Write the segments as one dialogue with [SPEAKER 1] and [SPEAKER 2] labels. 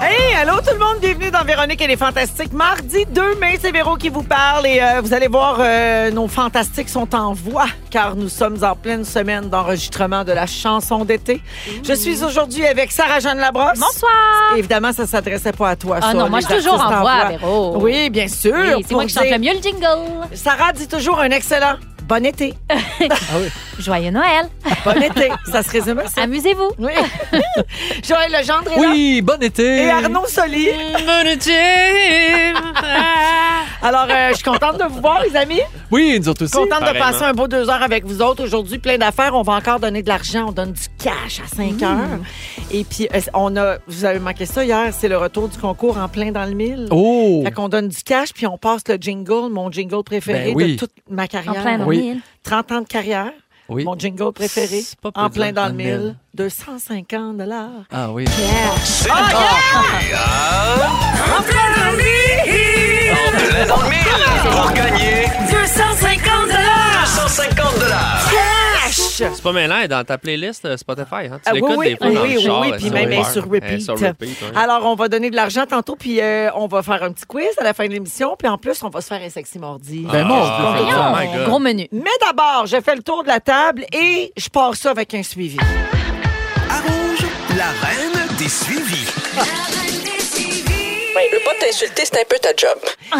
[SPEAKER 1] Hey, allô tout le monde, bienvenue dans Véronique et les Fantastiques. Mardi 2 mai, c'est Véro qui vous parle et euh, vous allez voir, euh, nos fantastiques sont en voie car nous sommes en pleine semaine d'enregistrement de la chanson d'été. Je suis aujourd'hui avec Sarah-Jeanne Labrosse.
[SPEAKER 2] Bonsoir.
[SPEAKER 1] Évidemment, ça s'adressait pas à toi,
[SPEAKER 2] Ah
[SPEAKER 1] ça,
[SPEAKER 2] non, moi,
[SPEAKER 1] les
[SPEAKER 2] je suis toujours
[SPEAKER 1] artistes
[SPEAKER 2] en voix, Véro.
[SPEAKER 1] Oui, bien sûr.
[SPEAKER 2] Oui, c'est
[SPEAKER 1] pour
[SPEAKER 2] moi qui chante
[SPEAKER 1] dire-
[SPEAKER 2] le mieux le jingle.
[SPEAKER 1] Sarah dit toujours un excellent bon été.
[SPEAKER 2] Joyeux Noël.
[SPEAKER 1] Bon été. Ça se résume à ça.
[SPEAKER 2] Amusez-vous.
[SPEAKER 1] Oui. Joël Legendre est là.
[SPEAKER 3] Oui, bon été.
[SPEAKER 1] Et Arnaud Soli. Alors, euh, je suis contente de vous voir, les amis.
[SPEAKER 3] Oui, nous autres aussi.
[SPEAKER 1] Contente de
[SPEAKER 4] Pareillement.
[SPEAKER 1] passer un beau deux heures avec vous autres aujourd'hui. Plein d'affaires. On va encore donner de l'argent. On donne du cash à 5
[SPEAKER 2] Mm.
[SPEAKER 1] heures. Et puis, euh, on a, vous avez manqué ça hier, c'est le retour du concours en plein dans le mille.
[SPEAKER 3] Oh,
[SPEAKER 1] Fait qu'on donne du cash, puis on passe le jingle, mon jingle préféré
[SPEAKER 3] Ben oui.
[SPEAKER 1] de toute ma carrière.
[SPEAKER 2] En plein dans
[SPEAKER 3] Oui.
[SPEAKER 2] le mille.
[SPEAKER 1] 30 ans de carrière,
[SPEAKER 3] oui.
[SPEAKER 1] mon jingle préféré,
[SPEAKER 3] C'est pas
[SPEAKER 1] en
[SPEAKER 3] plaisant,
[SPEAKER 1] plein dans le
[SPEAKER 3] plein de mille.
[SPEAKER 1] mille, 250 dollars.
[SPEAKER 3] Ah oui.
[SPEAKER 4] Plein dans le mille pour gagner
[SPEAKER 5] 250
[SPEAKER 4] 150 dollars.
[SPEAKER 1] Cash!
[SPEAKER 4] C'est pas mêlant, elle est dans ta playlist euh, Spotify. Hein? Tu
[SPEAKER 1] Ah, oui,
[SPEAKER 4] l'écoutes
[SPEAKER 1] oui,
[SPEAKER 4] des fois
[SPEAKER 1] oui,
[SPEAKER 4] dans
[SPEAKER 1] oui,
[SPEAKER 4] le char.
[SPEAKER 1] oui,
[SPEAKER 4] euh,
[SPEAKER 1] puis même, elle est sur repeat. Ah,
[SPEAKER 4] Elle est sur repeat, ouais.
[SPEAKER 1] Alors, on va donner de l'argent tantôt, puis euh, on va faire un petit quiz à la fin de l'émission, puis en plus, on va se faire un sexy mordi.
[SPEAKER 3] Ben mon
[SPEAKER 4] Ah,
[SPEAKER 3] Dieu.
[SPEAKER 1] Oh
[SPEAKER 4] voyons. my God.
[SPEAKER 2] Gros menu.
[SPEAKER 1] Mais d'abord, je fais le tour de la table et je pars ça avec un suivi.
[SPEAKER 6] À Rouge, la reine des suivis.
[SPEAKER 7] Ouais, je veux pas t'insulter, c'est un peu ta job.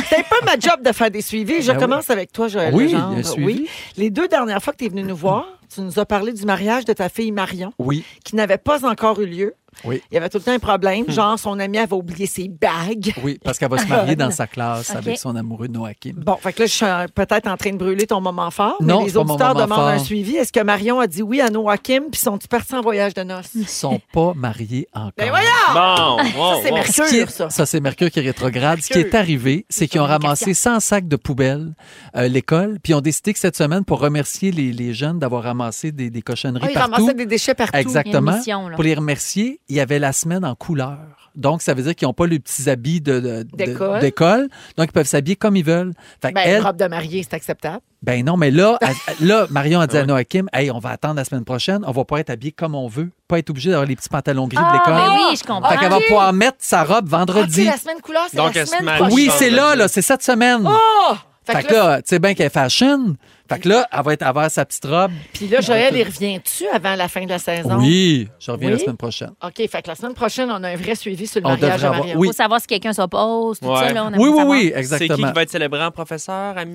[SPEAKER 1] C'est un peu ma job de faire des suivis. Je
[SPEAKER 3] Ben oui.
[SPEAKER 1] commence avec toi, Joël
[SPEAKER 3] Oui,
[SPEAKER 1] Legendre.
[SPEAKER 3] un suivi.
[SPEAKER 1] Oui. Les deux dernières fois que tu es venu nous voir, tu nous as parlé du mariage de ta fille Marion,
[SPEAKER 3] Oui.
[SPEAKER 1] qui n'avait pas encore eu lieu.
[SPEAKER 3] Oui.
[SPEAKER 1] Il y avait tout le temps un
[SPEAKER 4] Hmm.
[SPEAKER 1] problème, genre son ami avait oublié ses bagues.
[SPEAKER 3] Oui, parce qu'elle va se marier dans sa classe
[SPEAKER 2] Ok.
[SPEAKER 3] avec son amoureux Noakim.
[SPEAKER 1] Bon, fait que là, je suis euh, peut-être en train de brûler ton moment fort,
[SPEAKER 3] Non,
[SPEAKER 1] mais les
[SPEAKER 3] c'est pas mon
[SPEAKER 1] auditeurs
[SPEAKER 3] moment
[SPEAKER 1] demandent un
[SPEAKER 3] fort.
[SPEAKER 1] suivi. Est-ce que Marion a dit oui à Noakim, puis sont-ils partis en voyage de noces?
[SPEAKER 3] Ils sont pas mariés encore.
[SPEAKER 1] Ben voyons!
[SPEAKER 4] Bon, wow,
[SPEAKER 1] c'est
[SPEAKER 4] wow.
[SPEAKER 1] merveilleux.
[SPEAKER 3] Ce qui est-
[SPEAKER 1] ça.
[SPEAKER 3] c'est Mercure qui est rétrograde. Ce qui est
[SPEAKER 1] Mercure.
[SPEAKER 3] arrivé, c'est qu'ils ont ramassé 100 sacs de poubelle euh, l'école, puis ils ont décidé que cette semaine, pour remercier les, les jeunes d'avoir ramassé des, des cochonneries
[SPEAKER 1] Ah, ils
[SPEAKER 3] partout,
[SPEAKER 1] ramassaient des déchets partout.
[SPEAKER 2] Il y a
[SPEAKER 3] Exactement.
[SPEAKER 2] une mission, là.
[SPEAKER 3] Pour les remercier, il y avait la semaine en couleur. Donc, ça veut dire qu'ils n'ont pas les petits habits de- de- de-
[SPEAKER 1] D'école.
[SPEAKER 3] d'école. Donc, ils peuvent s'habiller comme ils veulent. Fait
[SPEAKER 1] Ben,
[SPEAKER 3] elle,
[SPEAKER 1] une robe de mariée, c'est acceptable.
[SPEAKER 3] ben non, mais là, à- là Marion a dit à Noakim, hey, on va attendre la semaine prochaine, on va pas être habillé comme on veut, pas être obligé d'avoir les petits pantalons gris de
[SPEAKER 2] Ah,
[SPEAKER 3] l'école.
[SPEAKER 2] ben oui, je comprends.
[SPEAKER 3] Fait qu'elle va
[SPEAKER 1] ok.
[SPEAKER 3] pouvoir mettre sa robe vendredi.
[SPEAKER 1] Ok, la semaine couleur, c'est
[SPEAKER 4] Donc,
[SPEAKER 1] la
[SPEAKER 4] elle se
[SPEAKER 1] semaine
[SPEAKER 4] marie.
[SPEAKER 1] prochaine.
[SPEAKER 3] oui,
[SPEAKER 4] prochaine.
[SPEAKER 3] c'est là, là, c'est cette semaine.
[SPEAKER 1] Oh! Fait,
[SPEAKER 3] Ah! fait
[SPEAKER 1] que là,
[SPEAKER 3] là, tu sais bien qu'elle est fashion. Fait que là, elle va être avoir sa petite robe.
[SPEAKER 1] puis là, Joël, il revient-tu avant la fin de la saison?
[SPEAKER 3] Oui, je reviens la
[SPEAKER 1] Oui.
[SPEAKER 3] semaine prochaine.
[SPEAKER 1] OK, fait que la semaine prochaine, on a un vrai suivi sur le
[SPEAKER 3] On
[SPEAKER 1] mariage
[SPEAKER 3] devrait
[SPEAKER 1] à
[SPEAKER 3] avoir-
[SPEAKER 1] Marion.
[SPEAKER 3] oui.
[SPEAKER 2] Faut savoir si quelqu'un s'oppose, tout
[SPEAKER 4] Ouais.
[SPEAKER 2] ça. Là, on
[SPEAKER 3] Oui,
[SPEAKER 2] aimerait
[SPEAKER 3] oui,
[SPEAKER 2] savoir.
[SPEAKER 3] oui,
[SPEAKER 4] C'est qui qui
[SPEAKER 3] exactement.
[SPEAKER 4] va être célébrant, professeur, ami?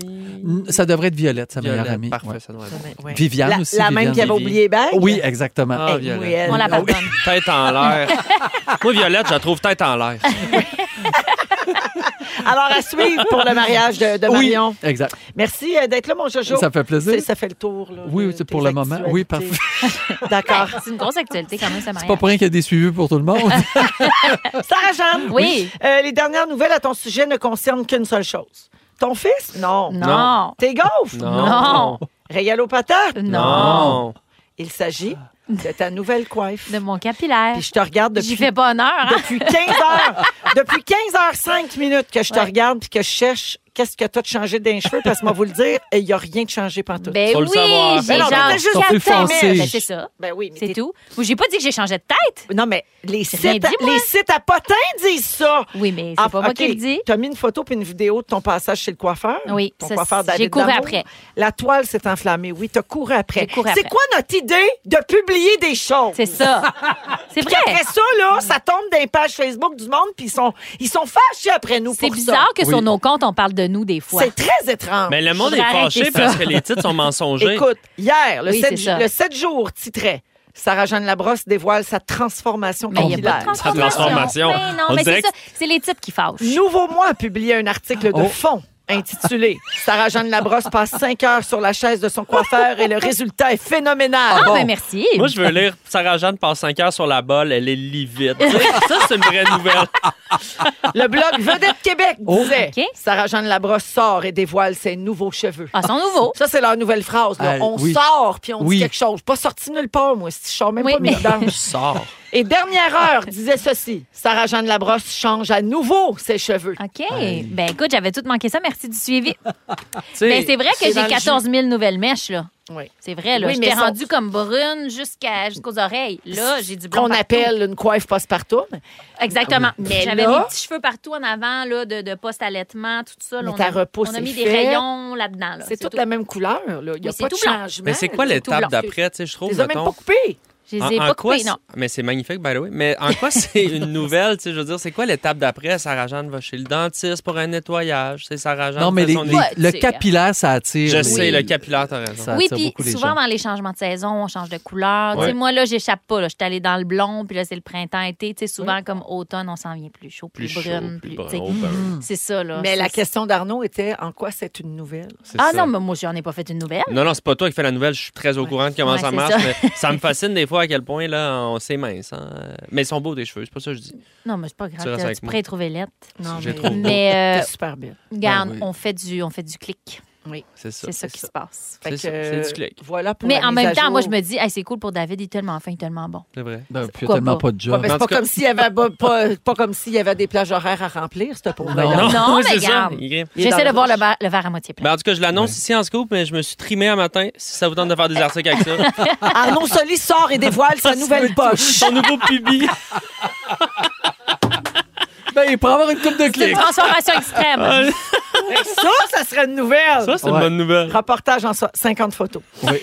[SPEAKER 3] Ça devrait être Violette, sa meilleure
[SPEAKER 4] Violette,
[SPEAKER 3] amie.
[SPEAKER 4] Parfait,
[SPEAKER 3] Ouais.
[SPEAKER 4] ça doit
[SPEAKER 1] Ça,
[SPEAKER 4] être.
[SPEAKER 1] mais- ouais.
[SPEAKER 3] Viviane
[SPEAKER 1] La,
[SPEAKER 3] aussi.
[SPEAKER 1] la
[SPEAKER 3] Viviane.
[SPEAKER 1] même qui avait
[SPEAKER 4] Vivi.
[SPEAKER 1] oublié Bag?
[SPEAKER 3] Oui, exactement.
[SPEAKER 4] Ah,
[SPEAKER 1] Eh, oui,
[SPEAKER 4] Violette.
[SPEAKER 1] elle.
[SPEAKER 2] On la pardonne.
[SPEAKER 4] Ah Tête en l'air. Moi, Violette, je la trouve tête en l'air.
[SPEAKER 1] Alors, à suivre pour le mariage de, de
[SPEAKER 3] Oui,
[SPEAKER 1] Marion.
[SPEAKER 3] exact.
[SPEAKER 1] Merci euh, d'être là, mon Jojo.
[SPEAKER 3] Ça fait plaisir.
[SPEAKER 1] C'est- Ça fait le tour. là,
[SPEAKER 3] Oui,
[SPEAKER 1] de-
[SPEAKER 3] oui, c'est pour
[SPEAKER 1] des
[SPEAKER 3] le moment. Oui,
[SPEAKER 1] actualités. D'accord.
[SPEAKER 2] C'est une grosse actualité quand même, ce
[SPEAKER 3] C'est
[SPEAKER 2] mariage.
[SPEAKER 3] pas pour rien qu'il y a des suivis pour tout le monde.
[SPEAKER 1] Sarah-Jeanne,
[SPEAKER 2] Oui.
[SPEAKER 1] euh, les dernières nouvelles à ton sujet ne concernent qu'une seule chose. Ton fils? Non.
[SPEAKER 2] Non.
[SPEAKER 1] Tes gaufres?
[SPEAKER 2] Non.
[SPEAKER 1] Régalo patate?
[SPEAKER 2] Non.
[SPEAKER 1] Il s'agit de ta nouvelle coiffe.
[SPEAKER 2] De mon capillaire.
[SPEAKER 1] Puis je te regarde depuis,
[SPEAKER 2] J'y fais pas honneur. hein.
[SPEAKER 1] depuis 15 heures. depuis 15 heures 5 minutes que je te
[SPEAKER 2] Ouais.
[SPEAKER 1] regarde puis que je cherche qu'est-ce que t'as de changé d'un cheveu parce que moi vous le dire, il n'y a rien de changé pantoute.
[SPEAKER 2] Ben
[SPEAKER 4] Faut le
[SPEAKER 2] oui,
[SPEAKER 4] savoir.
[SPEAKER 2] j'ai
[SPEAKER 1] Ben non,
[SPEAKER 2] genre
[SPEAKER 1] mais t'as juste
[SPEAKER 3] Surtout
[SPEAKER 2] 4 ans.
[SPEAKER 3] foncé.
[SPEAKER 2] Ben, C'est ça.
[SPEAKER 1] Ben oui, mais
[SPEAKER 2] C'est
[SPEAKER 1] t'es-
[SPEAKER 2] tout. Moi, J'ai pas dit que j'ai changé de tête.
[SPEAKER 1] Non mais les
[SPEAKER 2] rien
[SPEAKER 1] sites,
[SPEAKER 2] dit, moi.
[SPEAKER 1] les sites à potins disent ça.
[SPEAKER 2] Oui, mais c'est pas moi qui le dis.
[SPEAKER 1] Tu as mis une photo puis une vidéo de ton passage chez le coiffeur.
[SPEAKER 2] Oui,
[SPEAKER 1] ton
[SPEAKER 2] ça,
[SPEAKER 1] coiffeur
[SPEAKER 2] c'est-
[SPEAKER 1] David
[SPEAKER 2] j'ai couru
[SPEAKER 1] Damour.
[SPEAKER 2] après.
[SPEAKER 1] La toile s'est enflammée. Oui, tu as couru après.
[SPEAKER 2] J'ai couru
[SPEAKER 1] C'est
[SPEAKER 2] après.
[SPEAKER 1] quoi notre idée de publier des choses
[SPEAKER 2] C'est ça. C'est
[SPEAKER 1] Puis
[SPEAKER 2] vrai.
[SPEAKER 1] après ça, là, ça tombe dans les pages Facebook du monde, puis ils sont, ils sont fâchés après nous
[SPEAKER 2] C'est
[SPEAKER 1] pour ça.
[SPEAKER 2] bizarre que sur
[SPEAKER 3] Oui.
[SPEAKER 2] nos comptes, on parle de nous des fois.
[SPEAKER 1] C'est très étrange.
[SPEAKER 4] Mais le monde est
[SPEAKER 2] Faudrait arrêter
[SPEAKER 4] fâché
[SPEAKER 2] ça.
[SPEAKER 4] parce que les titres sont mensongers.
[SPEAKER 1] Écoute, hier, le,
[SPEAKER 2] Oui,
[SPEAKER 1] 7,
[SPEAKER 2] c'est ça.
[SPEAKER 1] le 7 jours titrait Sarah-Jeanne Labrosse dévoile sa transformation
[SPEAKER 2] Mais il n'y a pas de
[SPEAKER 1] capillaire.
[SPEAKER 4] Sa
[SPEAKER 2] transformation.
[SPEAKER 4] transformation.
[SPEAKER 2] Mais non,
[SPEAKER 4] On
[SPEAKER 2] mais c'est
[SPEAKER 4] dirait
[SPEAKER 2] ça.
[SPEAKER 4] que-
[SPEAKER 2] C'est les titres qui fâchent.
[SPEAKER 1] Nouveau Moi a publié un article de
[SPEAKER 3] Oh.
[SPEAKER 1] fond intitulé Sarah-Jeanne Labrosse passe cinq heures sur la chaise de son coiffeur et le résultat est phénoménal.
[SPEAKER 2] Ah, ben merci.
[SPEAKER 4] Moi, je veux lire Sarah-Jeanne passe 5 heures sur la balle, elle est livide. ça, c'est une vraie nouvelle.
[SPEAKER 1] Le blog Vedette Québec disait
[SPEAKER 2] OK.
[SPEAKER 1] Sarah-Jeanne Labrosse sort et dévoile ses nouveaux cheveux.
[SPEAKER 2] Ah, sont nouveaux.
[SPEAKER 1] Ça, c'est leur nouvelle phrase. là.
[SPEAKER 3] Ah,
[SPEAKER 1] on
[SPEAKER 3] oui.
[SPEAKER 1] sort puis on
[SPEAKER 3] Oui.
[SPEAKER 1] dit quelque chose. Pas sorti nulle part, moi. si Je sors même
[SPEAKER 2] Oui.
[SPEAKER 1] pas mes
[SPEAKER 4] Je
[SPEAKER 1] vidanges.
[SPEAKER 4] sors.
[SPEAKER 1] Et dernière heure disait ceci Sarah-Jeanne Labrosse change à nouveau ses cheveux.
[SPEAKER 2] OK. Ben écoute, j'avais tout manqué ça. Merci du suivi.
[SPEAKER 4] Tu sais,
[SPEAKER 2] Ben, c'est vrai que
[SPEAKER 1] c'est dans
[SPEAKER 2] j'ai
[SPEAKER 1] le jus.
[SPEAKER 2] 14 000 nouvelles mèches, là.
[SPEAKER 1] Oui.
[SPEAKER 2] C'est vrai, là.
[SPEAKER 1] Oui, mais
[SPEAKER 2] J'étais
[SPEAKER 1] ça-
[SPEAKER 2] rendue comme brune jusqu'à, jusqu'aux oreilles. Là, j'ai du blond
[SPEAKER 1] Qu'on
[SPEAKER 2] partout. Ben,
[SPEAKER 1] appelle une coiffe passe-partout.
[SPEAKER 2] Exactement.
[SPEAKER 1] Mais
[SPEAKER 2] J'avais
[SPEAKER 1] là-
[SPEAKER 2] des petits cheveux partout en avant, là, de, de post-allaitement, tout ça. là.
[SPEAKER 1] Mais
[SPEAKER 2] on,
[SPEAKER 1] ta
[SPEAKER 2] a,
[SPEAKER 1] repousse
[SPEAKER 2] on a
[SPEAKER 1] est
[SPEAKER 2] mis des
[SPEAKER 1] faite.
[SPEAKER 2] rayons là-dedans. là.
[SPEAKER 1] C'est toute
[SPEAKER 2] tout.
[SPEAKER 1] la même couleur. là. Il n'y a
[SPEAKER 2] Oui, c'est
[SPEAKER 1] pas de
[SPEAKER 2] tout blanc.
[SPEAKER 1] changement.
[SPEAKER 4] Mais c'est quoi
[SPEAKER 2] tout
[SPEAKER 4] l'étape
[SPEAKER 2] blanc.
[SPEAKER 4] d'après, tu sais, je trouve,
[SPEAKER 1] Ils ont même
[SPEAKER 4] mettons-
[SPEAKER 1] pas coupé.
[SPEAKER 2] Je les
[SPEAKER 4] En-
[SPEAKER 2] ai
[SPEAKER 4] en
[SPEAKER 2] pas
[SPEAKER 4] quoi
[SPEAKER 2] coupés,
[SPEAKER 4] c'est-
[SPEAKER 2] non.
[SPEAKER 4] Mais c'est magnifique, by the way. Mais en quoi c'est une nouvelle? tu sais, Je veux dire, c'est quoi l'étape d'après? Sarah-Jeanne va chez le dentiste pour un nettoyage. C'est Sarah-Jeanne.
[SPEAKER 3] Non, mais
[SPEAKER 4] fait
[SPEAKER 3] les-
[SPEAKER 4] son-
[SPEAKER 3] les-
[SPEAKER 2] Ouais,
[SPEAKER 3] le
[SPEAKER 2] c'est-
[SPEAKER 3] capillaire, ça attire.
[SPEAKER 4] Je
[SPEAKER 3] oui.
[SPEAKER 4] sais, le capillaire, t'as raison.
[SPEAKER 3] Ça
[SPEAKER 2] Oui,
[SPEAKER 3] attire
[SPEAKER 2] puis
[SPEAKER 3] beaucoup les
[SPEAKER 2] souvent
[SPEAKER 3] gens.
[SPEAKER 2] dans les changements de saison, on change de couleur. Tu
[SPEAKER 4] Ouais.
[SPEAKER 2] sais, moi, là, j'échappe pas. là. Je suis allée dans le blond, puis là, c'est le printemps-été. Tu sais, souvent, comme automne, on s'en vient plus chaud, plus,
[SPEAKER 4] Plus chaud,
[SPEAKER 2] brune.
[SPEAKER 4] plus
[SPEAKER 2] Plus
[SPEAKER 4] brun.
[SPEAKER 2] tu sais.
[SPEAKER 4] Oh, ben
[SPEAKER 3] Mm.
[SPEAKER 4] oui.
[SPEAKER 2] C'est ça, là.
[SPEAKER 1] Mais
[SPEAKER 2] Ah, C'est-
[SPEAKER 1] la question d'Arnaud était en quoi c'est une nouvelle?
[SPEAKER 4] C'est
[SPEAKER 2] Ah
[SPEAKER 4] ça.
[SPEAKER 2] non, mais moi, j'en ai pas fait une nouvelle.
[SPEAKER 4] Non, non, c'est pas toi qui fais la nouvelle. Je suis très au courant de comment
[SPEAKER 2] Ouais,
[SPEAKER 4] ça
[SPEAKER 2] c'est
[SPEAKER 4] marche.
[SPEAKER 2] ça.
[SPEAKER 4] Mais ça me fascine des fois à quel point là, on s'est mince. hein. Euh, Mais ils sont beaux, tes cheveux. C'est pas ça que je dis.
[SPEAKER 2] Non, mais c'est pas grave.
[SPEAKER 4] Tu restes
[SPEAKER 2] Tu
[SPEAKER 4] avec moi.
[SPEAKER 2] pourrais y trouver lettre.
[SPEAKER 1] Non,
[SPEAKER 4] J'ai
[SPEAKER 1] mais,
[SPEAKER 4] trop beau.
[SPEAKER 2] Mais, euh,
[SPEAKER 1] T'es super belle.
[SPEAKER 2] regarde,
[SPEAKER 4] Ah oui.
[SPEAKER 2] on, fait du, on fait du clic.
[SPEAKER 4] C'est ça.
[SPEAKER 2] C'est ça qui se passe.
[SPEAKER 1] Fait
[SPEAKER 4] C'est ça,
[SPEAKER 1] que,
[SPEAKER 4] c'est du clic.
[SPEAKER 1] Voilà pour
[SPEAKER 2] Mais
[SPEAKER 1] la
[SPEAKER 2] en
[SPEAKER 1] mise à
[SPEAKER 2] même temps,
[SPEAKER 1] jour.
[SPEAKER 2] moi, je me dis, Hey, c'est cool pour David, il est tellement fin, il est tellement bon.
[SPEAKER 4] C'est vrai.
[SPEAKER 3] Ben, puis il y a
[SPEAKER 2] Pourquoi pas?
[SPEAKER 3] tellement pas de
[SPEAKER 1] Ouais,
[SPEAKER 3] job.
[SPEAKER 1] mais c'est
[SPEAKER 4] En
[SPEAKER 1] pas
[SPEAKER 4] tout cas-
[SPEAKER 1] comme s'il y avait pas, pas- pas comme s'il y avait des plages horaires à remplir, c'était pour
[SPEAKER 3] Non.
[SPEAKER 1] Noël.
[SPEAKER 2] Non, Oh, mais
[SPEAKER 4] c'est ça.
[SPEAKER 2] regarde.
[SPEAKER 4] Il est-
[SPEAKER 1] Il est dans
[SPEAKER 2] J'essaie de
[SPEAKER 1] le
[SPEAKER 2] voir
[SPEAKER 1] rush.
[SPEAKER 2] le, verre- le verre à moitié plein.
[SPEAKER 4] Ben, en tout cas, je l'annonce ici en scoop, mais je me suis trimé un matin. Si ça vous tente de faire des articles avec ça,
[SPEAKER 1] Arnaud Solis sort et dévoile sa nouvelle poche.
[SPEAKER 4] son nouveau pubis.
[SPEAKER 3] Ben, il peut avoir une coupe de
[SPEAKER 2] C'est une
[SPEAKER 3] clics.
[SPEAKER 2] transformation extrême.
[SPEAKER 1] Et ça, ça serait une nouvelle.
[SPEAKER 4] Ça, c'est une
[SPEAKER 3] Ouais.
[SPEAKER 4] bonne nouvelle.
[SPEAKER 1] Reportage en so- 50 photos.
[SPEAKER 3] Oui.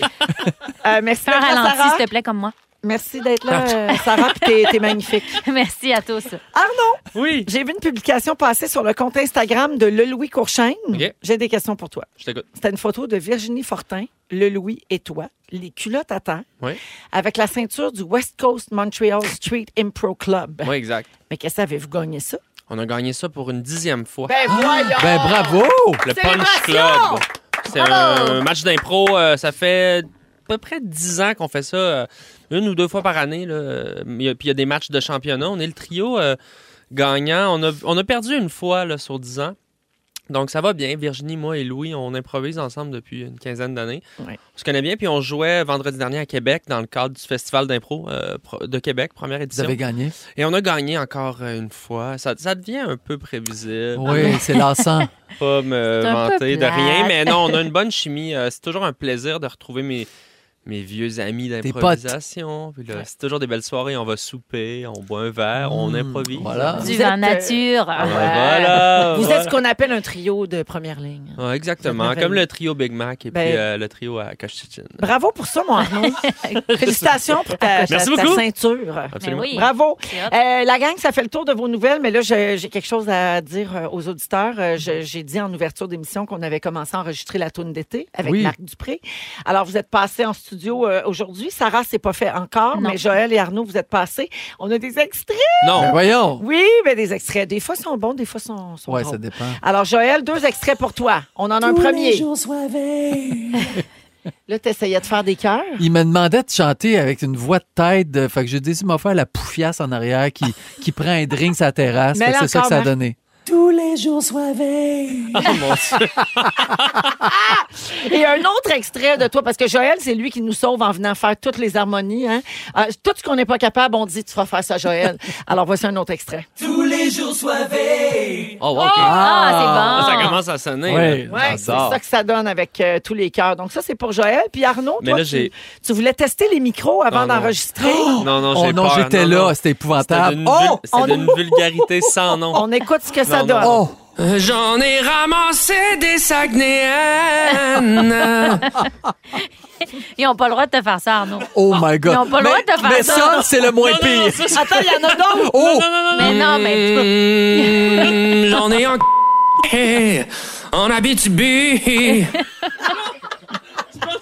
[SPEAKER 1] Euh, merci
[SPEAKER 2] Fais un
[SPEAKER 1] d'être là,
[SPEAKER 2] ralenti,
[SPEAKER 1] Sarah.
[SPEAKER 2] s'il te plaît, comme moi.
[SPEAKER 1] Merci d'être là, euh, Sarah, puis t'es- t'es magnifique.
[SPEAKER 2] Merci à tous.
[SPEAKER 1] Arnaud,
[SPEAKER 4] Oui.
[SPEAKER 1] j'ai vu une publication passer sur le compte Instagram de Le Louis Courchaine.
[SPEAKER 4] Ok.
[SPEAKER 1] J'ai des questions pour toi.
[SPEAKER 4] Je t'écoute.
[SPEAKER 1] C'était une photo de Virginie Fortin, Le Louis et toi, les culottes à terre,
[SPEAKER 4] Oui.
[SPEAKER 1] avec la ceinture du West Coast Montreal Street Impro Club.
[SPEAKER 4] Oui, exact.
[SPEAKER 1] Mais qu'est-ce que avez-vous gagné ça?
[SPEAKER 4] On a gagné ça pour une dixième fois.
[SPEAKER 1] Ben voyons!
[SPEAKER 3] Ben, bravo!
[SPEAKER 4] Le Punch Club. C'est un match d'impro. euh, ça fait à peu près 10 ans qu'on fait ça, euh, une ou deux fois par année. là. Euh, il y a- Puis il y a des matchs de championnat. On est le trio euh, gagnant. On a, on a perdu une fois là, sur 10 ans. Donc ça va bien. Virginie, moi et Louis, on improvise ensemble depuis une quinzaine d'années.
[SPEAKER 1] Ouais.
[SPEAKER 4] On se connaît bien. Puis on jouait vendredi dernier à Québec dans le cadre du Festival d'impro euh, pro- de Québec, première
[SPEAKER 3] Vous
[SPEAKER 4] édition.
[SPEAKER 3] avez gagné.
[SPEAKER 4] Et on a gagné encore euh, une fois. Ça, ça devient un peu prévisible
[SPEAKER 3] Oui, c'est lassant.
[SPEAKER 4] pas me
[SPEAKER 2] C'est un peu
[SPEAKER 4] vanter de
[SPEAKER 2] plate.
[SPEAKER 4] rien, mais non, on a une bonne chimie. Euh, c'est toujours un plaisir de retrouver mes, mes vieux amis
[SPEAKER 3] potes.
[SPEAKER 4] d'improvisation. Puis là, C'est toujours des belles soirées. On va souper, on boit un verre, on
[SPEAKER 3] Mm,
[SPEAKER 4] improvise.
[SPEAKER 3] voilà.
[SPEAKER 2] Du
[SPEAKER 1] Vous êtes, euh,
[SPEAKER 2] vent nature.
[SPEAKER 4] Ah,
[SPEAKER 2] Ah ouais.
[SPEAKER 4] voilà,
[SPEAKER 1] Vous êtes
[SPEAKER 4] voilà.
[SPEAKER 1] ce qu'on appelle un trio de première ligne.
[SPEAKER 4] Ouais,
[SPEAKER 1] Vous
[SPEAKER 4] exactement,
[SPEAKER 1] êtes
[SPEAKER 4] comme le trio Big Mac et
[SPEAKER 1] Ben-
[SPEAKER 4] puis euh, le trio à Cochichin.
[SPEAKER 1] Bravo pour ça, mon Arnaud. Félicitations pour ta,
[SPEAKER 4] Merci
[SPEAKER 1] ta- ta
[SPEAKER 4] beaucoup.
[SPEAKER 1] ceinture.
[SPEAKER 4] Absolument.
[SPEAKER 2] Ben oui.
[SPEAKER 1] Bravo.
[SPEAKER 2] C'est hot.
[SPEAKER 1] Euh, la gang, ça fait le tour de vos nouvelles, mais là, je- j'ai quelque chose à dire euh, aux auditeurs. Euh, je- J'ai dit en ouverture d'émission qu'on avait commencé à enregistrer la toune d'été avec
[SPEAKER 3] Oui.
[SPEAKER 1] Marc Dupré. Alors, vous êtes passés en studio euh, aujourd'hui. Sarah, c'est pas fait encore,
[SPEAKER 2] Non.
[SPEAKER 1] mais Joël et Arnaud, vous êtes passés. On a des extraits.
[SPEAKER 3] Ben,
[SPEAKER 4] Non,
[SPEAKER 3] voyons.
[SPEAKER 1] Oui, mais des extraits. Des fois, sont bons, des fois, sont, sont
[SPEAKER 3] Ouais,
[SPEAKER 1] drôles.
[SPEAKER 3] ça dépend.
[SPEAKER 1] Alors, Joël, deux extraits pour toi. On en a un premier. Là, t'essayais de faire des cœurs.
[SPEAKER 3] Il me demandait de chanter avec une voix de tête. de- Fait que j'ai décidé de m'en faire la poufiasse en arrière qui, qui prend un drink sa terrasse. Fait que
[SPEAKER 1] Mets-la
[SPEAKER 3] C'est ça
[SPEAKER 1] encore, hein?
[SPEAKER 3] que ça a
[SPEAKER 1] Marc.
[SPEAKER 3] donné.
[SPEAKER 1] Et un autre extrait de toi, parce que Joël, c'est lui qui nous sauve en venant faire toutes les harmonies. Hein? Euh, tout ce qu'on n'est pas capable, on dit tu vas faire ça, Joël. Alors voici un autre extrait.
[SPEAKER 4] oh, wow, ok.
[SPEAKER 2] Ah,
[SPEAKER 4] ça
[SPEAKER 2] c'est bon.
[SPEAKER 4] commence à sonner.
[SPEAKER 3] Ouais,
[SPEAKER 4] là.
[SPEAKER 3] Ouais,
[SPEAKER 1] C'est ça que ça donne avec euh, tous les cœurs. Donc ça, c'est pour Joël. Puis Arnaud,
[SPEAKER 4] Mais
[SPEAKER 1] toi,
[SPEAKER 4] là,
[SPEAKER 1] tu,
[SPEAKER 4] j'ai-
[SPEAKER 1] tu voulais tester les micros avant
[SPEAKER 4] Oh, non.
[SPEAKER 1] d'enregistrer.
[SPEAKER 4] Non, non,
[SPEAKER 3] Oh
[SPEAKER 4] j'ai
[SPEAKER 3] non,
[SPEAKER 4] peur.
[SPEAKER 3] j'étais
[SPEAKER 4] non.
[SPEAKER 3] là. C'était
[SPEAKER 4] C'était
[SPEAKER 3] épouvantable.
[SPEAKER 4] d'une,
[SPEAKER 3] Oh!
[SPEAKER 4] vul- c'était d'une vulgarité sans nom.
[SPEAKER 1] On écoute ce que ça
[SPEAKER 4] Non,
[SPEAKER 1] donne.
[SPEAKER 3] Oh!
[SPEAKER 4] J'en ai ramassé des Saguenéennes.
[SPEAKER 2] Ils n'ont pas le droit de te faire ça, Arnaud.
[SPEAKER 3] Oh my God.
[SPEAKER 2] Ils ont pas le
[SPEAKER 3] mais,
[SPEAKER 2] droit de faire
[SPEAKER 3] mais
[SPEAKER 2] ça.
[SPEAKER 3] ça, c'est le moins pire.
[SPEAKER 1] Attends, il y en a d'autres.
[SPEAKER 3] Oh!
[SPEAKER 2] Mais non, mais tu peux-
[SPEAKER 4] Mm, J'en ai en en Abitibi.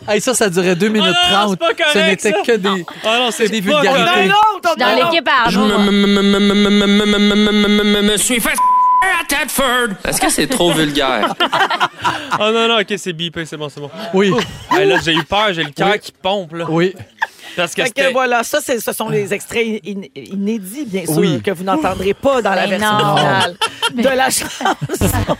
[SPEAKER 3] Hey, ça, ça durait 2 minutes
[SPEAKER 4] Ah non, non,
[SPEAKER 3] 30.
[SPEAKER 4] c'est pas
[SPEAKER 3] Ce
[SPEAKER 4] correct,
[SPEAKER 3] n'était
[SPEAKER 4] ça.
[SPEAKER 3] que des,
[SPEAKER 4] Ah non,
[SPEAKER 3] que
[SPEAKER 4] c'est
[SPEAKER 3] des
[SPEAKER 4] pas
[SPEAKER 1] On a
[SPEAKER 3] vulgarités.
[SPEAKER 1] un autre. on a
[SPEAKER 2] dans
[SPEAKER 1] un autre.
[SPEAKER 2] l'équipe à Arnaud.
[SPEAKER 4] Je me- me me- me- me- me- me- me- me- me- me- me suis fait
[SPEAKER 8] à Tedford. Est-ce que c'est trop vulgaire?
[SPEAKER 4] Oh non, non, ok, c'est bipé, c'est bon, c'est bon.
[SPEAKER 3] Oui,
[SPEAKER 4] Hey, là, j'ai eu peur, j'ai le cœur qui pompe, là.
[SPEAKER 3] Ah! oui.
[SPEAKER 4] Parce que
[SPEAKER 1] Fait
[SPEAKER 4] c'était...
[SPEAKER 1] que voilà, ça, c'est- ce sont les extraits in- inédits, bien sûr,
[SPEAKER 3] Oui.
[SPEAKER 1] que vous n'entendrez pas dans la
[SPEAKER 2] Mais
[SPEAKER 1] version
[SPEAKER 2] non.
[SPEAKER 1] finale de la chanson.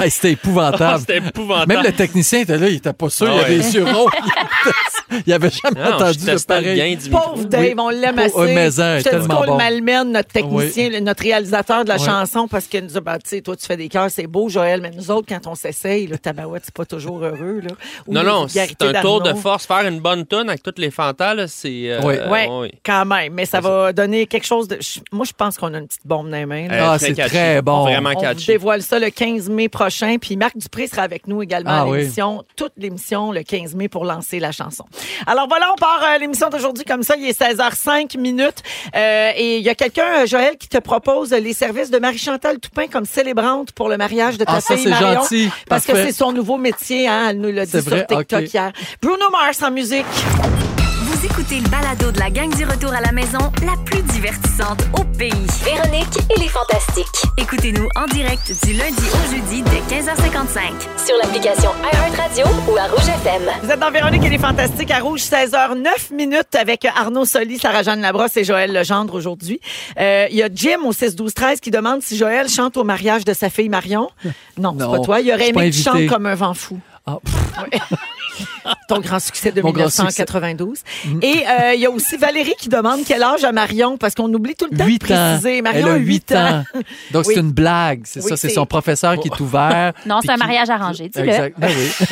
[SPEAKER 3] Hey, C'était
[SPEAKER 4] Ah,
[SPEAKER 3] épouvantable.
[SPEAKER 4] c'était épouvantable.
[SPEAKER 3] Même le technicien était là, il était pas sûr,
[SPEAKER 4] Ah
[SPEAKER 3] il avait
[SPEAKER 4] ouais. Ah
[SPEAKER 3] les yeux ronds. Il était- Il avait jamais
[SPEAKER 4] Non,
[SPEAKER 3] entendu
[SPEAKER 4] je
[SPEAKER 3] de
[SPEAKER 4] testais le
[SPEAKER 3] pareil.
[SPEAKER 4] gain du micro.
[SPEAKER 1] Pauvre Dave, on l'aime assez.
[SPEAKER 3] Pauvre- euh, mais elle est
[SPEAKER 1] Je te dis
[SPEAKER 3] tellement
[SPEAKER 1] qu'on le
[SPEAKER 3] bon.
[SPEAKER 1] malmène, notre technicien, le- notre réalisateur de la
[SPEAKER 3] Oui.
[SPEAKER 1] chanson, parce qu'il nous a bah, tu sais, toi, tu fais des cœurs, c'est beau, Joël, mais nous autres, quand on s'essaye, le tabarouette, c'est pas toujours heureux. Là. Ou
[SPEAKER 4] Non,
[SPEAKER 1] les
[SPEAKER 4] non, c'est
[SPEAKER 1] vulgarités
[SPEAKER 4] un tour de
[SPEAKER 1] d'Arnaud.
[SPEAKER 4] force. Faire une bonne tonne avec toutes les fantas, là, c'est... euh,
[SPEAKER 3] Oui.
[SPEAKER 1] Ouais,
[SPEAKER 4] oui.
[SPEAKER 1] quand même, mais ça va donner quelque chose de. je- Moi, je pense qu'on a une petite bombe dans les mains. là.
[SPEAKER 4] Euh,
[SPEAKER 3] Ah, c'est
[SPEAKER 4] catchy.
[SPEAKER 3] très bon.
[SPEAKER 4] Vraiment
[SPEAKER 1] On vous
[SPEAKER 4] catchy.
[SPEAKER 1] dévoile ça le 15 mai prochain. Puis Marc Dupré sera avec nous également
[SPEAKER 3] Ah
[SPEAKER 1] à
[SPEAKER 3] oui.
[SPEAKER 1] l'émission, toute l'émission le 15 mai pour lancer la chanson. Alors voilà, on part euh, l'émission d'aujourd'hui comme ça. Il est 16h05 minutes. Euh, et il y a quelqu'un, euh, Joël, qui te propose les services de Marie-Chantal Toupin comme célébrante pour le mariage de ta
[SPEAKER 3] Ah, ça,
[SPEAKER 1] fille
[SPEAKER 3] c'est
[SPEAKER 1] Marion.
[SPEAKER 3] gentil.
[SPEAKER 1] Parce que
[SPEAKER 3] Parfait.
[SPEAKER 1] c'est son nouveau métier, hein, elle nous l'a dit
[SPEAKER 3] C'est vrai,
[SPEAKER 1] sur TikTok
[SPEAKER 3] ok.
[SPEAKER 1] hier. Bruno Mars en musique.
[SPEAKER 5] Vous écoutez le balado de la gang du retour à la maison, la plus divertissante au pays.
[SPEAKER 9] Véronique et les Fantastiques.
[SPEAKER 5] Écoutez-nous en direct du lundi au jeudi dès 15h55.
[SPEAKER 9] Sur l'application iHeartRadio ou à Rouge FM.
[SPEAKER 1] Vous êtes dans Véronique et les Fantastiques à Rouge, 16h09 minutes avec Arnaud Soli, Sarah-Jeanne Labrosse et Joël Legendre aujourd'hui. Euh, Il y a Jim au 6-12-13 qui demande si Joël chante au mariage de sa fille Marion. Non, c'est
[SPEAKER 3] Non,
[SPEAKER 1] pas toi. Il
[SPEAKER 3] je
[SPEAKER 1] aurait
[SPEAKER 3] suis pas
[SPEAKER 1] aimé que tu chantes
[SPEAKER 3] invité.
[SPEAKER 1] comme un vent fou.
[SPEAKER 3] Ah, pff,
[SPEAKER 1] Ton grand succès de
[SPEAKER 3] Mon grand Mm.
[SPEAKER 1] 1992. Et euh, il y a aussi Valérie qui demande quel âge a Marion, parce qu'on oublie tout le temps
[SPEAKER 3] huit
[SPEAKER 1] de
[SPEAKER 3] ans.
[SPEAKER 1] préciser. Marion
[SPEAKER 3] Elle a
[SPEAKER 1] a
[SPEAKER 3] 8 ans. Donc,
[SPEAKER 1] Oui.
[SPEAKER 3] c'est une blague. C'est
[SPEAKER 1] Oui,
[SPEAKER 3] ça, c'est
[SPEAKER 1] c'est-
[SPEAKER 3] son professeur qui est ouvert.
[SPEAKER 2] Oh. Non,
[SPEAKER 3] puis
[SPEAKER 2] c'est un
[SPEAKER 3] qui-
[SPEAKER 2] mariage arrangé, dis-le.
[SPEAKER 3] Exact. Ben oui.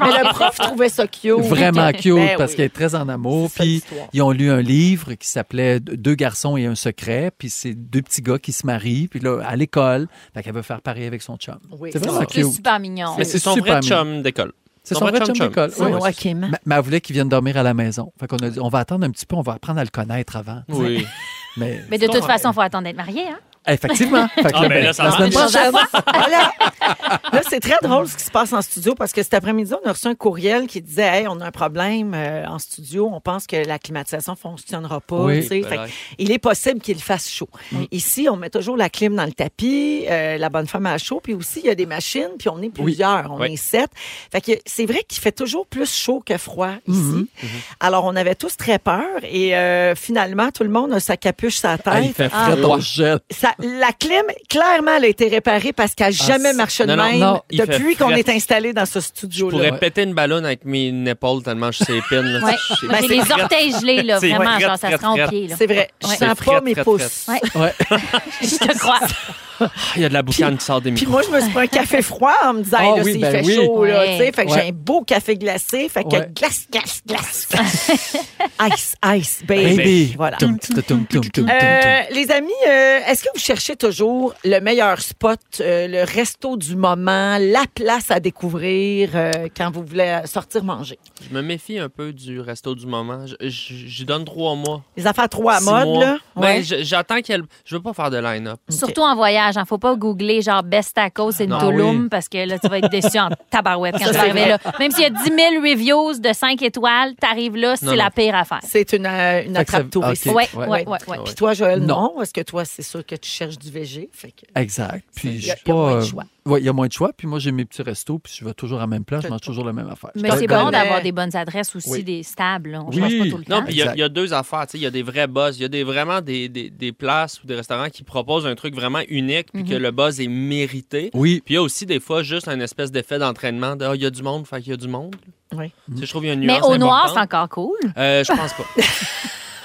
[SPEAKER 1] Mais le prof trouvait ça cute.
[SPEAKER 3] Vraiment cute
[SPEAKER 1] Ben
[SPEAKER 3] parce
[SPEAKER 1] oui.
[SPEAKER 3] qu'elle est très en amour.
[SPEAKER 1] C'est ça,
[SPEAKER 3] Puis
[SPEAKER 1] l'histoire.
[SPEAKER 3] ils ont lu un livre qui s'appelait Deux garçons et un secret. Puis c'est deux petits gars qui se marient. Puis là, à l'école, fait qu'elle veut faire pareil avec son chum.
[SPEAKER 1] Oui,
[SPEAKER 3] c'est
[SPEAKER 1] c'est
[SPEAKER 3] vraiment
[SPEAKER 1] ça.
[SPEAKER 2] C'est
[SPEAKER 3] cute.
[SPEAKER 2] super mignon.
[SPEAKER 4] Mais c'est son
[SPEAKER 3] super
[SPEAKER 4] vrai
[SPEAKER 3] mignon.
[SPEAKER 4] chum d'école.
[SPEAKER 3] C'est
[SPEAKER 4] Son
[SPEAKER 3] son
[SPEAKER 4] vrai
[SPEAKER 3] vrai chum
[SPEAKER 4] chum.
[SPEAKER 3] d'école.
[SPEAKER 1] C'est
[SPEAKER 3] Oui, oui.
[SPEAKER 1] Joachim.
[SPEAKER 3] Mais, mais elle voulait qu'il vienne dormir à la maison. Fait qu'on a dit, on va attendre un petit peu, on va apprendre à le connaître avant.
[SPEAKER 4] Oui.
[SPEAKER 3] Mais
[SPEAKER 2] Mais de toute façon, il faut attendre d'être marié. Hein?
[SPEAKER 3] effectivement. Fait que
[SPEAKER 4] Ah,
[SPEAKER 3] là,
[SPEAKER 4] ben
[SPEAKER 3] ben,
[SPEAKER 4] là, ça
[SPEAKER 3] la
[SPEAKER 4] marche.
[SPEAKER 3] semaine
[SPEAKER 2] Une chose à
[SPEAKER 3] prochaine.
[SPEAKER 1] Voilà. Là, c'est très drôle ce qui se passe en studio parce que cet après-midi, on a reçu un courriel qui disait Hey, on a un problème euh, en studio, on pense que la climatisation fonctionnera pas.
[SPEAKER 3] Oui.
[SPEAKER 1] Tu sais. Fait
[SPEAKER 4] Peut-être.
[SPEAKER 1] que il est possible qu'il fasse chaud. Ici, on met toujours la clim dans le tapis, euh, la bonne femme à chaud, puis aussi, il y a des machines, puis on est plusieurs, on
[SPEAKER 4] Oui.
[SPEAKER 1] est sept. Fait que c'est vrai qu'il fait toujours plus chaud que froid
[SPEAKER 3] Mhm.
[SPEAKER 1] ici. Alors, on avait tous très peur et euh, finalement, tout le monde a sa capuche, sa tête.
[SPEAKER 3] Ah, il fait
[SPEAKER 2] Ah.
[SPEAKER 3] frais, on gèle.
[SPEAKER 1] Ça- la clim, clairement, elle a été réparée parce qu'elle n'a jamais
[SPEAKER 3] Ah, c'est-
[SPEAKER 1] marché de
[SPEAKER 4] non, non,
[SPEAKER 1] même
[SPEAKER 3] non,
[SPEAKER 4] il fait
[SPEAKER 1] depuis qu'on
[SPEAKER 4] fret.
[SPEAKER 1] est installé dans ce
[SPEAKER 4] Je
[SPEAKER 1] studio-là.
[SPEAKER 4] pourrais
[SPEAKER 3] Ouais.
[SPEAKER 4] péter une ballonne avec mes épaules tellement je sais épine. là.
[SPEAKER 2] Ouais. Ben,
[SPEAKER 4] Je
[SPEAKER 2] J'ai
[SPEAKER 4] sais-
[SPEAKER 2] les orteils gelés, là,
[SPEAKER 4] Ben, C'est
[SPEAKER 2] vraiment.
[SPEAKER 4] frette,
[SPEAKER 2] Genre, ça se
[SPEAKER 4] frette,
[SPEAKER 2] rend au
[SPEAKER 4] frette.
[SPEAKER 2] pied. là.
[SPEAKER 1] C'est vrai. Je
[SPEAKER 2] Ouais.
[SPEAKER 1] sens
[SPEAKER 4] C'est
[SPEAKER 1] pas
[SPEAKER 4] fret,
[SPEAKER 1] mes
[SPEAKER 4] fret,
[SPEAKER 1] pouces.
[SPEAKER 2] Ouais.
[SPEAKER 3] Ouais.
[SPEAKER 2] Je te crois.
[SPEAKER 4] Ah, Il y a de la boucane qui sort des
[SPEAKER 1] Puis
[SPEAKER 4] micros.
[SPEAKER 1] moi, je me suis pris un café froid en me disant,
[SPEAKER 3] Ah
[SPEAKER 1] hey, là,
[SPEAKER 3] oui,
[SPEAKER 1] s'il
[SPEAKER 3] ben
[SPEAKER 1] fait
[SPEAKER 3] oui.
[SPEAKER 1] chaud, là,
[SPEAKER 2] Ouais.
[SPEAKER 1] tu sais. Fait que
[SPEAKER 3] Ouais.
[SPEAKER 1] j'ai un beau café glacé. Fait que
[SPEAKER 3] Ouais.
[SPEAKER 1] glace, glace, glace. ice, ice, baby.
[SPEAKER 3] Baby.
[SPEAKER 1] Voilà.
[SPEAKER 3] Tum, tum, tum, tum, tum, tum, tum.
[SPEAKER 1] Euh, les amis, euh, est-ce que vous cherchez toujours le meilleur spot, euh, le resto du moment, la place à découvrir euh, quand vous voulez sortir manger?
[SPEAKER 4] Je me méfie un peu du resto du moment. Je- je- J'y donne trois mois.
[SPEAKER 1] Les affaires trop à
[SPEAKER 4] six
[SPEAKER 1] mode,
[SPEAKER 4] mois.
[SPEAKER 1] là?
[SPEAKER 4] Ben,
[SPEAKER 1] Ouais.
[SPEAKER 4] je- J'attends qu'elle. Je veux pas faire de line-up.
[SPEAKER 2] Surtout en voyage, hein, faut pas googler genre best tacos et
[SPEAKER 4] Non.
[SPEAKER 2] Tulum
[SPEAKER 3] Ah oui.
[SPEAKER 2] parce que là tu vas être déçu en tabarouette quand tu
[SPEAKER 1] c'est
[SPEAKER 2] vas arriver
[SPEAKER 1] vrai.
[SPEAKER 2] là. Même s'il y a 10 000 reviews de 5 étoiles, t'arrives là,
[SPEAKER 4] Non,
[SPEAKER 2] c'est la
[SPEAKER 4] non.
[SPEAKER 2] pire affaire.
[SPEAKER 1] C'est une, euh, une
[SPEAKER 3] Fait que ça-
[SPEAKER 1] attrape touriste.
[SPEAKER 3] ok.
[SPEAKER 2] Ouais,
[SPEAKER 3] Ouais.
[SPEAKER 2] ouais, ouais, ouais.
[SPEAKER 4] Ah
[SPEAKER 1] Puis toi, Joël, non.
[SPEAKER 3] Non.
[SPEAKER 1] Parce que toi, c'est sûr que tu cherches du végé. Fait que...
[SPEAKER 3] Exact. Puis
[SPEAKER 1] Il y a-
[SPEAKER 3] je suis
[SPEAKER 1] il y a moins
[SPEAKER 3] pas.
[SPEAKER 1] de
[SPEAKER 3] euh,
[SPEAKER 1] choix.
[SPEAKER 3] ouais, il y a moins de choix. Puis moi, j'ai mes petits restos, puis je vais toujours à la même place, je
[SPEAKER 1] Peut-
[SPEAKER 3] mange toujours la même affaire.
[SPEAKER 2] Mais
[SPEAKER 3] Je
[SPEAKER 2] c'est
[SPEAKER 3] connais.
[SPEAKER 2] bon
[SPEAKER 1] connais.
[SPEAKER 2] d'avoir des bonnes adresses aussi,
[SPEAKER 3] Oui.
[SPEAKER 2] des stables. là. On
[SPEAKER 3] Oui.
[SPEAKER 2] change pas tout le temps.
[SPEAKER 4] Non, puis il y, a-
[SPEAKER 3] Exact.
[SPEAKER 4] il y a deux affaires. tu sais, Il y a des vrais buzz. Il y a des, vraiment des, des, des places ou des restaurants qui proposent un truc vraiment unique puis que le buzz est mérité.
[SPEAKER 3] Oui.
[SPEAKER 4] Puis il y a aussi des fois juste un espèce d'effet d'entraînement de Ah, il y a du monde, fait qu'il y a du monde.
[SPEAKER 1] Oui.
[SPEAKER 4] Tu sais, je trouve qu'il y a une
[SPEAKER 2] Mais
[SPEAKER 4] nuance
[SPEAKER 2] au noir, c'est
[SPEAKER 4] importante.
[SPEAKER 2] encore cool.
[SPEAKER 4] Euh, je pense pas.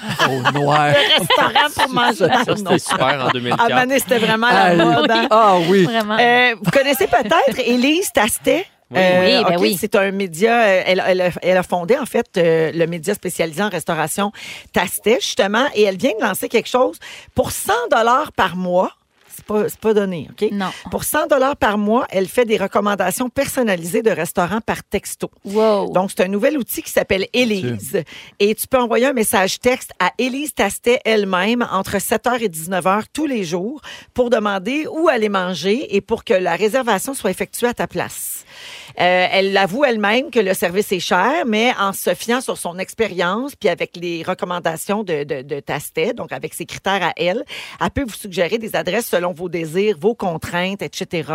[SPEAKER 3] Au noir.
[SPEAKER 1] Restaurant pour manger.
[SPEAKER 4] Ça, c'était super en
[SPEAKER 1] À
[SPEAKER 4] 2004.
[SPEAKER 1] Mané, c'était vraiment
[SPEAKER 3] Ah,
[SPEAKER 1] la mode. hein?
[SPEAKER 3] Ah oui.
[SPEAKER 2] Vraiment.
[SPEAKER 1] Euh, vous connaissez peut-être Élise Tastet? Euh,
[SPEAKER 4] Oui.
[SPEAKER 2] Oui, ben
[SPEAKER 1] ok,
[SPEAKER 2] oui.
[SPEAKER 1] C'est un média, euh, elle, elle a- elle a fondé en fait euh, le média spécialisé en restauration Tastet justement et elle vient de lancer quelque chose pour 100 dollars par mois. C'est pas, c'est pas donné, OK?
[SPEAKER 2] Non.
[SPEAKER 1] Pour 100 dollars par mois, elle fait des recommandations personnalisées de restaurants par texto.
[SPEAKER 2] Wow.
[SPEAKER 1] Donc, c'est un nouvel outil qui s'appelle Élise. Et tu peux envoyer un message texte à Élise Tastet elle-même entre 7h et 19h tous les jours pour demander où aller manger et pour que la réservation soit effectuée à ta place. Euh, elle avoue elle-même que le service est cher, mais en se fiant sur son expérience, puis avec les recommandations de, de, de Tastet, donc avec ses critères à elle, elle peut vous suggérer des adresses selon vos désirs, vos contraintes, etc.,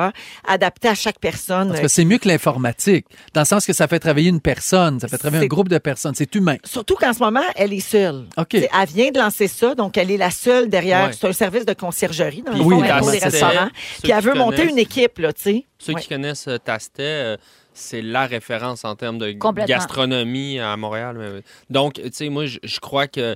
[SPEAKER 1] adaptées à chaque personne.
[SPEAKER 3] Parce que c'est mieux que l'informatique, dans le sens que ça fait travailler une personne, ça fait travailler
[SPEAKER 1] C'est-
[SPEAKER 3] un groupe de personnes, c'est humain.
[SPEAKER 1] Surtout qu'en ce moment, elle est seule.
[SPEAKER 3] OK.
[SPEAKER 1] Tu sais, Elle vient de lancer ça, donc elle est la seule derrière.
[SPEAKER 4] Ouais.
[SPEAKER 1] C'est un service de conciergerie dans le
[SPEAKER 3] Puis
[SPEAKER 1] fond,
[SPEAKER 3] oui,
[SPEAKER 1] elle ouvre des
[SPEAKER 3] Tastet,
[SPEAKER 1] restaurants.
[SPEAKER 4] ceux
[SPEAKER 1] Puis elle
[SPEAKER 4] qui
[SPEAKER 1] veut monter
[SPEAKER 4] connaissent.
[SPEAKER 1] une équipe, là, tu sais.
[SPEAKER 4] Ceux
[SPEAKER 1] Ouais.
[SPEAKER 4] qui connaissent euh, Tastet, euh, c'est la référence en termes de
[SPEAKER 2] Complètement.
[SPEAKER 4] gastronomie à Montréal. Mais- euh, Donc, tu sais, moi, je- je crois que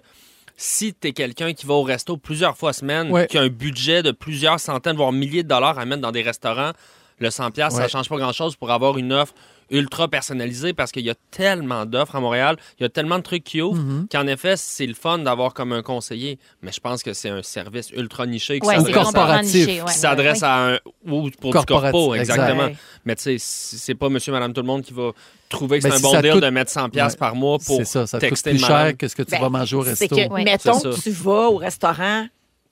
[SPEAKER 4] si tu es quelqu'un qui va au resto plusieurs fois semaine,
[SPEAKER 3] Ouais.
[SPEAKER 4] qui a un budget de plusieurs centaines, voire milliers de dollars à mettre dans des restaurants, le 100$, piastres, ça
[SPEAKER 3] Ouais.
[SPEAKER 4] change pas grand-chose pour avoir une offre ultra personnalisée parce qu'il y a tellement d'offres à Montréal, il y a tellement de trucs qui ouvrent
[SPEAKER 3] Mm-hmm.
[SPEAKER 4] qu'en effet, c'est le fun d'avoir comme un conseiller. Mais je pense que c'est un service ultra niché qui
[SPEAKER 2] Ouais, c'est
[SPEAKER 4] s'adresse à-
[SPEAKER 2] complètement
[SPEAKER 3] corporatif.
[SPEAKER 2] niché. ouais.
[SPEAKER 4] qui s'adresse à un ou pour
[SPEAKER 3] Corporatif,
[SPEAKER 4] du corpo,
[SPEAKER 3] exact.
[SPEAKER 4] exactement.
[SPEAKER 1] Ouais.
[SPEAKER 4] Mais tu sais, c- c'est pas monsieur, madame, tout le monde qui va trouver que
[SPEAKER 3] Ben,
[SPEAKER 4] c'est un
[SPEAKER 3] si
[SPEAKER 4] bon
[SPEAKER 3] ça
[SPEAKER 4] deal
[SPEAKER 3] coûte-
[SPEAKER 4] de mettre 100$ piastres par mois pour
[SPEAKER 3] C'est ça, ça te coûte
[SPEAKER 4] texter le
[SPEAKER 3] plus
[SPEAKER 4] madame.
[SPEAKER 3] cher que ce que tu
[SPEAKER 1] Ben,
[SPEAKER 3] vas manger au resto.
[SPEAKER 1] C'est que,
[SPEAKER 2] Ouais.
[SPEAKER 1] mettons
[SPEAKER 4] C'est
[SPEAKER 1] que
[SPEAKER 4] ça.
[SPEAKER 1] tu vas au restaurant,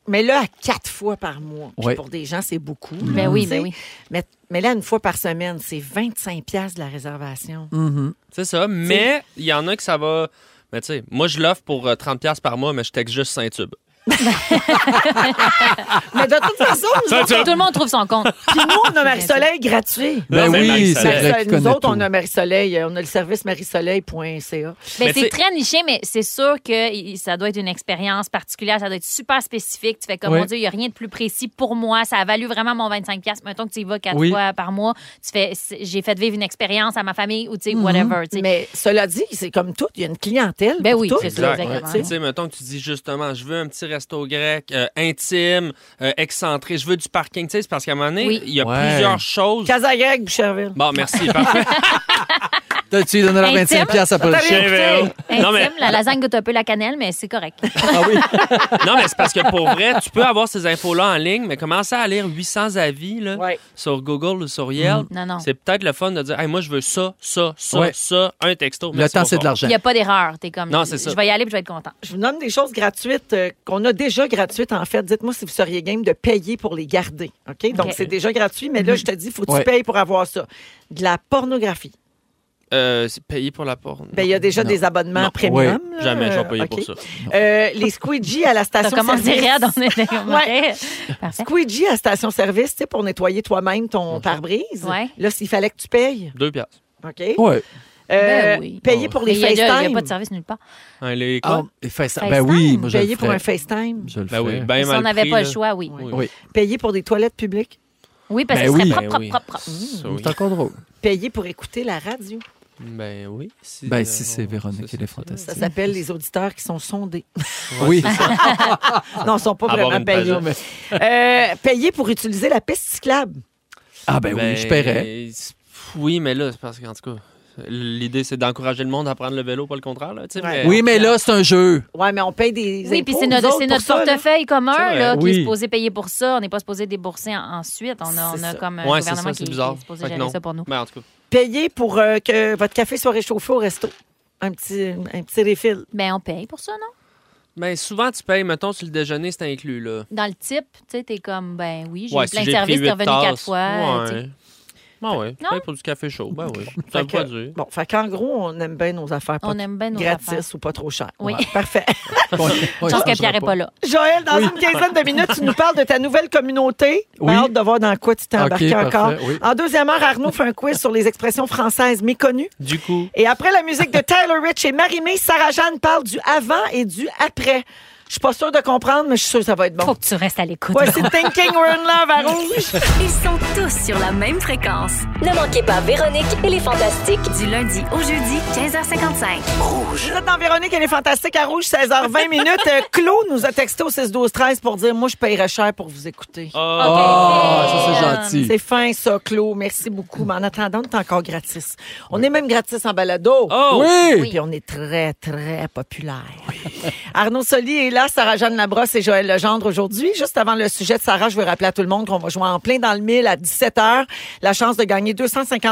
[SPEAKER 1] mais là, à quatre fois par mois. Puis
[SPEAKER 3] Ouais.
[SPEAKER 1] Pour des gens, c'est beaucoup.
[SPEAKER 2] Ben
[SPEAKER 1] là,
[SPEAKER 2] oui,
[SPEAKER 1] tu sais.
[SPEAKER 2] ben oui.
[SPEAKER 1] Mais, mais là, une fois par semaine, c'est 25 piastres de la réservation.
[SPEAKER 3] Mhm.
[SPEAKER 4] C'est ça. Mais il y en a que ça va. Mais tu sais, moi, je l'offre pour euh, 30$ piastres par mois, mais je texte juste Saint-Tube.
[SPEAKER 1] Mais de toute façon, nous autres,
[SPEAKER 2] Tout le monde trouve son compte.
[SPEAKER 1] puis nous, on a Marie-Soleil gratuit.
[SPEAKER 3] Ben
[SPEAKER 4] Non, mais
[SPEAKER 3] oui,
[SPEAKER 4] Marie-Soleil.
[SPEAKER 3] c'est vrai
[SPEAKER 1] Marie-Soleil,
[SPEAKER 3] qu'il
[SPEAKER 1] nous
[SPEAKER 3] connaît
[SPEAKER 1] autres, on
[SPEAKER 3] tout.
[SPEAKER 1] a Marie-Soleil. euh, On a le service marie-soleil.ca.
[SPEAKER 2] Ben, c'est
[SPEAKER 4] Mais c'est-
[SPEAKER 2] très niché, mais c'est sûr que i- ça doit être une expérience particulière, ça doit être super spécifique. Tu fais comme,
[SPEAKER 3] Oui.
[SPEAKER 2] mon Dieu, il n'y a rien de plus précis pour moi, ça a valu vraiment mon 25$. Mettons que tu y vas quatre
[SPEAKER 3] Oui.
[SPEAKER 2] fois par mois, tu fais, c'est- j'ai fait vivre une expérience à ma famille ou tu
[SPEAKER 4] Mhm.
[SPEAKER 2] sais, whatever. tu sais.
[SPEAKER 1] Mais cela dit, c'est comme tout. Il y a une clientèle.
[SPEAKER 2] Ben
[SPEAKER 1] pour
[SPEAKER 2] oui,
[SPEAKER 1] tout,
[SPEAKER 2] c'est
[SPEAKER 1] là,
[SPEAKER 2] ça, exactement.
[SPEAKER 1] tu sais.
[SPEAKER 4] Tu sais, mettons que tu dis justement, je veux un petit resto grec, euh, intime, euh, excentré, je veux du parking. Tu sais, c'est parce qu'à un moment donné, il
[SPEAKER 2] Oui.
[SPEAKER 4] y a
[SPEAKER 3] Ouais.
[SPEAKER 4] plusieurs choses.
[SPEAKER 1] Casa Grecque, Boucherville.
[SPEAKER 4] Bon, merci. parfait.
[SPEAKER 3] T'as- Tu lui donnes leur
[SPEAKER 2] Intime.
[SPEAKER 3] 25 pièces à Paul
[SPEAKER 1] T'as
[SPEAKER 3] Chef.
[SPEAKER 1] bien écouté.
[SPEAKER 2] Intime,
[SPEAKER 4] Non, mais-
[SPEAKER 2] la lasagne goûte un peu la cannelle, mais c'est correct.
[SPEAKER 3] Ah oui.
[SPEAKER 4] non, mais c'est parce que pour vrai, tu peux avoir ces infos-là en ligne, mais commencer à lire 800 avis là,
[SPEAKER 1] Ouais.
[SPEAKER 4] sur Google ou sur Yelp,
[SPEAKER 2] Non, Mm. non.
[SPEAKER 4] C'est peut-être le fun de dire hey, moi, je veux ça, ça, ça,
[SPEAKER 3] Ouais.
[SPEAKER 4] ça, un texto.
[SPEAKER 3] Le
[SPEAKER 4] Merci,
[SPEAKER 3] temps c'est de
[SPEAKER 4] bonsoir.
[SPEAKER 3] l'argent.
[SPEAKER 2] Il n'y a pas d'erreur. T'es comme,
[SPEAKER 4] Non, c'est ça.
[SPEAKER 2] je vais y aller puis je vais être content.
[SPEAKER 1] Je vous donne des choses gratuites euh, qu'on a déjà gratuites, en fait. Dites-moi si vous seriez game de payer pour les garder. OK? Donc,
[SPEAKER 2] OK.
[SPEAKER 1] c'est déjà gratuit, mais là, je te dis, faut que
[SPEAKER 3] Mm-hmm. Ouais.
[SPEAKER 1] tu payes pour avoir ça. De la pornographie.
[SPEAKER 4] Euh, c'est payé pour la porte.
[SPEAKER 1] Ben, il y a déjà
[SPEAKER 3] Non.
[SPEAKER 1] des abonnements
[SPEAKER 4] Non.
[SPEAKER 1] premium. là.
[SPEAKER 4] Jamais, je
[SPEAKER 1] Euh,
[SPEAKER 4] vais payer
[SPEAKER 1] OK.
[SPEAKER 4] pour ça.
[SPEAKER 1] Euh, les squeegee à la
[SPEAKER 2] Ça
[SPEAKER 1] station
[SPEAKER 2] commence
[SPEAKER 1] service.
[SPEAKER 2] raide, on est
[SPEAKER 1] Ouais.
[SPEAKER 2] Parfait.
[SPEAKER 1] Squeegee à station-service, tu sais, pour nettoyer toi-même ton pare-brise.
[SPEAKER 2] Ouais.
[SPEAKER 1] Là, s'il fallait que tu payes,
[SPEAKER 4] Deux piastres.
[SPEAKER 1] OK?
[SPEAKER 3] Ouais.
[SPEAKER 1] Euh,
[SPEAKER 2] Ben oui.
[SPEAKER 1] Payer pour
[SPEAKER 2] Mais
[SPEAKER 1] les
[SPEAKER 2] Il n'y a, il y a
[SPEAKER 1] FaceTime.
[SPEAKER 2] pas de service nulle part.
[SPEAKER 4] Hein, les
[SPEAKER 3] Ah,
[SPEAKER 4] quoi?
[SPEAKER 3] et FaceTime. Ben
[SPEAKER 2] FaceTime.
[SPEAKER 3] oui, moi je
[SPEAKER 1] Payer
[SPEAKER 3] le
[SPEAKER 1] pour un
[SPEAKER 3] ferais.
[SPEAKER 1] FaceTime.
[SPEAKER 3] Je le
[SPEAKER 4] Ben oui,
[SPEAKER 3] ferais.
[SPEAKER 4] ben
[SPEAKER 2] Si
[SPEAKER 4] mal
[SPEAKER 2] on n'avait
[SPEAKER 4] pris,
[SPEAKER 2] pas
[SPEAKER 4] là.
[SPEAKER 2] le choix, oui.
[SPEAKER 4] Oui.
[SPEAKER 3] Oui.
[SPEAKER 1] Payer pour des toilettes publiques.
[SPEAKER 2] Oui, parce que
[SPEAKER 3] Ben
[SPEAKER 2] ça
[SPEAKER 3] oui.
[SPEAKER 2] serait propre,
[SPEAKER 4] Ben
[SPEAKER 2] propre,
[SPEAKER 4] oui.
[SPEAKER 2] propre, Mm. propre.
[SPEAKER 4] Ça, oui.
[SPEAKER 3] C'est encore drôle.
[SPEAKER 1] Payer pour écouter la radio.
[SPEAKER 4] Ben oui.
[SPEAKER 3] Ben,
[SPEAKER 4] euh,
[SPEAKER 3] si c'est Véronique,
[SPEAKER 4] ça,
[SPEAKER 3] elle est
[SPEAKER 4] ça.
[SPEAKER 3] fantastique.
[SPEAKER 1] Ça s'appelle les auditeurs qui sont sondés.
[SPEAKER 4] Ouais,
[SPEAKER 3] Oui.
[SPEAKER 4] c'est ça.
[SPEAKER 2] Ah.
[SPEAKER 1] Non, ils ne sont pas
[SPEAKER 4] Avoir
[SPEAKER 1] vraiment
[SPEAKER 4] une
[SPEAKER 1] payés.
[SPEAKER 4] page.
[SPEAKER 1] Euh, payés pour utiliser la piste cyclable.
[SPEAKER 3] Ah ben oui, je paierais.
[SPEAKER 4] Oui, mais là, c'est parce qu'en tout cas, l'idée, c'est d'encourager le monde à prendre le vélo, pas le contraire. Là, tu sais,
[SPEAKER 1] Ouais.
[SPEAKER 4] mais-
[SPEAKER 3] Oui, mais là, c'est un jeu.
[SPEAKER 1] Oui, mais on paye des
[SPEAKER 2] Oui,
[SPEAKER 1] impôts,
[SPEAKER 2] puis c'est
[SPEAKER 1] nous
[SPEAKER 2] notre,
[SPEAKER 1] autres,
[SPEAKER 2] c'est
[SPEAKER 1] pour
[SPEAKER 2] notre
[SPEAKER 1] ça, là.
[SPEAKER 2] portefeuille commun
[SPEAKER 4] C'est
[SPEAKER 2] là,
[SPEAKER 3] vrai.
[SPEAKER 2] qui est
[SPEAKER 3] Oui.
[SPEAKER 2] supposé payer pour ça. On n'est pas supposé débourser en- ensuite. On a, on
[SPEAKER 1] C'est
[SPEAKER 2] a
[SPEAKER 1] ça.
[SPEAKER 2] comme un
[SPEAKER 4] Ouais, c'est
[SPEAKER 2] gouvernement
[SPEAKER 4] ça,
[SPEAKER 2] qui,
[SPEAKER 4] c'est
[SPEAKER 2] qui
[SPEAKER 4] bizarre.
[SPEAKER 2] est supposé
[SPEAKER 4] Fait que
[SPEAKER 2] gérer
[SPEAKER 4] non.
[SPEAKER 2] ça pour nous.
[SPEAKER 4] Ben, en tout cas,
[SPEAKER 1] Payer pour euh, que votre café soit réchauffé au resto. Un petit, un petit refill.
[SPEAKER 2] Ben, on paye pour ça, non?
[SPEAKER 4] ben, souvent, tu payes, mettons, sur le déjeuner, c'est inclus. Là.
[SPEAKER 2] Dans le type, tu sais, t'es comme, ben oui, j'ai
[SPEAKER 4] Ouais,
[SPEAKER 2] eu plein
[SPEAKER 4] si
[SPEAKER 2] de
[SPEAKER 4] j'ai
[SPEAKER 2] services,
[SPEAKER 4] pris
[SPEAKER 2] t'es
[SPEAKER 4] huit
[SPEAKER 2] revenu quatre
[SPEAKER 4] tasses,
[SPEAKER 2] fois. tu sais.
[SPEAKER 4] Ouais. Ben oui,
[SPEAKER 2] Non?
[SPEAKER 4] paye pour du café chaud. Ben oui,
[SPEAKER 1] Fait
[SPEAKER 4] ça me
[SPEAKER 1] que-
[SPEAKER 4] pas dur.
[SPEAKER 1] Bon, fait qu'en gros, on aime bien nos affaires pas
[SPEAKER 2] On aime bien nos
[SPEAKER 1] gratis
[SPEAKER 2] affaires.
[SPEAKER 1] ou pas trop cher.
[SPEAKER 2] Oui.
[SPEAKER 1] Ouais, Parfait.
[SPEAKER 2] Je
[SPEAKER 3] Je
[SPEAKER 2] pense que Pierre n'est pas là.
[SPEAKER 1] Joël, dans une quinzaine de minutes, tu nous parles de ta nouvelle communauté. J'ai
[SPEAKER 3] Oui.
[SPEAKER 1] hâte de voir dans quoi tu t'es
[SPEAKER 3] Ok,
[SPEAKER 1] embarqué
[SPEAKER 3] parfait,
[SPEAKER 1] encore.
[SPEAKER 3] oui.
[SPEAKER 1] En deuxième heure, Arnaud fait un quiz sur les expressions françaises méconnues.
[SPEAKER 4] Du coup,
[SPEAKER 1] Et après la musique de Tyler Rich et Marie-Mé, Sarah-Jeanne parle du avant et du après. Je suis pas sûre de comprendre, mais je suis sûre que ça va être bon.
[SPEAKER 2] Faut que tu restes à l'écoute.
[SPEAKER 1] Voici Thinking We're in Love à rouge.
[SPEAKER 5] Ils sont tous sur la même fréquence.
[SPEAKER 9] Ne manquez pas Véronique et les Fantastiques.
[SPEAKER 5] Du lundi au jeudi, 15h55.
[SPEAKER 1] Vous êtes dans Véronique, elle est fantastique à rouge, 16h20 minutes. Euh, Claude nous a texté au 6 12 13 pour dire Moi, je paierais cher pour vous écouter.
[SPEAKER 3] Ah, ça, c'est gentil.
[SPEAKER 1] C'est fin, ça, Claude. Merci beaucoup. Mais en attendant, on est encore gratis. On est même gratis en balado.
[SPEAKER 4] Oh!
[SPEAKER 3] Oui!
[SPEAKER 1] Puis on est très, très populaire. Arnaud Soli est là, Sarah-Jeanne Labrosse et Joël Legendre aujourd'hui. Juste avant le sujet de Sarah, je veux rappeler à tout le monde qu'on va jouer en plein dans le mille à 17h. La chance de gagner 250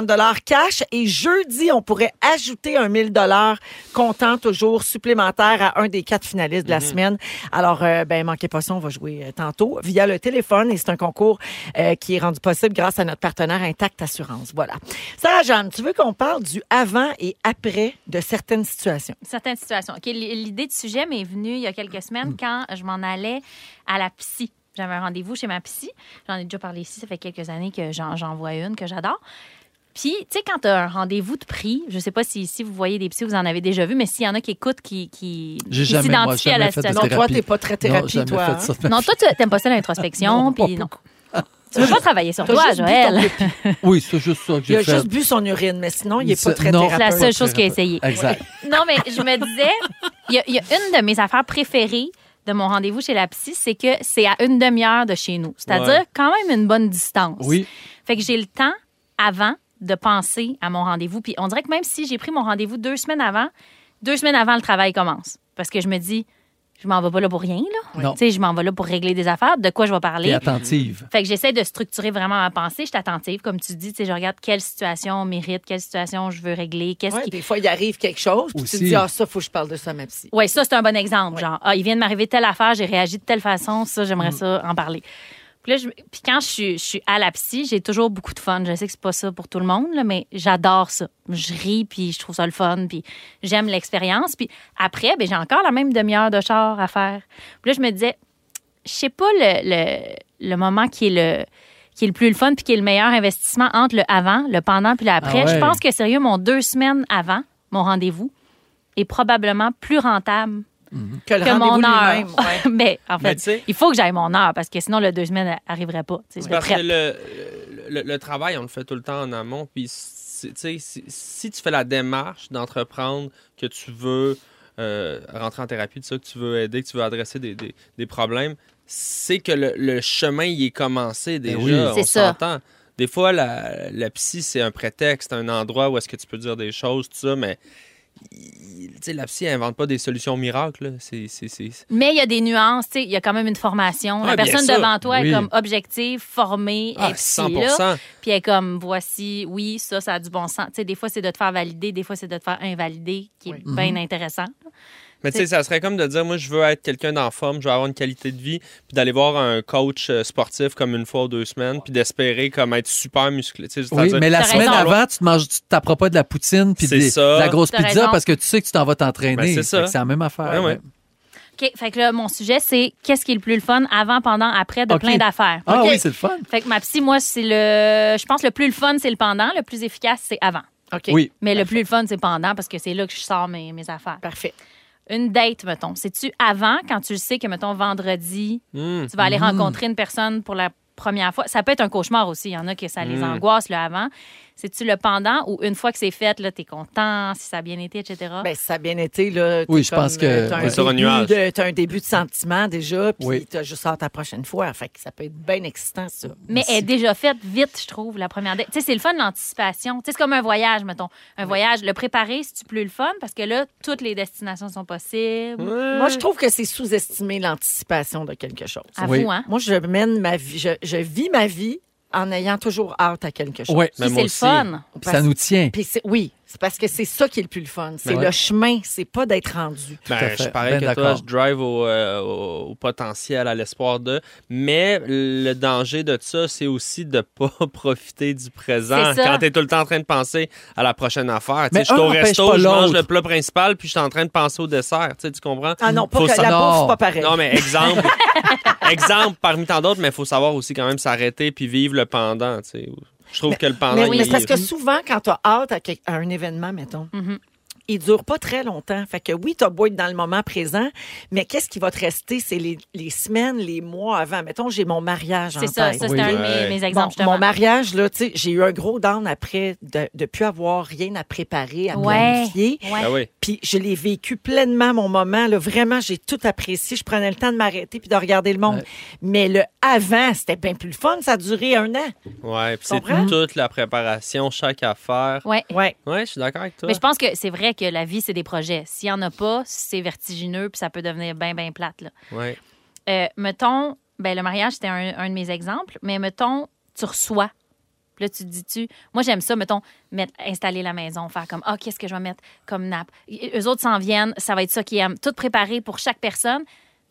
[SPEAKER 1] cash. Et jeudi, on pourrait ajouter un 1000 comptant toujours supplémentaire à un des quatre finalistes de la semaine. Alors, euh, ben, manquez pas ça, on va jouer euh, tantôt via le téléphone. Et c'est un concours euh, qui est rendu possible grâce à notre partenaire Intact Assurance. Voilà. Sarah-Jeanne, tu veux qu'on parle du avant et après de certaines situations?
[SPEAKER 2] certaines
[SPEAKER 3] Mm.
[SPEAKER 2] situations. OK, l- L'idée du sujet m'est venue il y a quelques semaines quand je m'en allais à la psy. J'avais un rendez-vous chez ma psy. J'en ai déjà parlé ici, ça fait quelques années que j'en j'en vois une que j'adore. Puis, tu sais, quand tu as un rendez-vous de prix, je sais pas si ici vous voyez des psys, vous en avez déjà vu, mais s'il y en a qui écoutent, qui, qui,
[SPEAKER 3] J'ai
[SPEAKER 2] qui
[SPEAKER 3] jamais, moi,
[SPEAKER 2] s'identifient à
[SPEAKER 3] jamais
[SPEAKER 2] la
[SPEAKER 3] fait de
[SPEAKER 2] situation.
[SPEAKER 1] Non, toi,
[SPEAKER 3] thérapie.
[SPEAKER 1] t'es pas très
[SPEAKER 3] Non,
[SPEAKER 1] thérapie,
[SPEAKER 3] jamais
[SPEAKER 1] toi.
[SPEAKER 3] fait
[SPEAKER 1] hein?
[SPEAKER 3] ça.
[SPEAKER 2] Non, toi, tu n'aimes pas ça l'introspection,
[SPEAKER 3] Non, pas
[SPEAKER 2] puis non. Tu veux pas travailler sur toi,
[SPEAKER 1] juste bu
[SPEAKER 2] Joël.
[SPEAKER 3] Oui, c'est juste ça que
[SPEAKER 1] Il
[SPEAKER 3] j'ai
[SPEAKER 1] a
[SPEAKER 3] fait.
[SPEAKER 1] juste bu son urine, mais sinon, il est pas
[SPEAKER 3] C'est-
[SPEAKER 1] très
[SPEAKER 3] non.
[SPEAKER 1] thérapeute.
[SPEAKER 2] La seule
[SPEAKER 3] thérapeute.
[SPEAKER 2] chose qu'il a essayé.
[SPEAKER 3] Exact.
[SPEAKER 2] Non, mais je me disais, il y, a- il y a une de mes affaires préférées de mon rendez-vous chez la psy, c'est que c'est à une demi-heure de chez nous. C'est-à-dire
[SPEAKER 4] Ouais.
[SPEAKER 2] quand même une bonne distance.
[SPEAKER 3] Oui.
[SPEAKER 2] Fait que j'ai le temps avant de penser à mon rendez-vous. Puis on dirait que même si j'ai pris mon rendez-vous deux semaines avant, deux semaines avant, le travail commence. Parce que je me dis, je m'en vais pas là pour rien, là.
[SPEAKER 3] Non.
[SPEAKER 2] Tu sais, je m'en vais là pour régler des affaires, de quoi je vais parler.
[SPEAKER 3] Et attentive.
[SPEAKER 2] Fait que j'essaie de structurer vraiment ma pensée. Je suis attentive, comme tu dis. Tu sais, je regarde quelle situation mérite, quelle situation je veux régler, qu'est-ce
[SPEAKER 1] Ouais,
[SPEAKER 2] qui
[SPEAKER 1] Des fois, il arrive quelque chose, puis tu te
[SPEAKER 3] Aussi.
[SPEAKER 1] dis, ah, ça, faut que je parle de ça à ma psy.
[SPEAKER 2] Oui, ça, c'est un bon exemple. Genre, ah, il vient de m'arriver telle affaire, j'ai réagi de telle façon, ça, j'aimerais ça en parler. Puis, là, je- puis quand je, suis- je suis à la psy, j'ai toujours beaucoup de fun. Je sais que c'est pas ça pour tout le monde, là, mais j'adore ça. Je ris, puis je trouve ça le fun, puis j'aime l'expérience. Puis après, ben, j'ai encore la même demi-heure de char à faire. Puis là, je me disais, je sais pas le, le, le moment qui est le qui est le plus le fun puis qui est le meilleur investissement entre le avant, le pendant puis le après.
[SPEAKER 3] Ah ouais.
[SPEAKER 2] Je pense que sérieux, mon deux semaines avant mon rendez-vous est probablement plus rentable
[SPEAKER 1] Que le
[SPEAKER 2] que
[SPEAKER 1] rendez-vous
[SPEAKER 2] mon
[SPEAKER 1] lui-même.
[SPEAKER 2] heure. mais en
[SPEAKER 4] Mais
[SPEAKER 2] fait,
[SPEAKER 4] tu sais-
[SPEAKER 2] il faut que j'aille mon heure parce que sinon, le deux semaines arriverait pas. Tu sais,
[SPEAKER 4] C'est
[SPEAKER 2] je
[SPEAKER 4] parce
[SPEAKER 2] le
[SPEAKER 4] que
[SPEAKER 2] prête.
[SPEAKER 4] le, le, le travail, on le fait tout le temps en amont. Puis, c'est- tu sais, si, si tu fais la démarche d'entreprendre que tu veux euh, rentrer en thérapie, de ça, que tu veux aider, que tu veux adresser des, des- des problèmes, c'est que le, le chemin y est commencé déjà.
[SPEAKER 3] oui.
[SPEAKER 4] on
[SPEAKER 2] C'est ça.
[SPEAKER 4] s'entend. Des fois, la, la psy, c'est un prétexte, un endroit où est-ce que tu peux dire des choses, tout ça, mais il- tu sais, la psy, elle invente pas des solutions miracles. là. C'est- c'est- c'est-
[SPEAKER 2] Mais il y a des nuances, tu sais, il y a quand même une formation.
[SPEAKER 4] Ah,
[SPEAKER 2] La
[SPEAKER 4] bien
[SPEAKER 2] personne
[SPEAKER 4] sûr.
[SPEAKER 2] devant toi
[SPEAKER 3] Oui.
[SPEAKER 2] est comme objective, formée,
[SPEAKER 4] Ah,
[SPEAKER 2] et puis là,
[SPEAKER 4] 100
[SPEAKER 2] puis elle est comme voici, oui, ça, ça a du bon sens. Tu sais, des fois c'est de te faire valider, des fois c'est de te faire invalider, qui est bien
[SPEAKER 3] Mhm.
[SPEAKER 2] intéressant.
[SPEAKER 4] Mais tu sais, ça serait comme de dire, moi, je veux être quelqu'un d'en forme, je veux avoir une qualité de vie, puis d'aller voir un coach euh, sportif comme une fois ou deux semaines, puis d'espérer comme être super musclé. Tu sais,
[SPEAKER 3] Oui,
[SPEAKER 4] c'est-à-dire-
[SPEAKER 3] mais la
[SPEAKER 2] T'as
[SPEAKER 3] semaine
[SPEAKER 2] raison.
[SPEAKER 3] avant, tu te manges, tu t'apprends pas de la poutine puis
[SPEAKER 4] C'est
[SPEAKER 3] des-
[SPEAKER 4] ça.
[SPEAKER 3] de la grosse
[SPEAKER 2] T'as
[SPEAKER 3] pizza
[SPEAKER 2] raison.
[SPEAKER 3] parce que tu sais que tu t'en vas
[SPEAKER 4] Ben,
[SPEAKER 3] t'entraîner.
[SPEAKER 4] c'est ça.
[SPEAKER 3] Fait que C'est la même affaire.
[SPEAKER 4] Ouais, ouais.
[SPEAKER 2] OK, fait que là, mon sujet, c'est qu'est-ce qui est le plus le fun avant, pendant, après de
[SPEAKER 3] OK.
[SPEAKER 2] plein d'affaires.
[SPEAKER 3] Ah
[SPEAKER 2] OK?
[SPEAKER 3] oui, c'est le fun.
[SPEAKER 2] Fait que ma psy, moi, c'est le. Je pense le plus le fun, c'est le pendant. Le plus efficace, c'est avant.
[SPEAKER 1] OK.
[SPEAKER 3] Oui.
[SPEAKER 2] Mais le plus le fun, c'est pendant parce que c'est là que je sors mes, mes affaires.
[SPEAKER 1] Parfait.
[SPEAKER 2] Une date, mettons. C'est-tu avant, quand tu le sais que, mettons, vendredi,
[SPEAKER 4] Hmm.
[SPEAKER 2] tu vas aller rencontrer une personne pour la première fois? Ça peut être un cauchemar aussi. Il y en a que ça les
[SPEAKER 4] Mm.
[SPEAKER 2] angoisse, le avant. C'est-tu le pendant ou une fois que c'est fait, là, t'es content, si ça a bien été, etc.?
[SPEAKER 1] Ben, si ça a bien été, là. t'es
[SPEAKER 3] Oui, je
[SPEAKER 1] comme,
[SPEAKER 3] pense que-
[SPEAKER 1] euh, t'as
[SPEAKER 3] Oui,
[SPEAKER 4] sur un
[SPEAKER 1] début
[SPEAKER 4] nuage.
[SPEAKER 1] de- T'as un début de sentiment déjà, puis
[SPEAKER 3] Oui.
[SPEAKER 1] t'as juste hâte à la prochaine fois. Fait que ça peut être bien excitant, ça.
[SPEAKER 2] Mais elle est déjà faite vite, je trouve, la première date. Tu sais, c'est le fun, l'anticipation. Tu sais, c'est comme un voyage, mettons. Un voyage, le préparer, si tu plus le fun, parce que là, toutes les destinations sont possibles.
[SPEAKER 1] Moi, je trouve que c'est sous-estimer l'anticipation de quelque chose.
[SPEAKER 2] À
[SPEAKER 3] Oui.
[SPEAKER 2] vous, hein?
[SPEAKER 1] Moi, je mène ma vie, je, je vis ma vie en ayant toujours hâte à quelque chose.
[SPEAKER 3] Ouais.
[SPEAKER 2] Puis c'est le fun.
[SPEAKER 3] Puis Ça nous tient.
[SPEAKER 1] Puis c'est- oui, c'est parce que c'est ça qui est le plus le fun. C'est
[SPEAKER 3] Ben
[SPEAKER 1] le
[SPEAKER 3] ouais.
[SPEAKER 1] chemin, c'est pas d'être rendu.
[SPEAKER 3] à
[SPEAKER 4] Ben,
[SPEAKER 3] fait.
[SPEAKER 4] je suis pareil
[SPEAKER 3] Ben
[SPEAKER 4] que toi,
[SPEAKER 3] d'accord.
[SPEAKER 4] je drive au, euh, au- au potentiel, à l'espoir de. Mais le danger de ça, c'est aussi de pas profiter du présent.
[SPEAKER 2] C'est ça.
[SPEAKER 4] Quand tu es tout le temps en train de penser à la prochaine affaire.
[SPEAKER 3] Mais
[SPEAKER 4] Tu sais, je suis
[SPEAKER 3] un
[SPEAKER 4] au
[SPEAKER 3] n'empêche
[SPEAKER 4] resto,
[SPEAKER 3] pas
[SPEAKER 4] je mange
[SPEAKER 3] l'autre.
[SPEAKER 4] le plat principal, puis je suis en train de penser au dessert. Tu sais, tu comprends?
[SPEAKER 1] Ah non, pas
[SPEAKER 4] Faut
[SPEAKER 1] que la
[SPEAKER 3] savoir.
[SPEAKER 1] bouffe, c'est pas pareil.
[SPEAKER 4] Non, mais exemple, exemple parmi tant d'autres, mais il faut savoir aussi quand même s'arrêter puis vivre le pendant. tu sais. Je trouve que le pendant.
[SPEAKER 1] Mais,
[SPEAKER 4] il
[SPEAKER 1] mais
[SPEAKER 4] est-
[SPEAKER 1] c'est parce que souvent, quand tu as hâte à, quel- à un événement, mettons,
[SPEAKER 2] Mm-hmm.
[SPEAKER 1] il dure pas très longtemps. Fait que oui, tu as beau être dans le moment présent, mais qu'est-ce qui va te rester? C'est les, les semaines, les mois avant. Mettons, j'ai mon mariage en
[SPEAKER 2] C'est ça,
[SPEAKER 1] tête.
[SPEAKER 2] ça, c'est
[SPEAKER 3] Oui.
[SPEAKER 2] un de mes,
[SPEAKER 4] Ouais.
[SPEAKER 2] mes
[SPEAKER 1] Bon,
[SPEAKER 2] exemples, justement.
[SPEAKER 1] mon mariage, là, tu sais, j'ai eu un gros down après de ne plus avoir rien à préparer, à
[SPEAKER 2] Ouais.
[SPEAKER 1] planifier.
[SPEAKER 2] Ouais.
[SPEAKER 4] Ah oui.
[SPEAKER 1] Puis je l'ai vécu pleinement, mon moment. Là, vraiment, j'ai tout apprécié. Je prenais le temps de m'arrêter puis de regarder le monde.
[SPEAKER 3] Ouais.
[SPEAKER 1] Mais le avant, c'était bien plus le fun. Ça a duré un an.
[SPEAKER 4] Ouais, puis c'est
[SPEAKER 1] Comprends?
[SPEAKER 4] toute la préparation, chaque affaire.
[SPEAKER 2] Ouais.
[SPEAKER 1] Ouais.
[SPEAKER 4] Ouais, je suis d'accord avec toi.
[SPEAKER 2] Mais je pense que c'est vrai que la vie, c'est des projets. S'il n'y en a pas, c'est vertigineux, puis ça peut devenir bien, bien plate. Là.
[SPEAKER 4] Ouais.
[SPEAKER 2] Euh, mettons, ben, le mariage, c'était un, un de mes exemples, mais mettons, tu reçois. Puis là, tu te dis-tu, moi, j'aime ça, mettons, mettre, installer la maison, faire comme, ah, qu'est-ce que je vais mettre comme nappe. Y- Eux autres s'en viennent, ça va être ça qu'ils aiment. Tout préparé pour chaque personne.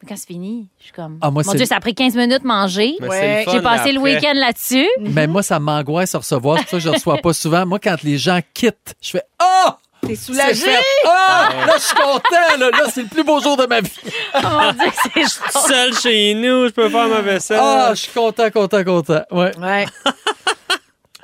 [SPEAKER 2] Mais quand c'est fini, je suis comme,
[SPEAKER 3] Ah, moi,
[SPEAKER 2] mon
[SPEAKER 3] c'est-
[SPEAKER 2] Dieu, ça a pris 15 minutes manger.
[SPEAKER 4] Mais
[SPEAKER 1] Ouais.
[SPEAKER 4] c'est le fun,
[SPEAKER 2] J'ai passé le
[SPEAKER 4] après.
[SPEAKER 2] week-end là-dessus.
[SPEAKER 3] Mais moi, ça m'angoisse à recevoir. C'est pour ça que je ne reçois pas souvent. Moi, quand les gens quittent, je fais Ah!
[SPEAKER 1] T'es soulagé?
[SPEAKER 3] Ah! Là, je suis content. Là, là c'est le plus beau jour de ma vie.
[SPEAKER 2] Oh Mon Dieu, c'est chaud.
[SPEAKER 4] Seul chez nous, je peux faire ma vaisselle.
[SPEAKER 3] Ah, je suis content, content, content. Ouais.
[SPEAKER 1] Ouais.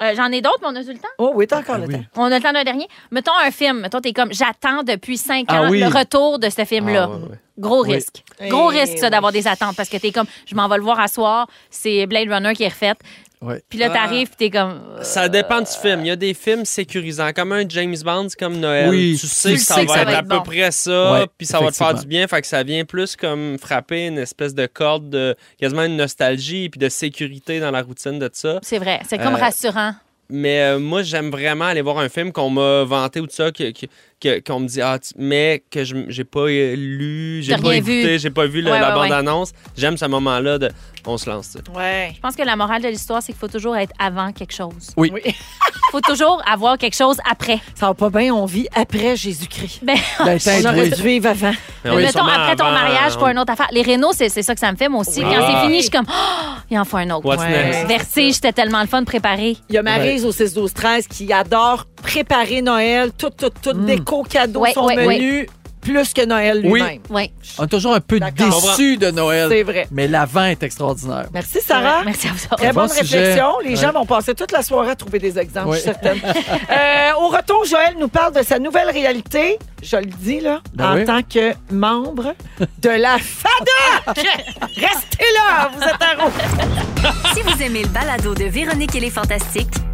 [SPEAKER 2] Euh, J'en ai d'autres, mais on a tout le temps.
[SPEAKER 1] Oh oui, t'as encore le
[SPEAKER 3] Ah oui.
[SPEAKER 1] temps.
[SPEAKER 2] On a le temps d'un dernier. Mettons un film. Mettons, t'es comme, j'attends depuis cinq ans
[SPEAKER 3] Ah oui.
[SPEAKER 2] le retour de ce film-là.
[SPEAKER 4] Ah, ouais, ouais.
[SPEAKER 2] Gros
[SPEAKER 3] Oui.
[SPEAKER 2] risque. Gros
[SPEAKER 1] Eh
[SPEAKER 2] risque, ça, d'avoir des attentes parce que t'es comme, je m'en vais le voir à soir, c'est Blade Runner qui est refaite.
[SPEAKER 3] Ouais.
[SPEAKER 2] Puis
[SPEAKER 1] Ah.
[SPEAKER 2] là, t'arrives, puis t'es comme. euh,
[SPEAKER 4] Ça dépend du film. Il y a des films sécurisants, comme un James Bond, c'est comme Noël.
[SPEAKER 3] Oui,
[SPEAKER 4] tu sais que ça va être, à
[SPEAKER 2] bon.
[SPEAKER 4] peu près ça,
[SPEAKER 3] Ouais,
[SPEAKER 4] puis ça va te faire
[SPEAKER 3] effectivement.
[SPEAKER 4] du bien. Fait que ça vient plus comme frapper une espèce de corde de quasiment une nostalgie puis de sécurité dans la routine de ça.
[SPEAKER 2] C'est vrai. C'est comme
[SPEAKER 4] Euh,
[SPEAKER 2] rassurant.
[SPEAKER 4] Mais euh, moi, j'aime vraiment aller voir un film qu'on m'a vanté ou tout ça, que- que- que- qu'on me dit, ah, tu- mais que je j'ai pas euh, lu, j'ai
[SPEAKER 2] T'as
[SPEAKER 4] pas
[SPEAKER 2] rien
[SPEAKER 4] écouté,
[SPEAKER 2] vu.
[SPEAKER 4] j'ai pas vu le-
[SPEAKER 2] Ouais,
[SPEAKER 4] la
[SPEAKER 2] ouais, ouais.
[SPEAKER 4] bande-annonce. J'aime ce moment-là de on se lance. tu sais.
[SPEAKER 1] Ouais.
[SPEAKER 2] Je pense que la morale de l'histoire, c'est qu'il faut toujours être avant quelque chose.
[SPEAKER 3] Oui.
[SPEAKER 1] Oui.
[SPEAKER 2] Il faut toujours avoir quelque chose après.
[SPEAKER 1] Ça va pas bien, on vit après Jésus-Christ.
[SPEAKER 2] Ben,
[SPEAKER 3] Ben,
[SPEAKER 1] On
[SPEAKER 3] t'as
[SPEAKER 1] aurait
[SPEAKER 3] oui.
[SPEAKER 1] dû vivre avant.
[SPEAKER 4] Mais on est
[SPEAKER 2] mettons,
[SPEAKER 4] Ah sûrement
[SPEAKER 2] après ton
[SPEAKER 4] avant, hein.
[SPEAKER 2] mariage,
[SPEAKER 4] on-
[SPEAKER 2] pas une autre affaire. Les rénaux, c'est c'est ça que ça me fait, moi aussi.
[SPEAKER 4] Oui.
[SPEAKER 2] Quand
[SPEAKER 4] Ah.
[SPEAKER 2] c'est fini, je suis comme, oh, il en faut un autre.
[SPEAKER 4] What's
[SPEAKER 1] Ouais.
[SPEAKER 4] next?
[SPEAKER 2] Vertige, c'était tellement le fun de préparer.
[SPEAKER 1] Il y a Maryse au 6 12 13 qui adore préparer Noël, tout tout tout déco cadeau
[SPEAKER 2] Ouais,
[SPEAKER 1] son
[SPEAKER 2] ouais,
[SPEAKER 1] menu plus que Noël
[SPEAKER 3] Mm. Oui.
[SPEAKER 1] lui-même.
[SPEAKER 2] Oui.
[SPEAKER 3] On est toujours un peu
[SPEAKER 1] D'accord.
[SPEAKER 3] déçus de Noël.
[SPEAKER 1] C'est Ben vrai.
[SPEAKER 3] Mais l'avant est extraordinaire.
[SPEAKER 1] Merci Sarah.
[SPEAKER 2] Merci à vous autres.
[SPEAKER 1] Très
[SPEAKER 3] Bon
[SPEAKER 1] bonne
[SPEAKER 3] sujet.
[SPEAKER 1] réflexion. Les
[SPEAKER 3] Ouais.
[SPEAKER 1] gens vont passer toute la soirée à trouver des exemples,
[SPEAKER 3] Ouais.
[SPEAKER 1] je suis certaine. Euh, au retour, Joël nous parle de sa nouvelle réalité. Je le dis, là,
[SPEAKER 3] Ben
[SPEAKER 1] en
[SPEAKER 3] oui.
[SPEAKER 1] tant que membre de la FADA. Restez là, vous êtes à rouge.
[SPEAKER 5] Si vous aimez le balado de Véronique et les Fantastiques,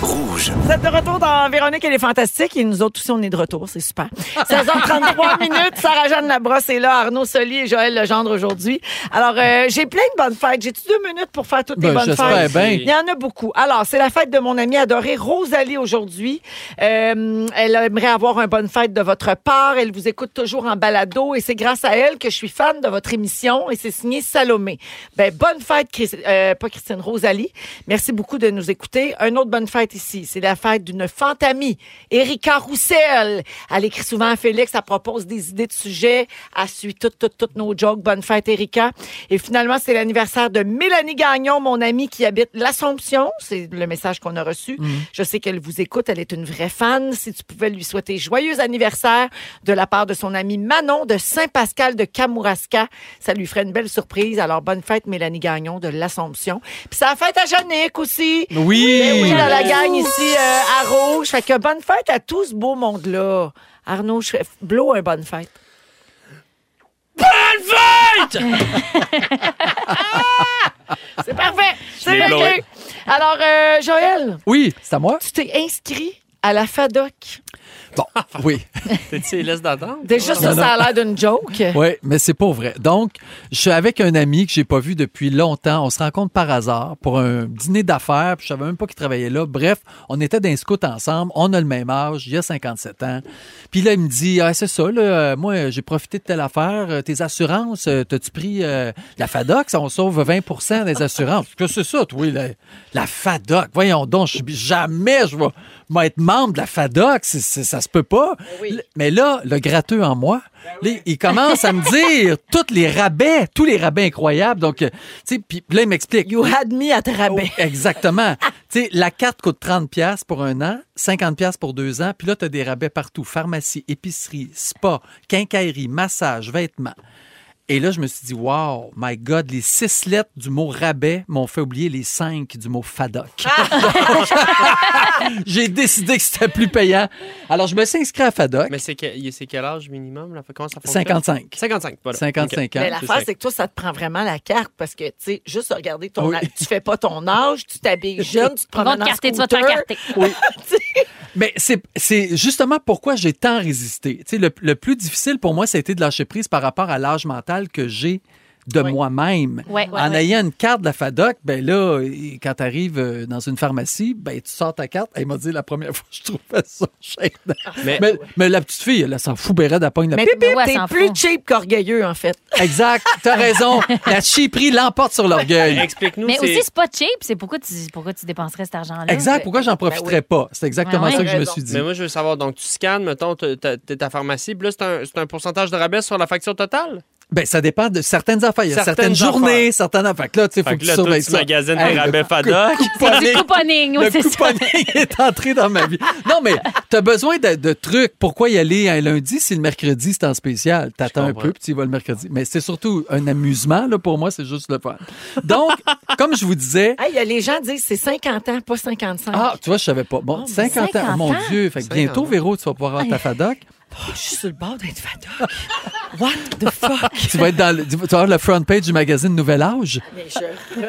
[SPEAKER 6] Rouge.
[SPEAKER 1] Vous êtes de retour dans Véronique, elle est fantastique. Et nous autres aussi, on est de retour. C'est super. 16h33 minutes. Sarah-Jeanne Labrosse est là. Arnaud Soli et Joël Legendre aujourd'hui. Alors, euh, j'ai plein de bonnes fêtes. J'ai-tu deux minutes pour faire toutes les
[SPEAKER 3] Ben,
[SPEAKER 1] bonnes
[SPEAKER 3] j'espère
[SPEAKER 1] fêtes?
[SPEAKER 3] bien.
[SPEAKER 1] Il y en a beaucoup. Alors, c'est la fête de mon amie adorée Rosalie aujourd'hui. Euh, elle aimerait avoir une bonne fête de votre part. Elle vous écoute toujours en balado et c'est grâce à elle que je suis fan de votre émission et c'est signé Salomé. Ben, bonne fête, Chris- euh, pas Christine, Rosalie. Merci beaucoup de nous écouter. Une autre bonne fête ici, c'est la fête d'une fantamie, Erika Roussel. Elle écrit souvent à Félix, elle propose des idées de sujets, elle suit toutes, toutes, toutes nos jokes. Bonne fête, Erika. Et finalement, c'est l'anniversaire de Mélanie Gagnon, mon amie qui habite l'Assomption. C'est le message qu'on a reçu. Je sais qu'elle vous écoute. Elle est une vraie fan. Si tu pouvais lui souhaiter joyeux anniversaire de la part de son amie Manon de Saint-Pascal de Kamouraska, ça lui ferait une belle surprise. Alors, bonne fête, Mélanie Gagnon de l'Assomption. Puis ça fête à Jannick aussi.
[SPEAKER 3] Oui.
[SPEAKER 1] Ben oui, dans la gang ici euh, à Rouge. Fait que bonne fête à tout ce beau monde-là. Arnaud, je fais- blow un bonne fête. Bonne fête! Ah! C'est parfait! C'est
[SPEAKER 4] l'ai blowé.
[SPEAKER 1] réglé! Alors, euh, Joël,
[SPEAKER 3] Oui, c'est à moi?
[SPEAKER 1] tu t'es inscrit à la FADOC.
[SPEAKER 3] Bon, oui.
[SPEAKER 4] T'es-tu laisse d'attendre?
[SPEAKER 1] Déjà, ça, ça a l'air d'une joke.
[SPEAKER 3] Oui, mais c'est pas vrai. Donc, je suis avec un ami que j'ai pas vu depuis longtemps. On se rencontre par hasard pour un dîner d'affaires. Puis je savais même pas qu'il travaillait là. Bref, on était dans scout ensemble. On a le même âge. Il a 57 ans. Puis là, il me dit, ah, c'est ça, là, euh, moi, euh, j'ai profité de telle affaire. Euh, Tes assurances, euh, t'as-tu pris euh, la FADOC? Ça, on sauve 20 des assurances. que c'est ça, toi, la, la FADOC? Voyons donc, je- jamais je vais m'être membre de la FADOC. C'est- c'est- ça se peut pas. L- Mais là, le gratteux en moi, là, il commence à me dire tous les rabais, tous les rabais incroyables. Donc, euh, tu sais, puis là, il m'explique.
[SPEAKER 1] You had me à rabais.
[SPEAKER 3] Oh, exactement. tu sais, la carte coûte 30 pièces pour un an, 50 pièces pour deux ans, puis là tu as des rabais partout, pharmacie, épicerie, spa, quincaillerie, massage, vêtements. Et là, je me suis dit, wow, my God, les six lettres du mot rabais m'ont fait oublier les cinq du mot FADOC. J'ai décidé que c'était plus payant. Alors, je me suis inscrit à FADOC,
[SPEAKER 4] Mais c'est que- c'est quel âge minimum? Là? Comment ça fonctionne?
[SPEAKER 3] 55.
[SPEAKER 4] 55, voilà.
[SPEAKER 3] 55
[SPEAKER 4] OK.
[SPEAKER 3] ans.
[SPEAKER 1] Mais
[SPEAKER 4] c'est
[SPEAKER 1] l'affaire,
[SPEAKER 4] ça.
[SPEAKER 1] c'est que toi, ça te prend vraiment la carte parce que, tu sais, juste regarder ton
[SPEAKER 3] Oui.
[SPEAKER 1] âge, tu fais pas ton âge, tu t'habilles jeune, tu te
[SPEAKER 2] Ils vont
[SPEAKER 1] promènes
[SPEAKER 2] te
[SPEAKER 1] en
[SPEAKER 2] carter, tu vas te faire
[SPEAKER 1] scooter.
[SPEAKER 2] carter.
[SPEAKER 3] Mais c'est- c'est justement pourquoi j'ai tant résisté. Tu sais, le, le plus difficile pour moi, ça a été de lâcher prise par rapport à l'âge mental que j'ai de
[SPEAKER 1] Oui.
[SPEAKER 3] moi-même.
[SPEAKER 2] Ouais, ouais,
[SPEAKER 3] en
[SPEAKER 2] ouais.
[SPEAKER 3] ayant une carte de la FADOC, ben là, et quand tu arrives dans une pharmacie, ben tu sors ta carte. Elle m'a dit la première fois, je trouvais ça gênant.
[SPEAKER 4] Mais-
[SPEAKER 3] Mais, mais la petite fille, elle s'en fout, Bérette, elle pogne la
[SPEAKER 1] Mais
[SPEAKER 2] Ah, Mais ben ouais,
[SPEAKER 1] Ben t'es
[SPEAKER 2] s'en
[SPEAKER 1] plus
[SPEAKER 2] fout.
[SPEAKER 1] cheap qu'orgueilleux, en fait.
[SPEAKER 3] Exact, t'as raison. La chiperie l'emporte sur l'orgueil.
[SPEAKER 4] Explique-nous.
[SPEAKER 2] Mais
[SPEAKER 4] c'est-
[SPEAKER 2] aussi, c'est pas cheap. C'est pourquoi tu, pourquoi tu dépenserais cet argent-là.
[SPEAKER 3] Exact, pourquoi j'en profiterais pas? C'est exactement
[SPEAKER 2] Ben Ouais,
[SPEAKER 3] ça que
[SPEAKER 1] ouais.
[SPEAKER 3] je me suis dit.
[SPEAKER 4] Mais moi, je veux savoir, donc tu scannes, mettons, t- t- t'es ta pharmacie, puis là, c'est un, c'est un pourcentage de rabais sur la facture totale?
[SPEAKER 3] Ben, ça dépend de certaines affaires. Il y a certaines,
[SPEAKER 4] Certaines
[SPEAKER 3] journées, certaines affaires. Fait que là, tu sais, faut
[SPEAKER 4] Fait
[SPEAKER 3] que
[SPEAKER 4] que
[SPEAKER 3] tu
[SPEAKER 4] là, toi,
[SPEAKER 3] surveilles
[SPEAKER 4] tu
[SPEAKER 3] ça.
[SPEAKER 4] magasines
[SPEAKER 3] Hey,
[SPEAKER 4] des
[SPEAKER 3] le
[SPEAKER 4] rabais Fadoc.
[SPEAKER 2] C'est du couponing, oui,
[SPEAKER 3] le
[SPEAKER 2] c'est ça.
[SPEAKER 3] couponing est entré dans ma vie. Non, mais t'as besoin de, de trucs. Pourquoi y aller un lundi si le mercredi, c'est en spécial? T'attends un
[SPEAKER 4] comprends.
[SPEAKER 3] peu, puis tu y vas le mercredi. Mais c'est surtout un amusement, là, pour moi, c'est juste le fun. Donc, comme je vous disais...
[SPEAKER 1] Hey, il y a les gens qui disent c'est 50 ans, pas 55.
[SPEAKER 3] Ah, tu vois, je savais pas. Bon,
[SPEAKER 1] Oh,
[SPEAKER 3] 50, ans.
[SPEAKER 2] 50
[SPEAKER 3] Mon
[SPEAKER 2] ans.
[SPEAKER 3] Dieu, fait que
[SPEAKER 4] 50
[SPEAKER 3] bientôt,
[SPEAKER 4] ans.
[SPEAKER 3] Véro, tu vas pouvoir avoir ta FADOC.
[SPEAKER 1] Oh, Je suis sur le bord d'être fadoc. What the fuck?
[SPEAKER 3] Tu vas être dans le, tu vas avoir le front page du magazine Nouvel Âge.
[SPEAKER 1] Mais je-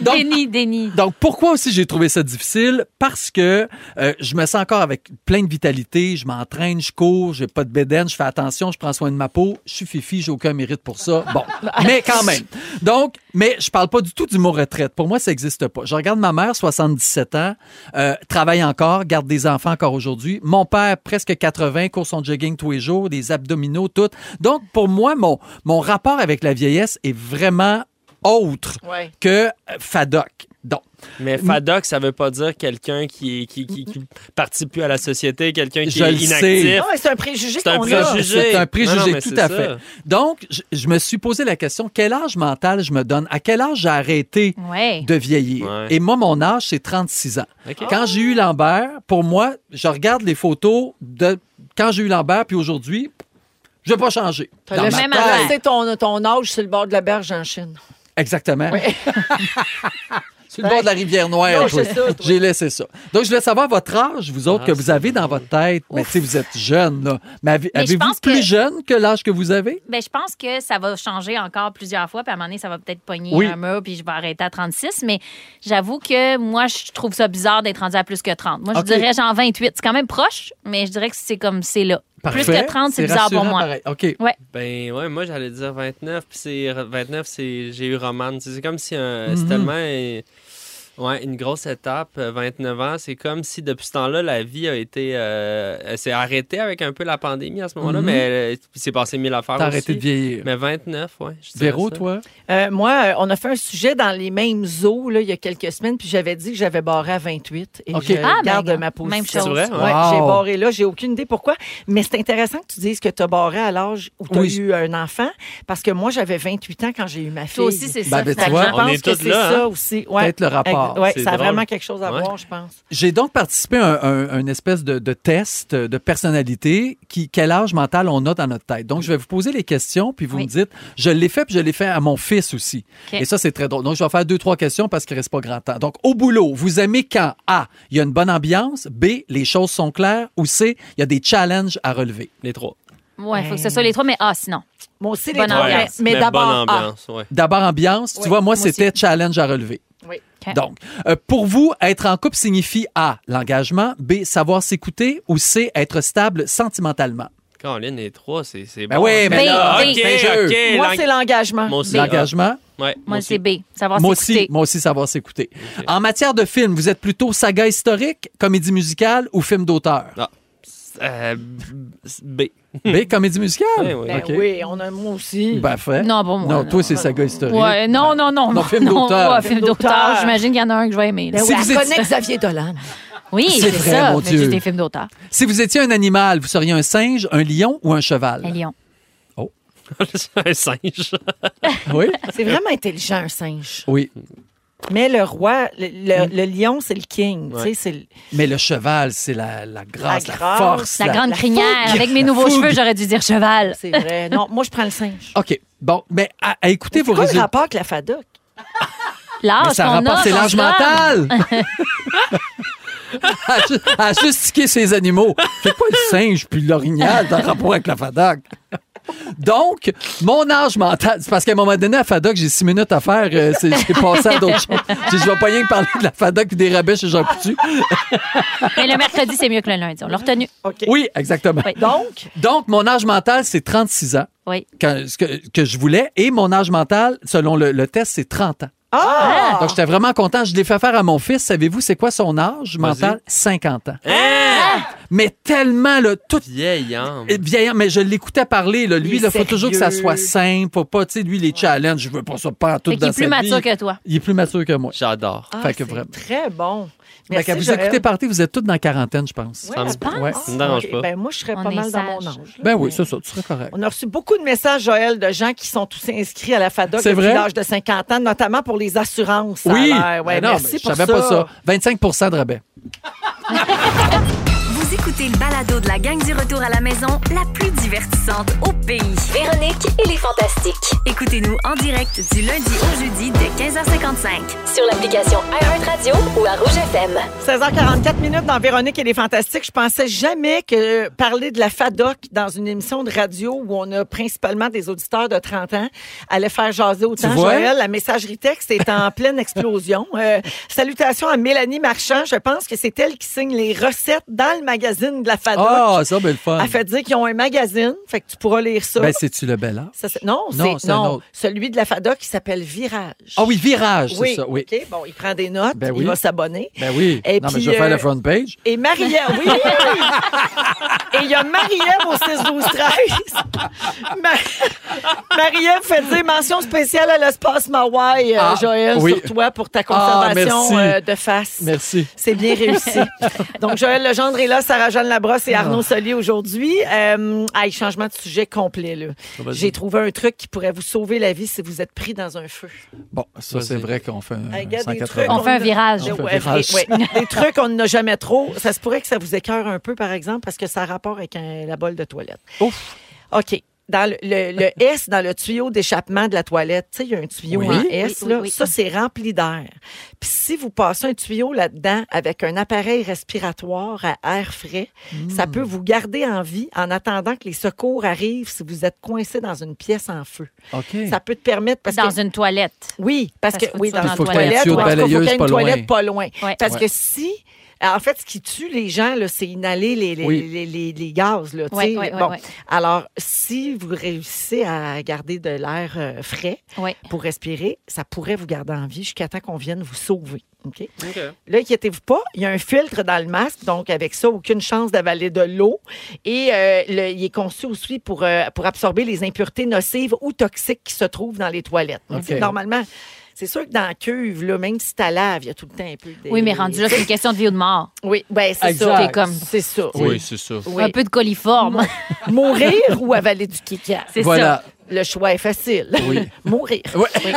[SPEAKER 3] Donc-
[SPEAKER 2] déni, déni.
[SPEAKER 3] Donc, pourquoi aussi j'ai trouvé ça difficile? Parce que euh, je me sens encore avec plein de vitalité, je m'entraîne, je cours, j'ai pas de bédaine, je fais attention, je prends soin de ma peau, je suis fifi, j'ai aucun mérite pour ça. Bon, mais quand même. Donc, mais je parle pas du tout du mot retraite. Pour moi, ça existe pas. Je regarde ma mère, 77 ans, euh, travaille encore, garde des enfants encore aujourd'hui. Mon père, presque 80, court son jogging tous les jours, des abdominaux, tout. Donc, pour moi, mon, mon rapport avec la vieillesse est vraiment autre
[SPEAKER 1] Ouais.
[SPEAKER 3] que euh, FADOC. Donc,
[SPEAKER 4] Mais Fadoc, ça veut pas dire quelqu'un qui, est- qui, qui, qui participe plus à la société, quelqu'un qui
[SPEAKER 3] Je
[SPEAKER 4] est
[SPEAKER 3] le sais.
[SPEAKER 4] inactif.
[SPEAKER 1] Non, mais Ah, c'est un préjugé
[SPEAKER 4] C'est un
[SPEAKER 1] qu'on a.
[SPEAKER 4] préjugé.
[SPEAKER 3] C'est un préjugé,
[SPEAKER 4] Non, non, mais
[SPEAKER 3] tout
[SPEAKER 4] c'est
[SPEAKER 3] à
[SPEAKER 4] ça.
[SPEAKER 3] fait. Donc, je, je me suis posé la question, quel âge mental je me donne? À quel âge j'ai arrêté
[SPEAKER 2] Ouais.
[SPEAKER 3] de vieillir?
[SPEAKER 4] Ouais.
[SPEAKER 3] Et moi, mon âge, c'est 36 ans.
[SPEAKER 4] OK.
[SPEAKER 3] Quand j'ai eu Lambert, pour moi, je regarde les photos de quand j'ai eu Lambert, puis aujourd'hui, je vais pas changer.
[SPEAKER 1] T'as
[SPEAKER 3] Dans
[SPEAKER 1] le
[SPEAKER 3] ma
[SPEAKER 2] même
[SPEAKER 3] tête.
[SPEAKER 2] âge.
[SPEAKER 1] laissé ton, ton âge sur le bord de la berge en Chine.
[SPEAKER 3] Exactement. Sur le bord de la rivière
[SPEAKER 1] Non,
[SPEAKER 3] Noire. toi.
[SPEAKER 1] c'est ça, toi.
[SPEAKER 3] J'ai laissé ça. Donc, je voulais savoir votre âge, vous
[SPEAKER 4] Ah,
[SPEAKER 3] autres, que vous avez dans votre tête. Mais tu sais, vous êtes jeune, là. Mais avez-
[SPEAKER 2] Mais je
[SPEAKER 3] avez-vous
[SPEAKER 2] pense que-
[SPEAKER 3] plus jeune que l'âge que vous avez?
[SPEAKER 2] Ben, je pense que ça va changer encore plusieurs fois, puis à un moment donné, ça va peut-être pogner
[SPEAKER 3] Oui.
[SPEAKER 2] un mur, puis je vais arrêter à 36. Mais j'avoue que moi, je trouve ça bizarre d'être rendu à plus que 30. Moi, je
[SPEAKER 3] OK.
[SPEAKER 2] dirais genre 28. C'est quand même proche, mais je dirais que c'est comme c'est là. Plus
[SPEAKER 3] Parfait.
[SPEAKER 2] que 30, c'est bizarre pour
[SPEAKER 3] rassurant,
[SPEAKER 2] moi.
[SPEAKER 3] pareil. OK.
[SPEAKER 4] Ben ouais, moi j'allais dire 29, puis c'est 29, c'est j'ai eu Romane. Tu sais, C'est comme si un-
[SPEAKER 3] Mhm.
[SPEAKER 4] c'est tellement euh, ouais, une grosse étape, euh, 29 ans, c'est comme si depuis ce temps-là la vie a été euh, elle s'est arrêtée avec un peu la pandémie à ce moment-là,
[SPEAKER 3] Mhm.
[SPEAKER 4] mais euh, il s'est passé mille affaires
[SPEAKER 3] T'as
[SPEAKER 4] aussi.
[SPEAKER 3] arrêté de vieillir.
[SPEAKER 4] Mais 29, ouais. je dirais
[SPEAKER 3] Véro,
[SPEAKER 4] ça.
[SPEAKER 3] toi?
[SPEAKER 1] Euh, moi, euh, on a fait un sujet dans les mêmes eaux là, il y a quelques semaines, puis j'avais dit que j'avais barré à 28 et
[SPEAKER 3] OK.
[SPEAKER 1] je
[SPEAKER 2] Ah,
[SPEAKER 1] garde
[SPEAKER 2] ben,
[SPEAKER 1] ma position.
[SPEAKER 2] même chose.
[SPEAKER 4] C'est vrai,
[SPEAKER 1] Ouais,
[SPEAKER 4] ouais.
[SPEAKER 3] Wow.
[SPEAKER 1] J'ai barré là, j'ai aucune idée pourquoi, mais c'est intéressant que tu dises que tu as barré à l'âge où tu as
[SPEAKER 3] Oui.
[SPEAKER 1] eu un enfant, parce que moi, j'avais 28 ans quand j'ai eu ma fille.
[SPEAKER 2] Toi aussi, c'est
[SPEAKER 3] Ben,
[SPEAKER 2] ça.
[SPEAKER 3] ben, tu
[SPEAKER 2] finalement.
[SPEAKER 3] vois,
[SPEAKER 1] je
[SPEAKER 4] on
[SPEAKER 1] pense
[SPEAKER 4] est
[SPEAKER 1] que
[SPEAKER 4] tous
[SPEAKER 1] c'est
[SPEAKER 4] là,
[SPEAKER 1] ça
[SPEAKER 4] hein.
[SPEAKER 1] aussi. Ouais.
[SPEAKER 3] Peut-être le rapport.
[SPEAKER 1] Ouais,
[SPEAKER 4] C'est
[SPEAKER 1] ça a
[SPEAKER 4] drôle.
[SPEAKER 1] vraiment quelque chose à
[SPEAKER 4] Ouais.
[SPEAKER 1] voir, je pense.
[SPEAKER 3] J'ai donc participé à un, un- un espèce de, de test de personnalité, qui, quel âge mental on a dans notre tête. Donc, je vais vous poser les questions, puis vous
[SPEAKER 2] Oui.
[SPEAKER 3] me dites, je l'ai fait, puis je l'ai fait à mon fils aussi.
[SPEAKER 2] OK.
[SPEAKER 3] Et ça, c'est très drôle. Donc, je vais faire deux, trois questions parce qu'il reste pas grand temps. Donc, au boulot, vous aimez quand A, il y a une bonne ambiance, B, les choses sont claires, ou C, il y a des challenges à relever.
[SPEAKER 4] Les trois.
[SPEAKER 2] Ouais, faut que ce soit les trois, mais ah, sinon.
[SPEAKER 1] Moi aussi, les
[SPEAKER 2] Bonne
[SPEAKER 1] trois,
[SPEAKER 2] ambiance.
[SPEAKER 1] Ah mais, mais d'abord,
[SPEAKER 4] bonne
[SPEAKER 1] ah,
[SPEAKER 4] ambiance, ouais.
[SPEAKER 3] D'abord, ambiance,
[SPEAKER 1] Oui,
[SPEAKER 3] tu vois, moi,
[SPEAKER 2] moi aussi.
[SPEAKER 3] c'était challenge à relever.
[SPEAKER 1] Oui.
[SPEAKER 2] OK.
[SPEAKER 3] Donc, euh, pour vous, être en couple signifie A, l'engagement, B, savoir s'écouter, ou C, être stable sentimentalement.
[SPEAKER 4] Caroline, les trois, c'est c'est
[SPEAKER 3] Ben
[SPEAKER 4] bon.
[SPEAKER 3] oui, mais
[SPEAKER 2] B,
[SPEAKER 3] là, ben,
[SPEAKER 2] B.
[SPEAKER 4] OK,
[SPEAKER 3] plein jeu.
[SPEAKER 4] OK.
[SPEAKER 1] moi,
[SPEAKER 4] l'eng-
[SPEAKER 1] c'est l'engagement.
[SPEAKER 4] Moi aussi.
[SPEAKER 3] L'engagement,
[SPEAKER 4] ah, ouais,
[SPEAKER 2] Moi, c'est B. Savoir
[SPEAKER 3] moi aussi,
[SPEAKER 2] euh, s'écouter.
[SPEAKER 3] moi aussi, savoir s'écouter. En matière de film, vous êtes plutôt saga historique, comédie musicale ou film d'auteur?
[SPEAKER 4] Euh, B.
[SPEAKER 3] B, comédie musicale?
[SPEAKER 4] Ouais, ouais.
[SPEAKER 1] Ben
[SPEAKER 3] OK.
[SPEAKER 1] oui, on a moi aussi.
[SPEAKER 3] Parfait.
[SPEAKER 2] Non, bon, moi,
[SPEAKER 3] Non,
[SPEAKER 2] non.
[SPEAKER 3] toi, c'est saga historique.
[SPEAKER 2] Ouais, non, non, non.
[SPEAKER 3] Non, film d'auteur.
[SPEAKER 2] ouais, film
[SPEAKER 1] Film d'auteur.
[SPEAKER 2] d'auteur. J'imagine qu'il y en a un que je vais aimer. là.
[SPEAKER 1] Ben
[SPEAKER 3] Si
[SPEAKER 1] oui,
[SPEAKER 3] vous
[SPEAKER 1] elle
[SPEAKER 3] étiez-
[SPEAKER 1] connaît Xavier Dolan.
[SPEAKER 2] Oui, c'est
[SPEAKER 3] C'est vrai,
[SPEAKER 2] ça.
[SPEAKER 3] mon
[SPEAKER 2] mais
[SPEAKER 3] Dieu.
[SPEAKER 2] juste des films d'auteur.
[SPEAKER 3] Si vous étiez un animal, vous seriez un singe, un lion ou un cheval?
[SPEAKER 2] Un lion.
[SPEAKER 4] C'est un singe.
[SPEAKER 3] Oui?
[SPEAKER 1] C'est vraiment intelligent, un singe.
[SPEAKER 3] Oui.
[SPEAKER 1] Mais le roi, le, le- le lion, c'est le king. Tu sais, c'est le-
[SPEAKER 3] Mais le cheval, c'est la, la grâce, la,
[SPEAKER 1] La grâce,
[SPEAKER 3] force.
[SPEAKER 2] La grande
[SPEAKER 1] la
[SPEAKER 2] crinière.
[SPEAKER 3] fougue.
[SPEAKER 2] Avec
[SPEAKER 3] La
[SPEAKER 2] mes nouveaux
[SPEAKER 3] fougue.
[SPEAKER 2] cheveux, j'aurais dû dire cheval.
[SPEAKER 1] c'est vrai. Non, moi, je prends le singe.
[SPEAKER 3] OK. Bon, mais à, à écouter
[SPEAKER 1] C'est
[SPEAKER 3] vos
[SPEAKER 1] quoi le
[SPEAKER 3] résultats.
[SPEAKER 1] rapport avec la FADOC?
[SPEAKER 3] Mais
[SPEAKER 2] L'âge
[SPEAKER 3] ça
[SPEAKER 2] qu'on
[SPEAKER 3] rapporte,
[SPEAKER 2] a,
[SPEAKER 3] c'est
[SPEAKER 2] qu'on
[SPEAKER 3] l'âge
[SPEAKER 2] se donne.
[SPEAKER 3] mental. à, ju- à juste tiquer ses animaux. C'est quoi le singe puis l'orignal dans le rapport avec la FADOC? Donc, mon âge mental, c'est parce qu'à un moment donné, à FADOC, j'ai six minutes à faire. euh, c'est- j'ai passé à d'autres choses. J'ai dit, Je vais pas rien que parler de la FADOC puis des rabais chez Jean Coutu.
[SPEAKER 2] Mais le mercredi, c'est mieux que le lundi. On l'a retenu.
[SPEAKER 1] OK.
[SPEAKER 3] Oui, exactement.
[SPEAKER 2] Oui.
[SPEAKER 1] Donc,
[SPEAKER 3] Donc, mon âge mental, c'est 36 ans
[SPEAKER 2] Oui.
[SPEAKER 3] que, ce que, que je voulais. Et mon âge mental, selon le, le test, c'est 30 ans.
[SPEAKER 1] ah!
[SPEAKER 3] Donc, j'étais vraiment content. Je l'ai fait faire à mon fils. Savez-vous, c'est quoi son âge mental? 50 ans. mais tellement, là, tout
[SPEAKER 4] Vieillant.
[SPEAKER 3] Ah! et vieillard, mais je l'écoutais parler. Là. Lui,
[SPEAKER 1] Il est
[SPEAKER 3] il faut toujours que ça
[SPEAKER 1] sérieux.
[SPEAKER 3] soit simple. Faut pas, tu sais, lui, les challenges, je veux pas ça pas tout
[SPEAKER 2] Fait qu'il
[SPEAKER 3] dans
[SPEAKER 2] est plus
[SPEAKER 3] sa
[SPEAKER 2] mature
[SPEAKER 3] vie.
[SPEAKER 2] que toi.
[SPEAKER 3] Il est plus mature que moi.
[SPEAKER 4] J'adore.
[SPEAKER 1] Ah,
[SPEAKER 3] Fait que
[SPEAKER 1] c'est
[SPEAKER 3] vraiment.
[SPEAKER 1] Très bon.
[SPEAKER 3] Fait que
[SPEAKER 1] Merci,
[SPEAKER 3] vous
[SPEAKER 1] Joël.
[SPEAKER 3] écoutez partir, vous êtes toutes dans la quarantaine, je pense.
[SPEAKER 1] Ouais,
[SPEAKER 4] Ça me-
[SPEAKER 1] tu penses?
[SPEAKER 3] Ouais.
[SPEAKER 4] Ça me dérange
[SPEAKER 1] Ok,
[SPEAKER 4] pas.
[SPEAKER 1] Ben, moi, je serais
[SPEAKER 2] On
[SPEAKER 1] pas
[SPEAKER 2] est
[SPEAKER 1] mal dans
[SPEAKER 2] sage.
[SPEAKER 1] mon âge. là.
[SPEAKER 3] Ben oui, c'est ça, tu serais correct.
[SPEAKER 1] On a reçu beaucoup de messages, Joël, de gens qui sont tous inscrits à la FADOC
[SPEAKER 3] C'est
[SPEAKER 1] depuis
[SPEAKER 3] vrai?
[SPEAKER 1] l'âge de 50 ans, notamment pour les assurances. ça
[SPEAKER 3] oui,
[SPEAKER 1] a l'air. Ouais,
[SPEAKER 3] Ben non,
[SPEAKER 1] merci
[SPEAKER 3] mais je
[SPEAKER 1] pour
[SPEAKER 3] savais pas ça. 25 de rabais.
[SPEAKER 5] Vous écoutez le balado de la gang du retour à la maison, la plus divertissante au pays.
[SPEAKER 9] Véronique et les Fantastiques.
[SPEAKER 5] Écoutez-nous en direct du lundi au jeudi dès 15h55.
[SPEAKER 9] Sur l'application iHeartRadio ou à Rouge FM.
[SPEAKER 1] 16h44 minutes dans Véronique et les Fantastiques. Je pensais jamais que parler de la FADOC dans une émission de radio où on a principalement des auditeurs de 30 ans allait faire jaser autant.
[SPEAKER 3] Tu vois?
[SPEAKER 1] Joël, la messagerie texte est en pleine explosion. Euh, salutations à Mélanie Marchand. Je pense que c'est elle qui signe les recettes dans le magazine de la FADOC.
[SPEAKER 3] Ah, ça, ben le fun.
[SPEAKER 1] Elle fait dire qu'ils ont un magazine. Fait que tu pourras lire ça.
[SPEAKER 3] Ben, c'est-tu le bel âge?
[SPEAKER 1] Ça, c'est- non,
[SPEAKER 3] Non,
[SPEAKER 1] c'est
[SPEAKER 3] c'est un
[SPEAKER 1] non,
[SPEAKER 3] autre.
[SPEAKER 1] celui de la FADOC qui s'appelle Virage.
[SPEAKER 3] Ah oui, virage, c'est ça, oui.
[SPEAKER 1] OK, bon, il prend des notes,
[SPEAKER 3] Ben
[SPEAKER 1] il
[SPEAKER 3] oui.
[SPEAKER 1] va s'abonner.
[SPEAKER 3] Ben oui.
[SPEAKER 1] Et
[SPEAKER 3] non,
[SPEAKER 1] puis,
[SPEAKER 3] mais je vais faire
[SPEAKER 1] euh,
[SPEAKER 3] la front page.
[SPEAKER 1] Et Marie-Ève, oui, oui, oui. Et il y a Marie-Ève au 6 12 13 Marie-Ève fait dire mention spéciale à l'espace Mawai, euh,
[SPEAKER 3] Ah,
[SPEAKER 1] Joël,
[SPEAKER 3] oui.
[SPEAKER 1] sur toi pour ta conservation
[SPEAKER 3] Ah, merci.
[SPEAKER 1] euh, de face.
[SPEAKER 3] Merci.
[SPEAKER 1] C'est bien réussi. Donc, Joël Legendre est là, Sarah-Jeanne Labrosse et Arnaud Solier aujourd'hui. Euh, aïe, changement de sujet complet, là.
[SPEAKER 3] Vas-y.
[SPEAKER 1] J'ai trouvé un truc qui pourrait vous sauver la vie si vous êtes pris dans un feu.
[SPEAKER 3] Bon, ça, c'est vrai qu'on fait un
[SPEAKER 1] Hey, regarde des trucs.
[SPEAKER 3] 180.
[SPEAKER 2] On fait un virage.
[SPEAKER 3] On fait un
[SPEAKER 1] Ouais,
[SPEAKER 3] virage.
[SPEAKER 1] ouais. Des trucs, on n'en a jamais trop. Ça se pourrait que ça vous écœure un peu, par exemple, parce que ça a rapport avec un- la bolle de toilette.
[SPEAKER 3] Ouf.
[SPEAKER 1] OK. Dans le, le- le S, dans le tuyau d'échappement de la toilette, tu sais, il y a un tuyau
[SPEAKER 3] Oui.
[SPEAKER 1] en S,
[SPEAKER 2] Oui, oui,
[SPEAKER 1] là.
[SPEAKER 2] oui.
[SPEAKER 1] ça, c'est rempli d'air. Puis si vous passez un tuyau là-dedans avec un appareil respiratoire à air frais, ça
[SPEAKER 3] Hmm.
[SPEAKER 1] peut vous garder en vie en attendant que les secours arrivent si vous êtes coincé dans une pièce en feu.
[SPEAKER 3] OK.
[SPEAKER 1] Ça peut te permettre, parce que
[SPEAKER 2] Dans une toilette.
[SPEAKER 1] oui, parce,
[SPEAKER 2] Parce
[SPEAKER 1] que
[SPEAKER 2] que
[SPEAKER 1] oui,
[SPEAKER 2] faut
[SPEAKER 1] dans
[SPEAKER 2] que
[SPEAKER 1] la
[SPEAKER 2] tu fasses
[SPEAKER 3] un
[SPEAKER 1] toilette,
[SPEAKER 3] tuyau
[SPEAKER 1] ou
[SPEAKER 3] de
[SPEAKER 1] en tout cas, faut qu'il y
[SPEAKER 3] balayeuse
[SPEAKER 1] ait une
[SPEAKER 3] pas loin.
[SPEAKER 1] toilette pas loin.
[SPEAKER 2] Ouais.
[SPEAKER 1] Parce
[SPEAKER 3] Ouais.
[SPEAKER 1] que si, en fait, ce qui tue les gens, là, c'est inhaler les, les,
[SPEAKER 3] Oui.
[SPEAKER 1] les, les- les gaz. Là, tu
[SPEAKER 2] Ouais,
[SPEAKER 1] sais.
[SPEAKER 2] ouais, ouais,
[SPEAKER 1] bon.
[SPEAKER 2] ouais.
[SPEAKER 1] Alors, si vous réussissez à garder de l'air euh, frais
[SPEAKER 2] Ouais.
[SPEAKER 1] pour respirer, ça pourrait vous garder en vie jusqu'à temps qu'on vienne vous sauver. OK? Là, inquiétez-vous pas, il y a un filtre dans le masque, donc avec ça, aucune chance d'avaler de l'eau. Et euh, le- il est conçu aussi pour, euh, pour absorber les impuretés nocives ou toxiques qui se trouvent dans les toilettes. Donc,
[SPEAKER 3] OK.
[SPEAKER 1] c'est Normalement, c'est sûr que dans la cuve, là, même si t'as lave, il y a tout le temps un peu de...
[SPEAKER 2] Oui, mais rendu là, c'est une question de vie ou de mort.
[SPEAKER 1] Oui, ben, c'est
[SPEAKER 3] Exact.
[SPEAKER 1] ça.
[SPEAKER 2] T'es comme-
[SPEAKER 1] C'est ça.
[SPEAKER 4] Oui, c'est ça.
[SPEAKER 1] Oui.
[SPEAKER 2] Un peu de coliforme.
[SPEAKER 1] Mourir ou avaler du kika?
[SPEAKER 2] C'est
[SPEAKER 3] Voilà.
[SPEAKER 1] Le choix est facile.
[SPEAKER 3] Oui.
[SPEAKER 1] Mourir.
[SPEAKER 3] Ouais.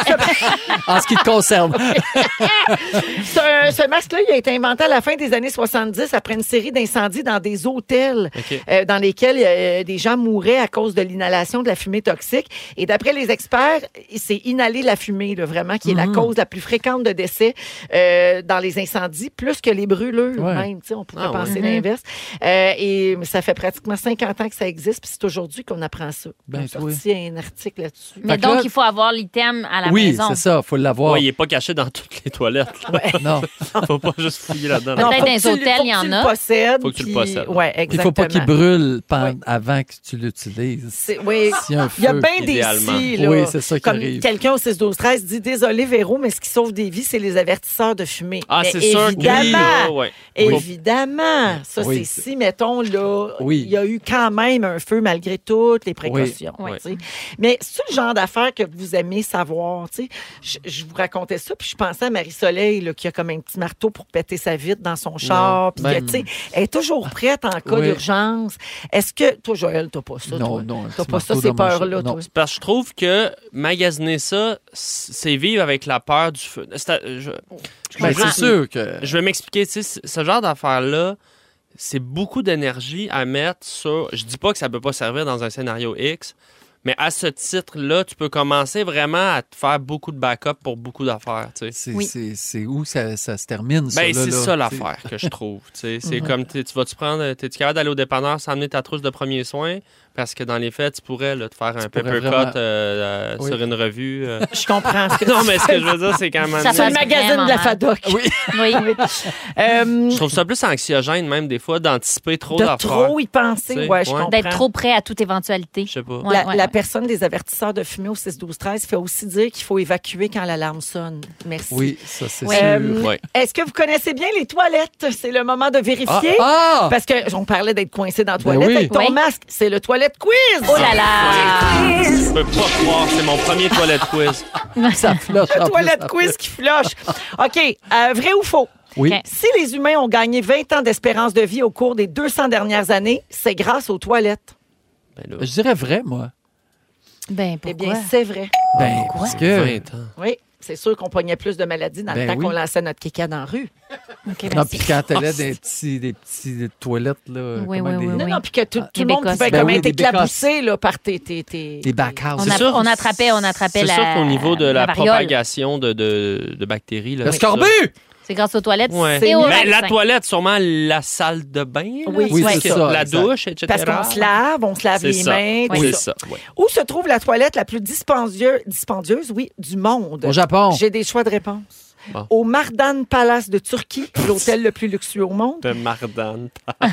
[SPEAKER 3] en ce qui te concerne.
[SPEAKER 1] Ce, ce masque-là, il a été inventé à la fin des années 70 après une série d'incendies dans des hôtels
[SPEAKER 4] OK.
[SPEAKER 1] euh, dans lesquels euh, des gens mouraient à cause de l'inhalation de la fumée toxique. Et d'après les experts, c'est inhaler la fumée, là, vraiment, qui est la cause la plus fréquente de décès euh, dans les incendies, plus que les brûlures
[SPEAKER 3] Ouais.
[SPEAKER 1] même. Tu sais, on pourrait
[SPEAKER 4] Ah, ouais.
[SPEAKER 1] penser
[SPEAKER 2] Mmh.
[SPEAKER 1] l'inverse. Euh, et ça fait pratiquement 50 ans que ça existe, puis c'est aujourd'hui qu'on apprend ça.
[SPEAKER 3] Ben,
[SPEAKER 1] On a
[SPEAKER 3] toi.
[SPEAKER 1] sorti un article là-dessus.
[SPEAKER 2] Mais
[SPEAKER 3] Fait que là-
[SPEAKER 2] donc, il faut avoir l'item à la
[SPEAKER 3] Oui,
[SPEAKER 2] maison.
[SPEAKER 3] c'est ça, faut l'avoir.
[SPEAKER 4] Ouais, il est pas caché dans toutes les toilettes. là.
[SPEAKER 3] Non.
[SPEAKER 4] Faut pas juste fouiller là-dedans.
[SPEAKER 2] Non.
[SPEAKER 4] là.
[SPEAKER 2] Peut-être
[SPEAKER 1] faut
[SPEAKER 2] dans
[SPEAKER 1] que
[SPEAKER 2] les
[SPEAKER 1] tu le- faut
[SPEAKER 2] hôtels,
[SPEAKER 1] que
[SPEAKER 2] il y
[SPEAKER 1] tu
[SPEAKER 2] en
[SPEAKER 1] le
[SPEAKER 2] a.
[SPEAKER 1] possèdes,
[SPEAKER 4] Faut que tu le
[SPEAKER 1] puis-
[SPEAKER 4] possèdes.
[SPEAKER 1] Ouais,
[SPEAKER 3] Il faut pas qu'il
[SPEAKER 1] exactement.
[SPEAKER 3] brûle pen-
[SPEAKER 1] Ouais.
[SPEAKER 3] avant que tu l'utilises.
[SPEAKER 1] C'est- Oui.
[SPEAKER 3] S'il y a un
[SPEAKER 1] Il y a
[SPEAKER 3] feu,
[SPEAKER 1] bien des
[SPEAKER 4] idéalement.
[SPEAKER 1] si, là.
[SPEAKER 3] Oui, c'est ça qui
[SPEAKER 1] Comme
[SPEAKER 3] arrive.
[SPEAKER 1] quelqu'un au 6 12 13 dit désolé Véro, mais ce qui sauve des vies, c'est les avertisseurs de fumée.
[SPEAKER 4] Ah,
[SPEAKER 1] Mais
[SPEAKER 4] c'est sûr que oui.
[SPEAKER 1] évidemment.
[SPEAKER 4] Ah, ouais.
[SPEAKER 1] Évidemment, ça
[SPEAKER 3] Oui.
[SPEAKER 1] c'est si mettons là,
[SPEAKER 3] Oui.
[SPEAKER 1] il y a eu quand même un feu malgré toutes les précautions.
[SPEAKER 2] Oui.
[SPEAKER 1] tu sais. Mais c'est le genre d'affaires que vous aimez savoir. tu sais? Je, je vous racontais ça, puis je pensais à Marie Soleil là, qui a comme un petit marteau pour péter sa vitre dans son char, puis que,
[SPEAKER 3] Ben,
[SPEAKER 1] tu sais, elle est toujours prête en cas
[SPEAKER 3] Oui.
[SPEAKER 1] d'urgence. Est-ce que toi Joël, t'as pas ça
[SPEAKER 3] Non,
[SPEAKER 1] toi?
[SPEAKER 3] non, un
[SPEAKER 1] t'as
[SPEAKER 3] petit
[SPEAKER 1] pas ça
[SPEAKER 3] marteau
[SPEAKER 1] ces
[SPEAKER 3] dans mon char,
[SPEAKER 1] peurs là,
[SPEAKER 3] non.
[SPEAKER 1] toi?
[SPEAKER 4] Parce que je trouve que magasiner ça, c'est vivre avec la peur du feu. C'est à- je,
[SPEAKER 3] Ben,
[SPEAKER 4] je-
[SPEAKER 3] c'est sûr que.
[SPEAKER 4] je vais m'expliquer. Tu sais, c- ce genre d'affaires-là, c'est beaucoup d'énergie à mettre sur. Je dis pas que ça peut pas servir dans un scénario X, mais à ce titre-là, tu peux commencer vraiment à te faire beaucoup de backup pour beaucoup d'affaires. tu sais.
[SPEAKER 3] C'est
[SPEAKER 2] Oui.
[SPEAKER 3] c'est- c'est où ça, ça se termine, ça,
[SPEAKER 4] Ben,
[SPEAKER 3] là,
[SPEAKER 4] c'est
[SPEAKER 3] là,
[SPEAKER 4] ça
[SPEAKER 3] t'sais.
[SPEAKER 2] Mhm.
[SPEAKER 4] l'affaire que je trouve. tu sais. c'est comme, t'es- tu vas-tu prendre, t'es-tu capable d'aller au dépanneur sans amener ta trousse de premiers soins Parce que dans les faits, tu pourrais là, te faire un
[SPEAKER 3] pourrais
[SPEAKER 4] paper
[SPEAKER 3] vraiment-
[SPEAKER 4] cut euh, euh,
[SPEAKER 3] Oui.
[SPEAKER 4] sur une revue. euh.
[SPEAKER 1] Je comprends. ce que
[SPEAKER 4] non,
[SPEAKER 1] tu
[SPEAKER 4] mais ce
[SPEAKER 1] fais.
[SPEAKER 4] que je veux dire, c'est quand même.
[SPEAKER 2] Ça
[SPEAKER 1] C'est le
[SPEAKER 2] passe
[SPEAKER 1] magazine
[SPEAKER 2] vraiment
[SPEAKER 1] de la
[SPEAKER 2] mal.
[SPEAKER 1] FADOC.
[SPEAKER 2] Oui.
[SPEAKER 1] Euh,
[SPEAKER 4] Je trouve ça plus anxiogène, même des fois, d'anticiper trop
[SPEAKER 1] de
[SPEAKER 4] d'affaires.
[SPEAKER 1] trop y penser.
[SPEAKER 4] Tu sais,
[SPEAKER 1] Ouais, je
[SPEAKER 4] ouais.
[SPEAKER 1] comprends.
[SPEAKER 2] D'être trop prêt à toute éventualité.
[SPEAKER 4] Je sais pas.
[SPEAKER 2] Ouais,
[SPEAKER 1] la,
[SPEAKER 2] ouais,
[SPEAKER 1] la
[SPEAKER 2] ouais.
[SPEAKER 1] personne des avertisseurs de fumée au 6-12-13 fait aussi dire qu'il faut évacuer quand l'alarme sonne. Merci.
[SPEAKER 3] Oui, ça, c'est
[SPEAKER 2] Oui.
[SPEAKER 3] sûr.
[SPEAKER 1] Euh,
[SPEAKER 4] Ouais.
[SPEAKER 1] Est-ce que vous connaissez bien les toilettes? C'est le moment de
[SPEAKER 3] Ah,
[SPEAKER 1] vérifier.
[SPEAKER 3] ah!
[SPEAKER 1] Parce que on parlait d'être coincé dans la
[SPEAKER 3] Ben
[SPEAKER 1] toilette
[SPEAKER 3] oui.
[SPEAKER 1] avec ton
[SPEAKER 2] Oui.
[SPEAKER 1] masque. C'est le toilette quiz.
[SPEAKER 2] Oh là là!
[SPEAKER 4] Je peux pas croire, c'est mon premier toilette quiz.
[SPEAKER 3] ça flotte. en plus,
[SPEAKER 1] Toilette
[SPEAKER 3] ça
[SPEAKER 1] quiz
[SPEAKER 3] flotte.
[SPEAKER 1] qui floche. OK. euh, vrai ou faux?
[SPEAKER 3] Oui.
[SPEAKER 2] Ok.
[SPEAKER 1] Si les humains ont gagné 20 ans d'espérance de vie au cours des 200 dernières années, c'est grâce aux toilettes.
[SPEAKER 4] Ben là,
[SPEAKER 3] Je dirais vrai, moi.
[SPEAKER 1] Ah,
[SPEAKER 2] Ben, pourquoi?
[SPEAKER 1] Eh bien, c'est vrai.
[SPEAKER 3] Ben, parce que.
[SPEAKER 4] 20 ans.
[SPEAKER 1] Oui. C'est sûr qu'on pognait plus de maladies dans le
[SPEAKER 3] Ben
[SPEAKER 1] temps
[SPEAKER 3] oui.
[SPEAKER 1] qu'on lançait notre kéka dans la rue.
[SPEAKER 2] Ok, ben,
[SPEAKER 3] Non,
[SPEAKER 2] c'est-
[SPEAKER 3] puis quand elle
[SPEAKER 1] Oh,
[SPEAKER 3] a des petits, des petits des toilettes, là.
[SPEAKER 2] Oui,
[SPEAKER 3] comment
[SPEAKER 2] oui,
[SPEAKER 3] des,
[SPEAKER 2] oui,
[SPEAKER 1] Non,
[SPEAKER 2] oui.
[SPEAKER 1] non, puis que tout, tout
[SPEAKER 2] Des
[SPEAKER 1] le monde
[SPEAKER 2] bécosses.
[SPEAKER 1] pouvait
[SPEAKER 3] Ben
[SPEAKER 1] comme
[SPEAKER 3] oui,
[SPEAKER 1] être
[SPEAKER 3] des bécosses.
[SPEAKER 1] éclaboussé là, par tes... tes, tes-
[SPEAKER 3] des backhouses.
[SPEAKER 2] on,
[SPEAKER 4] C'est
[SPEAKER 2] app-
[SPEAKER 4] sûr-
[SPEAKER 2] on attrapait, on attrapait
[SPEAKER 4] C'est
[SPEAKER 2] la.
[SPEAKER 4] sûr qu'au niveau de la,
[SPEAKER 2] variole.
[SPEAKER 4] propagation de, de, de bactéries. Là,
[SPEAKER 3] Le
[SPEAKER 4] c'est
[SPEAKER 3] scorbut!
[SPEAKER 4] ça.
[SPEAKER 2] C'est grâce aux toilettes.
[SPEAKER 4] Ouais.
[SPEAKER 2] C'est au
[SPEAKER 4] Mais la
[SPEAKER 2] vaccin.
[SPEAKER 4] toilette, sûrement la salle de bain. là,
[SPEAKER 2] Oui,
[SPEAKER 3] Oui,
[SPEAKER 2] Ouais.
[SPEAKER 3] c'est ça.
[SPEAKER 4] la
[SPEAKER 3] exact.
[SPEAKER 4] douche, etc.
[SPEAKER 1] Parce qu'on se lave, on se lave
[SPEAKER 4] C'est
[SPEAKER 1] les
[SPEAKER 4] ça.
[SPEAKER 1] mains. tout
[SPEAKER 4] C'est
[SPEAKER 1] ça.
[SPEAKER 4] ça. ouais.
[SPEAKER 1] Où se trouve la toilette la plus dispendieuse, dispendieuse oui, du monde?
[SPEAKER 3] Au Japon.
[SPEAKER 1] J'ai des choix de réponse.
[SPEAKER 4] Bon.
[SPEAKER 1] Au Mardan Palace de Turquie, l'hôtel le plus luxueux au monde.
[SPEAKER 4] De Mardane.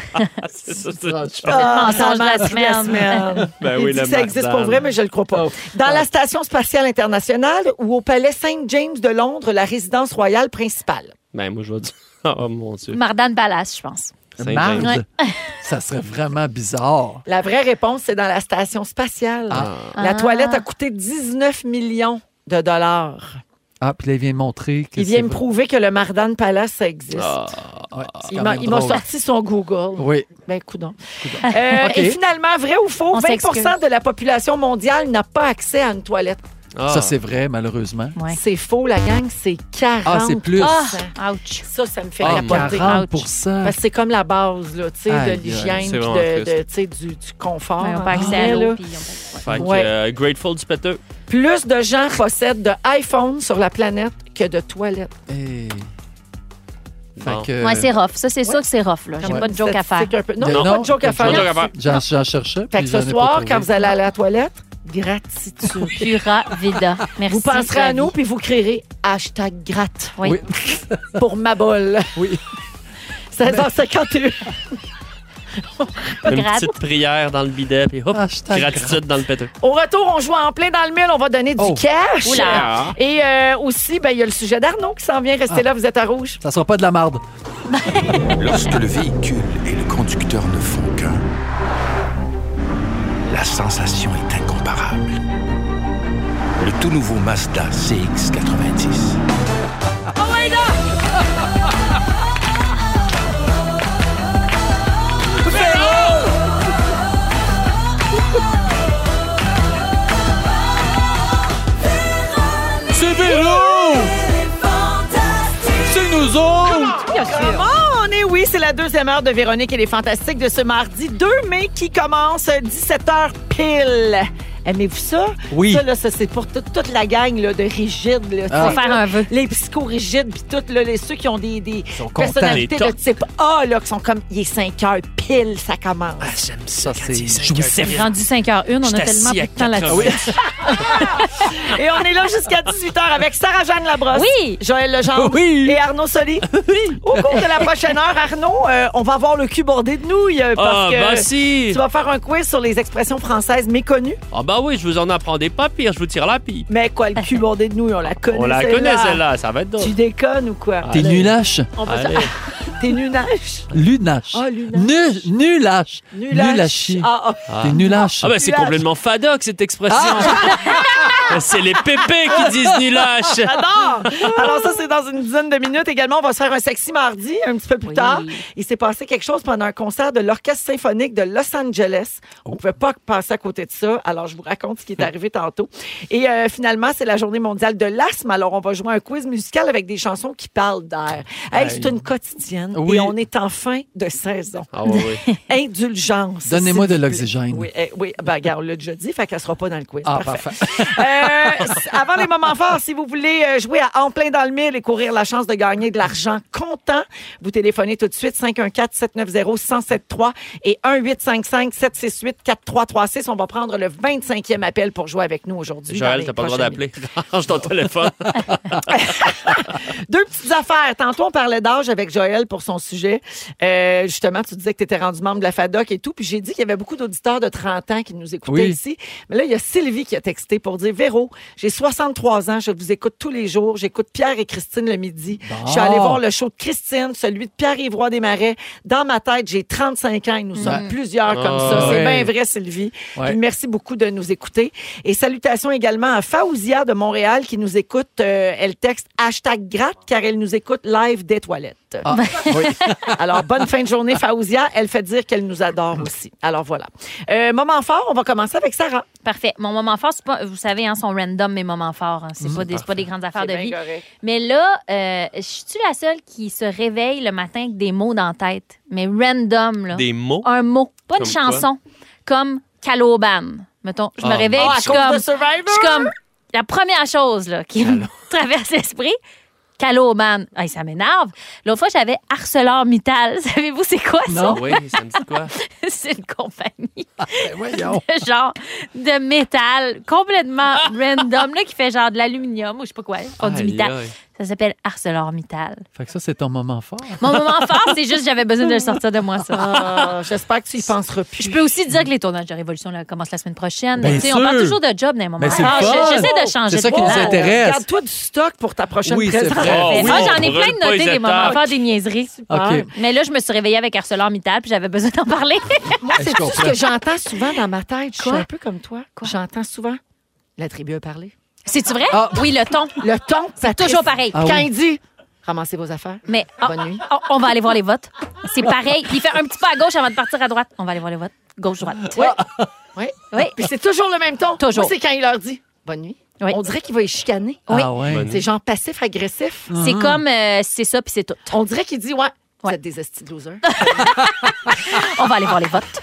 [SPEAKER 4] c'est ça, c'est
[SPEAKER 1] Ah,
[SPEAKER 2] mensonge de
[SPEAKER 1] m'a
[SPEAKER 2] la
[SPEAKER 1] pris
[SPEAKER 2] semaine.
[SPEAKER 4] Ben
[SPEAKER 1] Il
[SPEAKER 4] oui,
[SPEAKER 1] dit
[SPEAKER 4] le
[SPEAKER 1] que ça existe pour
[SPEAKER 4] Mardan.
[SPEAKER 1] vrai, mais je le crois
[SPEAKER 3] Oh.
[SPEAKER 1] pas.
[SPEAKER 3] Ah.
[SPEAKER 1] Dans la station spatiale internationale ou au palais Saint James de Londres, la résidence royale principale.
[SPEAKER 4] Ben, moi, je vais dire. Oh mon Dieu.
[SPEAKER 2] Mardan Palace, je pense.
[SPEAKER 4] Saint-James.
[SPEAKER 3] Marde. Ça serait vraiment bizarre.
[SPEAKER 1] La vraie réponse, c'est dans la station spatiale. La
[SPEAKER 2] Ah.
[SPEAKER 1] toilette a coûté 19 millions de dollars.
[SPEAKER 3] Ah, puis là, il vient me montrer que
[SPEAKER 1] Il
[SPEAKER 3] c'est
[SPEAKER 1] vient me
[SPEAKER 3] vrai.
[SPEAKER 1] prouver que le Mardan Palace, ça existe.
[SPEAKER 3] Ouais, c'est
[SPEAKER 1] il
[SPEAKER 3] quand
[SPEAKER 1] m'a
[SPEAKER 3] même
[SPEAKER 1] il m'a
[SPEAKER 3] drôle.
[SPEAKER 1] sorti son Google.
[SPEAKER 3] Oui.
[SPEAKER 1] Ben, coudon. Euh,
[SPEAKER 3] OK.
[SPEAKER 1] Et finalement, vrai ou faux,
[SPEAKER 2] On
[SPEAKER 1] 20
[SPEAKER 2] s'excuse.
[SPEAKER 1] de la population mondiale n'a pas accès à une toilette.
[SPEAKER 4] Ah.
[SPEAKER 3] Ça, c'est vrai, malheureusement.
[SPEAKER 2] Ouais.
[SPEAKER 1] C'est faux, la gang, c'est 40
[SPEAKER 3] Ah, c'est plus.
[SPEAKER 2] Ah, ouch.
[SPEAKER 1] Ça, ça me fait
[SPEAKER 4] Ah,
[SPEAKER 1] capoter.
[SPEAKER 3] 40
[SPEAKER 1] Parce que c'est comme la base, là, tu sais,
[SPEAKER 3] Aïe, aïe,
[SPEAKER 1] de l'hygiène,
[SPEAKER 4] c'est
[SPEAKER 1] puis
[SPEAKER 4] vraiment
[SPEAKER 1] de,
[SPEAKER 4] triste.
[SPEAKER 1] de, tu sais, du, du confort.
[SPEAKER 2] Ouais, on pas
[SPEAKER 1] en
[SPEAKER 2] accès
[SPEAKER 1] vrai,
[SPEAKER 2] à
[SPEAKER 1] Ah, là.
[SPEAKER 2] l'eau. puis on- ouais.
[SPEAKER 4] Fait que,
[SPEAKER 1] Ouais.
[SPEAKER 4] euh, Grateful du péteux.
[SPEAKER 1] Plus de gens possèdent de iPhone sur la planète que de toilettes.
[SPEAKER 3] Hey.
[SPEAKER 4] Bon.
[SPEAKER 3] Eh, Fait
[SPEAKER 4] euh.
[SPEAKER 3] que.
[SPEAKER 2] Ouais, c'est rough. Ça, c'est sûr que c'est rough. là. J'ai
[SPEAKER 3] Ouais.
[SPEAKER 2] pas de joke à faire.
[SPEAKER 1] Statistique un peu- Non,
[SPEAKER 3] Non,
[SPEAKER 1] non, pas de joke à
[SPEAKER 3] pas de
[SPEAKER 1] faire.
[SPEAKER 4] joke à faire.
[SPEAKER 3] J'en, j'en cherchais.
[SPEAKER 1] Fait
[SPEAKER 3] puis
[SPEAKER 1] que
[SPEAKER 3] j'en
[SPEAKER 1] ce
[SPEAKER 3] ai pas
[SPEAKER 1] soir,
[SPEAKER 3] trouvé.
[SPEAKER 1] quand vous allez à la toilette, gratitude.
[SPEAKER 2] Pura vida. Merci.
[SPEAKER 1] Vous penserez à
[SPEAKER 2] Flavie.
[SPEAKER 1] nous, puis vous créerez hashtag gratte
[SPEAKER 2] Oui.
[SPEAKER 3] Oui.
[SPEAKER 1] pour ma bolle.
[SPEAKER 3] Oui.
[SPEAKER 1] 16h51.
[SPEAKER 4] Une
[SPEAKER 2] Grave.
[SPEAKER 4] petite prière dans le bidet, puis hop,
[SPEAKER 3] Hashtag
[SPEAKER 4] gratitude dans le péteux.
[SPEAKER 1] Au retour, on joue en plein dans le mille. On va donner du
[SPEAKER 3] Oh.
[SPEAKER 1] cash.
[SPEAKER 2] Oula. Ah.
[SPEAKER 1] Et euh, aussi, ben, il y a le sujet d'Arnaud qui s'en vient. Restez là, vous êtes à rouge.
[SPEAKER 3] Ça sera pas de la marde.
[SPEAKER 6] Lorsque le véhicule et le conducteur ne font qu'un, la sensation est incomparable. Le tout nouveau Mazda CX90.
[SPEAKER 3] C'est Véro! C'est nous autres!
[SPEAKER 1] Bon, on est oui, c'est la deuxième heure de Véronique et les Fantastiques de ce mardi 2 mai qui commence 17h pile. Aimez-vous ça?
[SPEAKER 3] Oui.
[SPEAKER 1] Ça, là, ça, c'est pour tout- toute la gang là, de rigides. là, tu
[SPEAKER 3] Ah.
[SPEAKER 1] sais,
[SPEAKER 2] Faut faire
[SPEAKER 1] là,
[SPEAKER 2] un vœu.
[SPEAKER 1] Les psychorigides, puis toutes là, les, ceux qui ont des, des
[SPEAKER 3] sont contents.
[SPEAKER 1] personnalités
[SPEAKER 4] Les
[SPEAKER 1] de
[SPEAKER 4] tocs.
[SPEAKER 1] type A, là, qui sont comme, il est 5 heures pile, ça commence.
[SPEAKER 3] Ça, c'est
[SPEAKER 2] Il est
[SPEAKER 3] jouissif.
[SPEAKER 2] Rendu 5h01, on a tellement plus de temps là-dessus.
[SPEAKER 1] Et on est là jusqu'à 18h avec Sarah-Jeanne Labrosse.
[SPEAKER 2] Oui.
[SPEAKER 1] Joël Legendre.
[SPEAKER 3] Oui.
[SPEAKER 1] Et Arnaud Soli. Oui. Au cours de la prochaine heure, Arnaud, euh, on va avoir le cul bordé de nouilles euh, parce
[SPEAKER 4] Ah,
[SPEAKER 1] que
[SPEAKER 4] ben si!
[SPEAKER 1] tu vas faire un quiz sur les expressions françaises méconnues.
[SPEAKER 4] Ah, ben oui, je vous en apprends des pas pires, je vous tire la pille.
[SPEAKER 1] Mais quoi, le cul bordé de nouilles, on la connaît.
[SPEAKER 4] On la
[SPEAKER 1] celle-là.
[SPEAKER 4] connaît, celle-là, ça va être
[SPEAKER 1] Tu
[SPEAKER 4] d'autres.
[SPEAKER 1] déconnes ou quoi?
[SPEAKER 3] T'es nulache.
[SPEAKER 1] On va
[SPEAKER 4] Allez.
[SPEAKER 1] T'es nunache?
[SPEAKER 3] Lunache.
[SPEAKER 1] Ah,
[SPEAKER 3] Nu-
[SPEAKER 1] lunache.
[SPEAKER 3] Nulache. Nulachie.
[SPEAKER 1] Ah,
[SPEAKER 3] T'es nulache.
[SPEAKER 4] Ah, ben c'est
[SPEAKER 1] Nulache.
[SPEAKER 4] complètement fadoc cette expression. Bah, c'est les pépés qui disent ni lâche.
[SPEAKER 1] ah, j'adore! Alors ça, c'est dans une dizaine de minutes. Également, on va se faire un sexy mardi un petit peu plus
[SPEAKER 2] Oui.
[SPEAKER 1] tard. Il s'est passé quelque chose pendant un concert de l'Orchestre symphonique de Los Angeles. On ne pouvait pas passer à côté de ça. Alors, je vous raconte ce qui est arrivé tantôt. Et euh, finalement, c'est la journée mondiale de l'asthme. Alors, on va jouer un quiz musical avec des chansons qui parlent d'air. Hey, c'est une quotidienne
[SPEAKER 3] Oui.
[SPEAKER 1] et on est en fin de saison.
[SPEAKER 4] Ah, ouais, oui.
[SPEAKER 1] Indulgence.
[SPEAKER 3] Donnez-moi
[SPEAKER 1] s'il
[SPEAKER 3] de
[SPEAKER 1] vous plaît.
[SPEAKER 3] l'oxygène.
[SPEAKER 1] Oui, eh, oui. Ben, regarde, on l'a déjà dit, fait qu'elle sera pas dans le quiz.
[SPEAKER 3] Ah,
[SPEAKER 1] Parfait.
[SPEAKER 3] parfait.
[SPEAKER 1] Euh, Euh, s- avant les moments forts, si vous voulez euh, jouer à En plein dans le mille et courir la chance de gagner de l'argent comptant, vous téléphonez tout de suite 514-790-1073 et 1-855-768-4336. On va prendre le 25e appel pour jouer avec nous aujourd'hui. dans
[SPEAKER 4] Joël,
[SPEAKER 1] les
[SPEAKER 4] t'as pas le droit
[SPEAKER 1] prochaines
[SPEAKER 4] d'appeler. Range ton téléphone.
[SPEAKER 1] Deux petites affaires. Tantôt, on parlait d'âge avec Joël pour son sujet. Euh, justement, tu disais que tu étais rendu membre de la FADOC et tout. Puis j'ai dit qu'il y avait beaucoup d'auditeurs de 30 ans qui nous écoutaient
[SPEAKER 3] Oui.
[SPEAKER 1] ici. Mais là, il y a Sylvie qui a texté pour dire Véro, j'ai 63 ans, je vous écoute tous les jours. J'écoute Pierre et Christine le midi. Je suis allée voir le show de Christine, celui de Pierre-Yves Roy des Marais. Dans ma tête, j'ai 35 ans et nous sommes plusieurs comme
[SPEAKER 4] Ah,
[SPEAKER 1] ça. C'est
[SPEAKER 3] Mm. ouais.
[SPEAKER 1] bien vrai, Sylvie.
[SPEAKER 3] Ouais.
[SPEAKER 1] Puis merci beaucoup de nous écouter. Et salutations également à Faouzia de Montréal qui nous écoute. Euh, elle texte hashtag gratte car elle nous écoute live des toilettes.
[SPEAKER 3] Ah,
[SPEAKER 4] ben,
[SPEAKER 3] oui.
[SPEAKER 1] Alors, bonne fin de journée, Faouzia. Elle fait dire qu'elle nous adore aussi. Alors, voilà. Euh, moment fort, on va commencer avec Sarah.
[SPEAKER 2] Parfait. Mon moment fort, c'est pas, vous savez, hein, sont random mes moments forts. hein. C'est
[SPEAKER 4] Mm.
[SPEAKER 2] pas, des- c'est pas des grandes affaires de vie. Mais là, euh, je suis la seule qui se réveille le matin avec des mots dans la tête, mais random là.
[SPEAKER 4] Des mots.
[SPEAKER 2] Un mot, pas une
[SPEAKER 4] Comme
[SPEAKER 2] chanson, comme Caloban. Mettons, je me
[SPEAKER 4] Ah.
[SPEAKER 2] réveille,
[SPEAKER 1] Oh, à
[SPEAKER 2] puis je suis
[SPEAKER 1] cause de
[SPEAKER 2] comme,
[SPEAKER 1] Survivor?
[SPEAKER 2] je suis comme la première chose là, qui me traverse l'esprit. Caloban. Hey, ça m'énerve. L'autre fois, j'avais ArcelorMittal. Savez-vous c'est quoi ça?
[SPEAKER 3] Non.
[SPEAKER 4] Oui, ça me dit quoi?
[SPEAKER 2] c'est une compagnie
[SPEAKER 3] Ben, voyons.
[SPEAKER 2] de genre de métal complètement
[SPEAKER 3] Ah!
[SPEAKER 2] random là, qui fait genre de l'aluminium ou je sais pas quoi, ils font du
[SPEAKER 4] Aïe,
[SPEAKER 2] métal.
[SPEAKER 4] aïe.
[SPEAKER 2] Ça s'appelle ArcelorMittal.
[SPEAKER 3] Fait que ça, c'est ton moment fort.
[SPEAKER 2] Mon moment fort, c'est juste j'avais besoin de le sortir de moi ça.
[SPEAKER 1] Ah, J'espère que tu y penseras plus.
[SPEAKER 2] Je peux aussi dire que les tournages de Révolution là, commencent la semaine prochaine.
[SPEAKER 3] Bien
[SPEAKER 2] Tu sais, on
[SPEAKER 3] sûr.
[SPEAKER 2] parle toujours de job dans les moments
[SPEAKER 3] Mais c'est
[SPEAKER 2] forts. Ah,
[SPEAKER 3] le
[SPEAKER 2] Je-
[SPEAKER 3] fun.
[SPEAKER 2] J'essaie de changer
[SPEAKER 3] C'est ça
[SPEAKER 2] de
[SPEAKER 3] qui nous
[SPEAKER 2] plan.
[SPEAKER 3] intéresse.
[SPEAKER 1] Garde-toi du stock pour ta prochaine
[SPEAKER 3] Oui, c'est
[SPEAKER 1] présentation.
[SPEAKER 3] vrai.
[SPEAKER 4] Oh,
[SPEAKER 2] Mais
[SPEAKER 4] oui,
[SPEAKER 2] ah,
[SPEAKER 4] on
[SPEAKER 2] j'en ai
[SPEAKER 4] brûle
[SPEAKER 2] plein de
[SPEAKER 4] pas
[SPEAKER 2] notés
[SPEAKER 4] les
[SPEAKER 2] des moments
[SPEAKER 4] étapes.
[SPEAKER 2] forts, des niaiseries.
[SPEAKER 3] OK.
[SPEAKER 2] Mais là, je me suis réveillée avec ArcelorMittal, puis j'avais besoin d'en parler.
[SPEAKER 1] Moi, Ah,
[SPEAKER 3] Je
[SPEAKER 1] c'est tout ce
[SPEAKER 3] comprends.
[SPEAKER 1] que j'entends souvent dans ma tête. Je suis
[SPEAKER 2] Quoi?
[SPEAKER 1] un peu comme toi. J'entends souvent la tribu a parlé.
[SPEAKER 2] C'est-tu vrai?
[SPEAKER 3] Ah.
[SPEAKER 2] Oui, le ton.
[SPEAKER 1] Le ton, c'est
[SPEAKER 2] Toujours pareil.
[SPEAKER 3] Ah
[SPEAKER 1] Quand
[SPEAKER 3] oui.
[SPEAKER 1] il dit ramassez vos affaires.
[SPEAKER 2] Mais ah,
[SPEAKER 1] Bonne nuit.
[SPEAKER 2] ah, on va aller voir les votes. C'est pareil. Puis il fait un petit pas à gauche avant de partir à droite. On va aller voir les votes. Gauche-droite.
[SPEAKER 1] Oui. oui.
[SPEAKER 2] Oui.
[SPEAKER 1] Puis c'est toujours le même ton.
[SPEAKER 2] Toujours.
[SPEAKER 1] Moi, c'est quand il leur dit bonne nuit.
[SPEAKER 2] Oui.
[SPEAKER 1] On dirait qu'il va les chicaner.
[SPEAKER 2] Oui.
[SPEAKER 3] Ah ouais.
[SPEAKER 1] C'est genre passif-agressif.
[SPEAKER 2] C'est comme euh, c'est ça, puis c'est tout.
[SPEAKER 1] On dirait qu'il dit ouais. Vous
[SPEAKER 2] Ouais.
[SPEAKER 1] êtes des estis de losers.
[SPEAKER 2] On va aller voir les votes.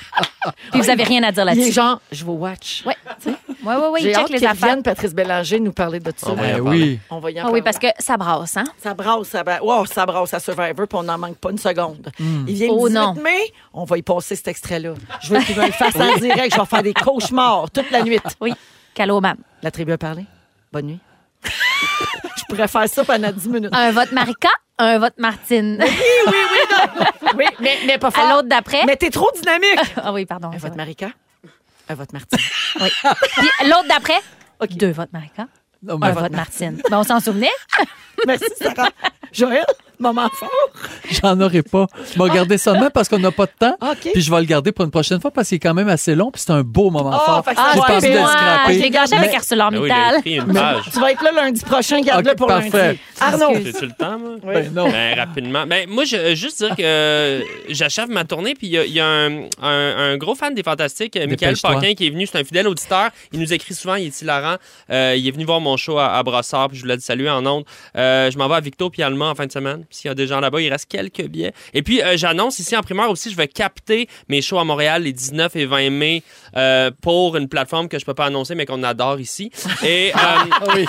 [SPEAKER 2] Puis vous avez rien à dire
[SPEAKER 1] Il est
[SPEAKER 2] là-dessus.
[SPEAKER 1] genre, je vous watch.
[SPEAKER 2] Oui, oui, Ah, oui,
[SPEAKER 1] J'ai hâte
[SPEAKER 2] check
[SPEAKER 1] qu'il
[SPEAKER 2] les affaires.
[SPEAKER 1] vienne, Patrice Bélanger, nous parler de tout ça.
[SPEAKER 4] On va y
[SPEAKER 3] Ben
[SPEAKER 4] en
[SPEAKER 3] oui.
[SPEAKER 1] On va y en
[SPEAKER 2] Ah
[SPEAKER 1] parler.
[SPEAKER 2] oui, parce que ça brasse, hein?
[SPEAKER 1] Ah Ça brasse, ça brasse. Wow, ça brasse à Survivor, puis on n'en manque pas une seconde. Il vient
[SPEAKER 2] Oh,
[SPEAKER 1] le 18
[SPEAKER 2] non.
[SPEAKER 1] mai, on va y passer cet extrait-là. Je veux qu'il me le fasse en direct, je vais faire des cauchemars toute la nuit.
[SPEAKER 2] Oui. Caloman.
[SPEAKER 1] La tribu a parlé. Bonne nuit. je pourrais faire ça pendant 10 minutes.
[SPEAKER 2] Un vote Marika, un vote Martine.
[SPEAKER 1] Ah, Oui, mais, mais pas
[SPEAKER 2] À
[SPEAKER 1] fort.
[SPEAKER 2] l'autre d'après.
[SPEAKER 1] Mais t'es trop dynamique.
[SPEAKER 2] Ah oui, pardon.
[SPEAKER 1] Un
[SPEAKER 2] c'est
[SPEAKER 1] vote
[SPEAKER 2] vrai.
[SPEAKER 1] Marika. Un vote Martine.
[SPEAKER 2] Oui. Puis l'autre d'après.
[SPEAKER 1] OK.
[SPEAKER 2] Deux votes Marika,
[SPEAKER 3] Non,
[SPEAKER 1] Ah,
[SPEAKER 3] mais
[SPEAKER 2] un vote Martine. Ben, on s'en souvenait?
[SPEAKER 1] Merci, Sarah. Joël, moment fort.
[SPEAKER 3] J'en aurai pas. Je vais garder ça demain parce qu'on n'a pas de temps.
[SPEAKER 1] Ah, OK.
[SPEAKER 3] Puis je vais le garder pour une prochaine fois parce qu'il est quand même assez long. Puis c'est un beau moment
[SPEAKER 1] Ah,
[SPEAKER 3] fort.
[SPEAKER 1] fait que ça
[SPEAKER 2] Ah,
[SPEAKER 3] J'ai
[SPEAKER 1] va
[SPEAKER 3] pas
[SPEAKER 1] être
[SPEAKER 3] envie de le
[SPEAKER 1] bien.
[SPEAKER 2] moi, je
[SPEAKER 3] scraper.
[SPEAKER 2] l'ai gâché avec
[SPEAKER 4] Ben oui, il a
[SPEAKER 2] ArcelorMittal.
[SPEAKER 4] écrit une page.
[SPEAKER 1] Tu vas être là lundi prochain, garde-le
[SPEAKER 3] Ah, OK,
[SPEAKER 1] pour lundi.
[SPEAKER 3] parfait.
[SPEAKER 1] Arnaud.
[SPEAKER 4] J'ai-tu le temps, moi?
[SPEAKER 3] Ben non.
[SPEAKER 4] Ben, rapidement. Ben, moi, je euh, juste dire que euh, j'achève ma tournée, puis il y a, il y a un, un- un gros fan des Fantastiques, euh, Michael
[SPEAKER 3] Dépêche-toi.
[SPEAKER 4] Paquin, qui est venu. C'est un fidèle auditeur. Il nous écrit souvent, il est hilarant. Euh, il est venu voir mon show à, à Brossard, puis je voulais le saluer en ondes. Euh, je m'en vais à Victo puis Allemand en fin de semaine. Puis S'il y a des gens là-bas, il reste quelques billets. Et puis, euh, j'annonce ici en primeur aussi, je vais capter mes shows à Montréal les 19 et 20 mai euh, pour une plateforme que je peux pas annoncer, mais qu'on adore ici. Et...
[SPEAKER 3] Ah
[SPEAKER 4] euh,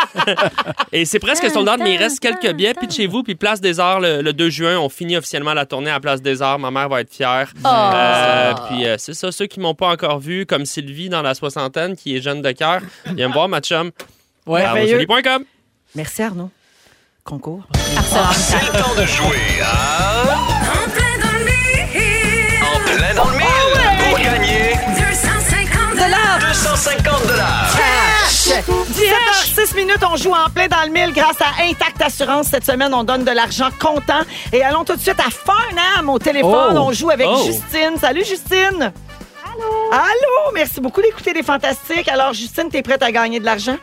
[SPEAKER 4] et c'est presque son ordre, mais il reste quelques billets. Puis de chez vous, puis Place des Arts, le, le 2 juin, on finit officiellement la tournée à Place des Arts. Ma mère va être fière. Euh, puis euh, c'est ça, ceux qui m'ont pas encore vu, comme Sylvie dans la soixantaine, qui est jeune de cœur, viens me voir, ma chum.
[SPEAKER 3] Ouais.
[SPEAKER 4] à
[SPEAKER 1] merveilleux.
[SPEAKER 4] rosalie.com.
[SPEAKER 1] Merci, Arnaud. Concours.
[SPEAKER 2] ArcelorMittal.
[SPEAKER 10] Le temps de jouer à...
[SPEAKER 5] En plein dans le mille,
[SPEAKER 10] En plein dans le mille pour gagner
[SPEAKER 5] 250
[SPEAKER 10] 250
[SPEAKER 1] 17h06 minutes, on joue en plein dans le mille grâce à Intact Assurance. Cette semaine, on donne de l'argent comptant. Et allons tout de suite à Farnham au téléphone.
[SPEAKER 3] Oh.
[SPEAKER 1] On joue avec
[SPEAKER 4] Oh.
[SPEAKER 1] Justine. Salut, Justine. Allô. Allô. Merci beaucoup d'écouter les Fantastiques. Alors, Justine, t'es prête à gagner de l'argent?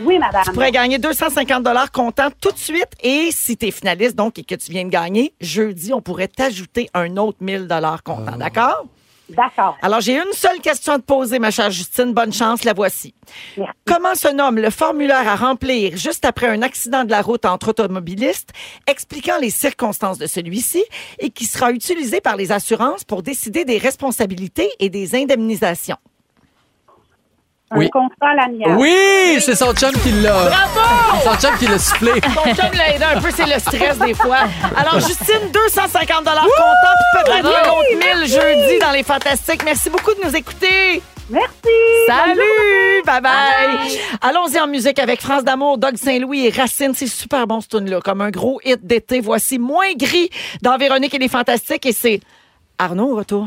[SPEAKER 11] Oui, madame.
[SPEAKER 1] Tu pourrais gagner 250 comptant tout de suite. Et si tu es finaliste, donc, et que tu viens de gagner, jeudi, on pourrait t'ajouter un autre 1000 comptant. D'accord?
[SPEAKER 11] D'accord.
[SPEAKER 1] Alors, j'ai une seule question à te poser, ma chère Justine. Bonne chance, la voici.
[SPEAKER 11] Merci.
[SPEAKER 1] Comment se nomme le formulaire à remplir juste après un accident de la route entre automobilistes, expliquant les circonstances de celui-ci et qui sera utilisé par les assurances pour décider des responsabilités et des indemnisations?
[SPEAKER 11] Un
[SPEAKER 3] Oui.
[SPEAKER 11] constat lamière.
[SPEAKER 3] Oui, c'est son chum qui l'a.
[SPEAKER 1] Bravo!
[SPEAKER 3] Son chum qui l'a soufflé.
[SPEAKER 1] Mon chum l'a aidé un peu, c'est le stress des fois. Alors, Justine, 250 comptant, puis peut-être un compte 1000 jeudi dans les Fantastiques. Merci beaucoup de nous écouter.
[SPEAKER 11] Merci.
[SPEAKER 1] Salut! Bye bye! Allons-y en musique avec France d'amour, Doug Saint-Louis et Racine. C'est super bon ce tune-là, comme un gros hit d'été. Voici Moins gris dans Véronique et les Fantastiques et c'est Arnaud au retour.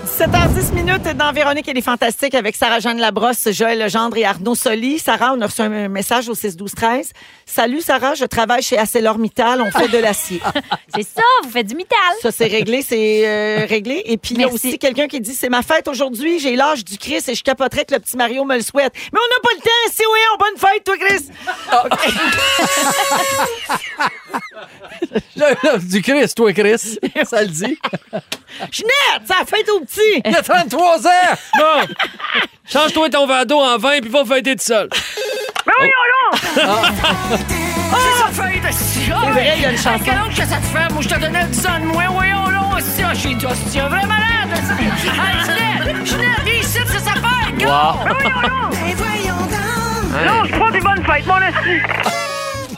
[SPEAKER 1] 7h10 minutes dans Véronique et les Fantastiques avec Sarah-Jeanne Labrosse, Joël Legendre et Arnaud Soli. Sarah, on a reçu un message au 6-12-13. Salut Sarah, je travaille chez ArcelorMittal, on fait de l'acier.
[SPEAKER 2] C'est ça, vous faites du mital.
[SPEAKER 1] Ça, c'est réglé, c'est euh, réglé. Et puis, il y a
[SPEAKER 2] Merci.
[SPEAKER 1] aussi quelqu'un qui dit, c'est ma fête aujourd'hui, j'ai l'âge du Chris et je capoterais que le petit Mario me le souhaite. Mais on n'a pas le temps, si oui, on bonne fête, toi, Chris.
[SPEAKER 3] Là, Du Chris, toi, Chris. Ça le dit.
[SPEAKER 1] Je nette, c'est la fête au petit.
[SPEAKER 3] Il a 33 ans!
[SPEAKER 4] bon, change-toi ton verre d'eau en vin, puis va fêter tout seul.
[SPEAKER 1] C'est vrai, il y a une chanson.
[SPEAKER 4] Wow.
[SPEAKER 5] Ben,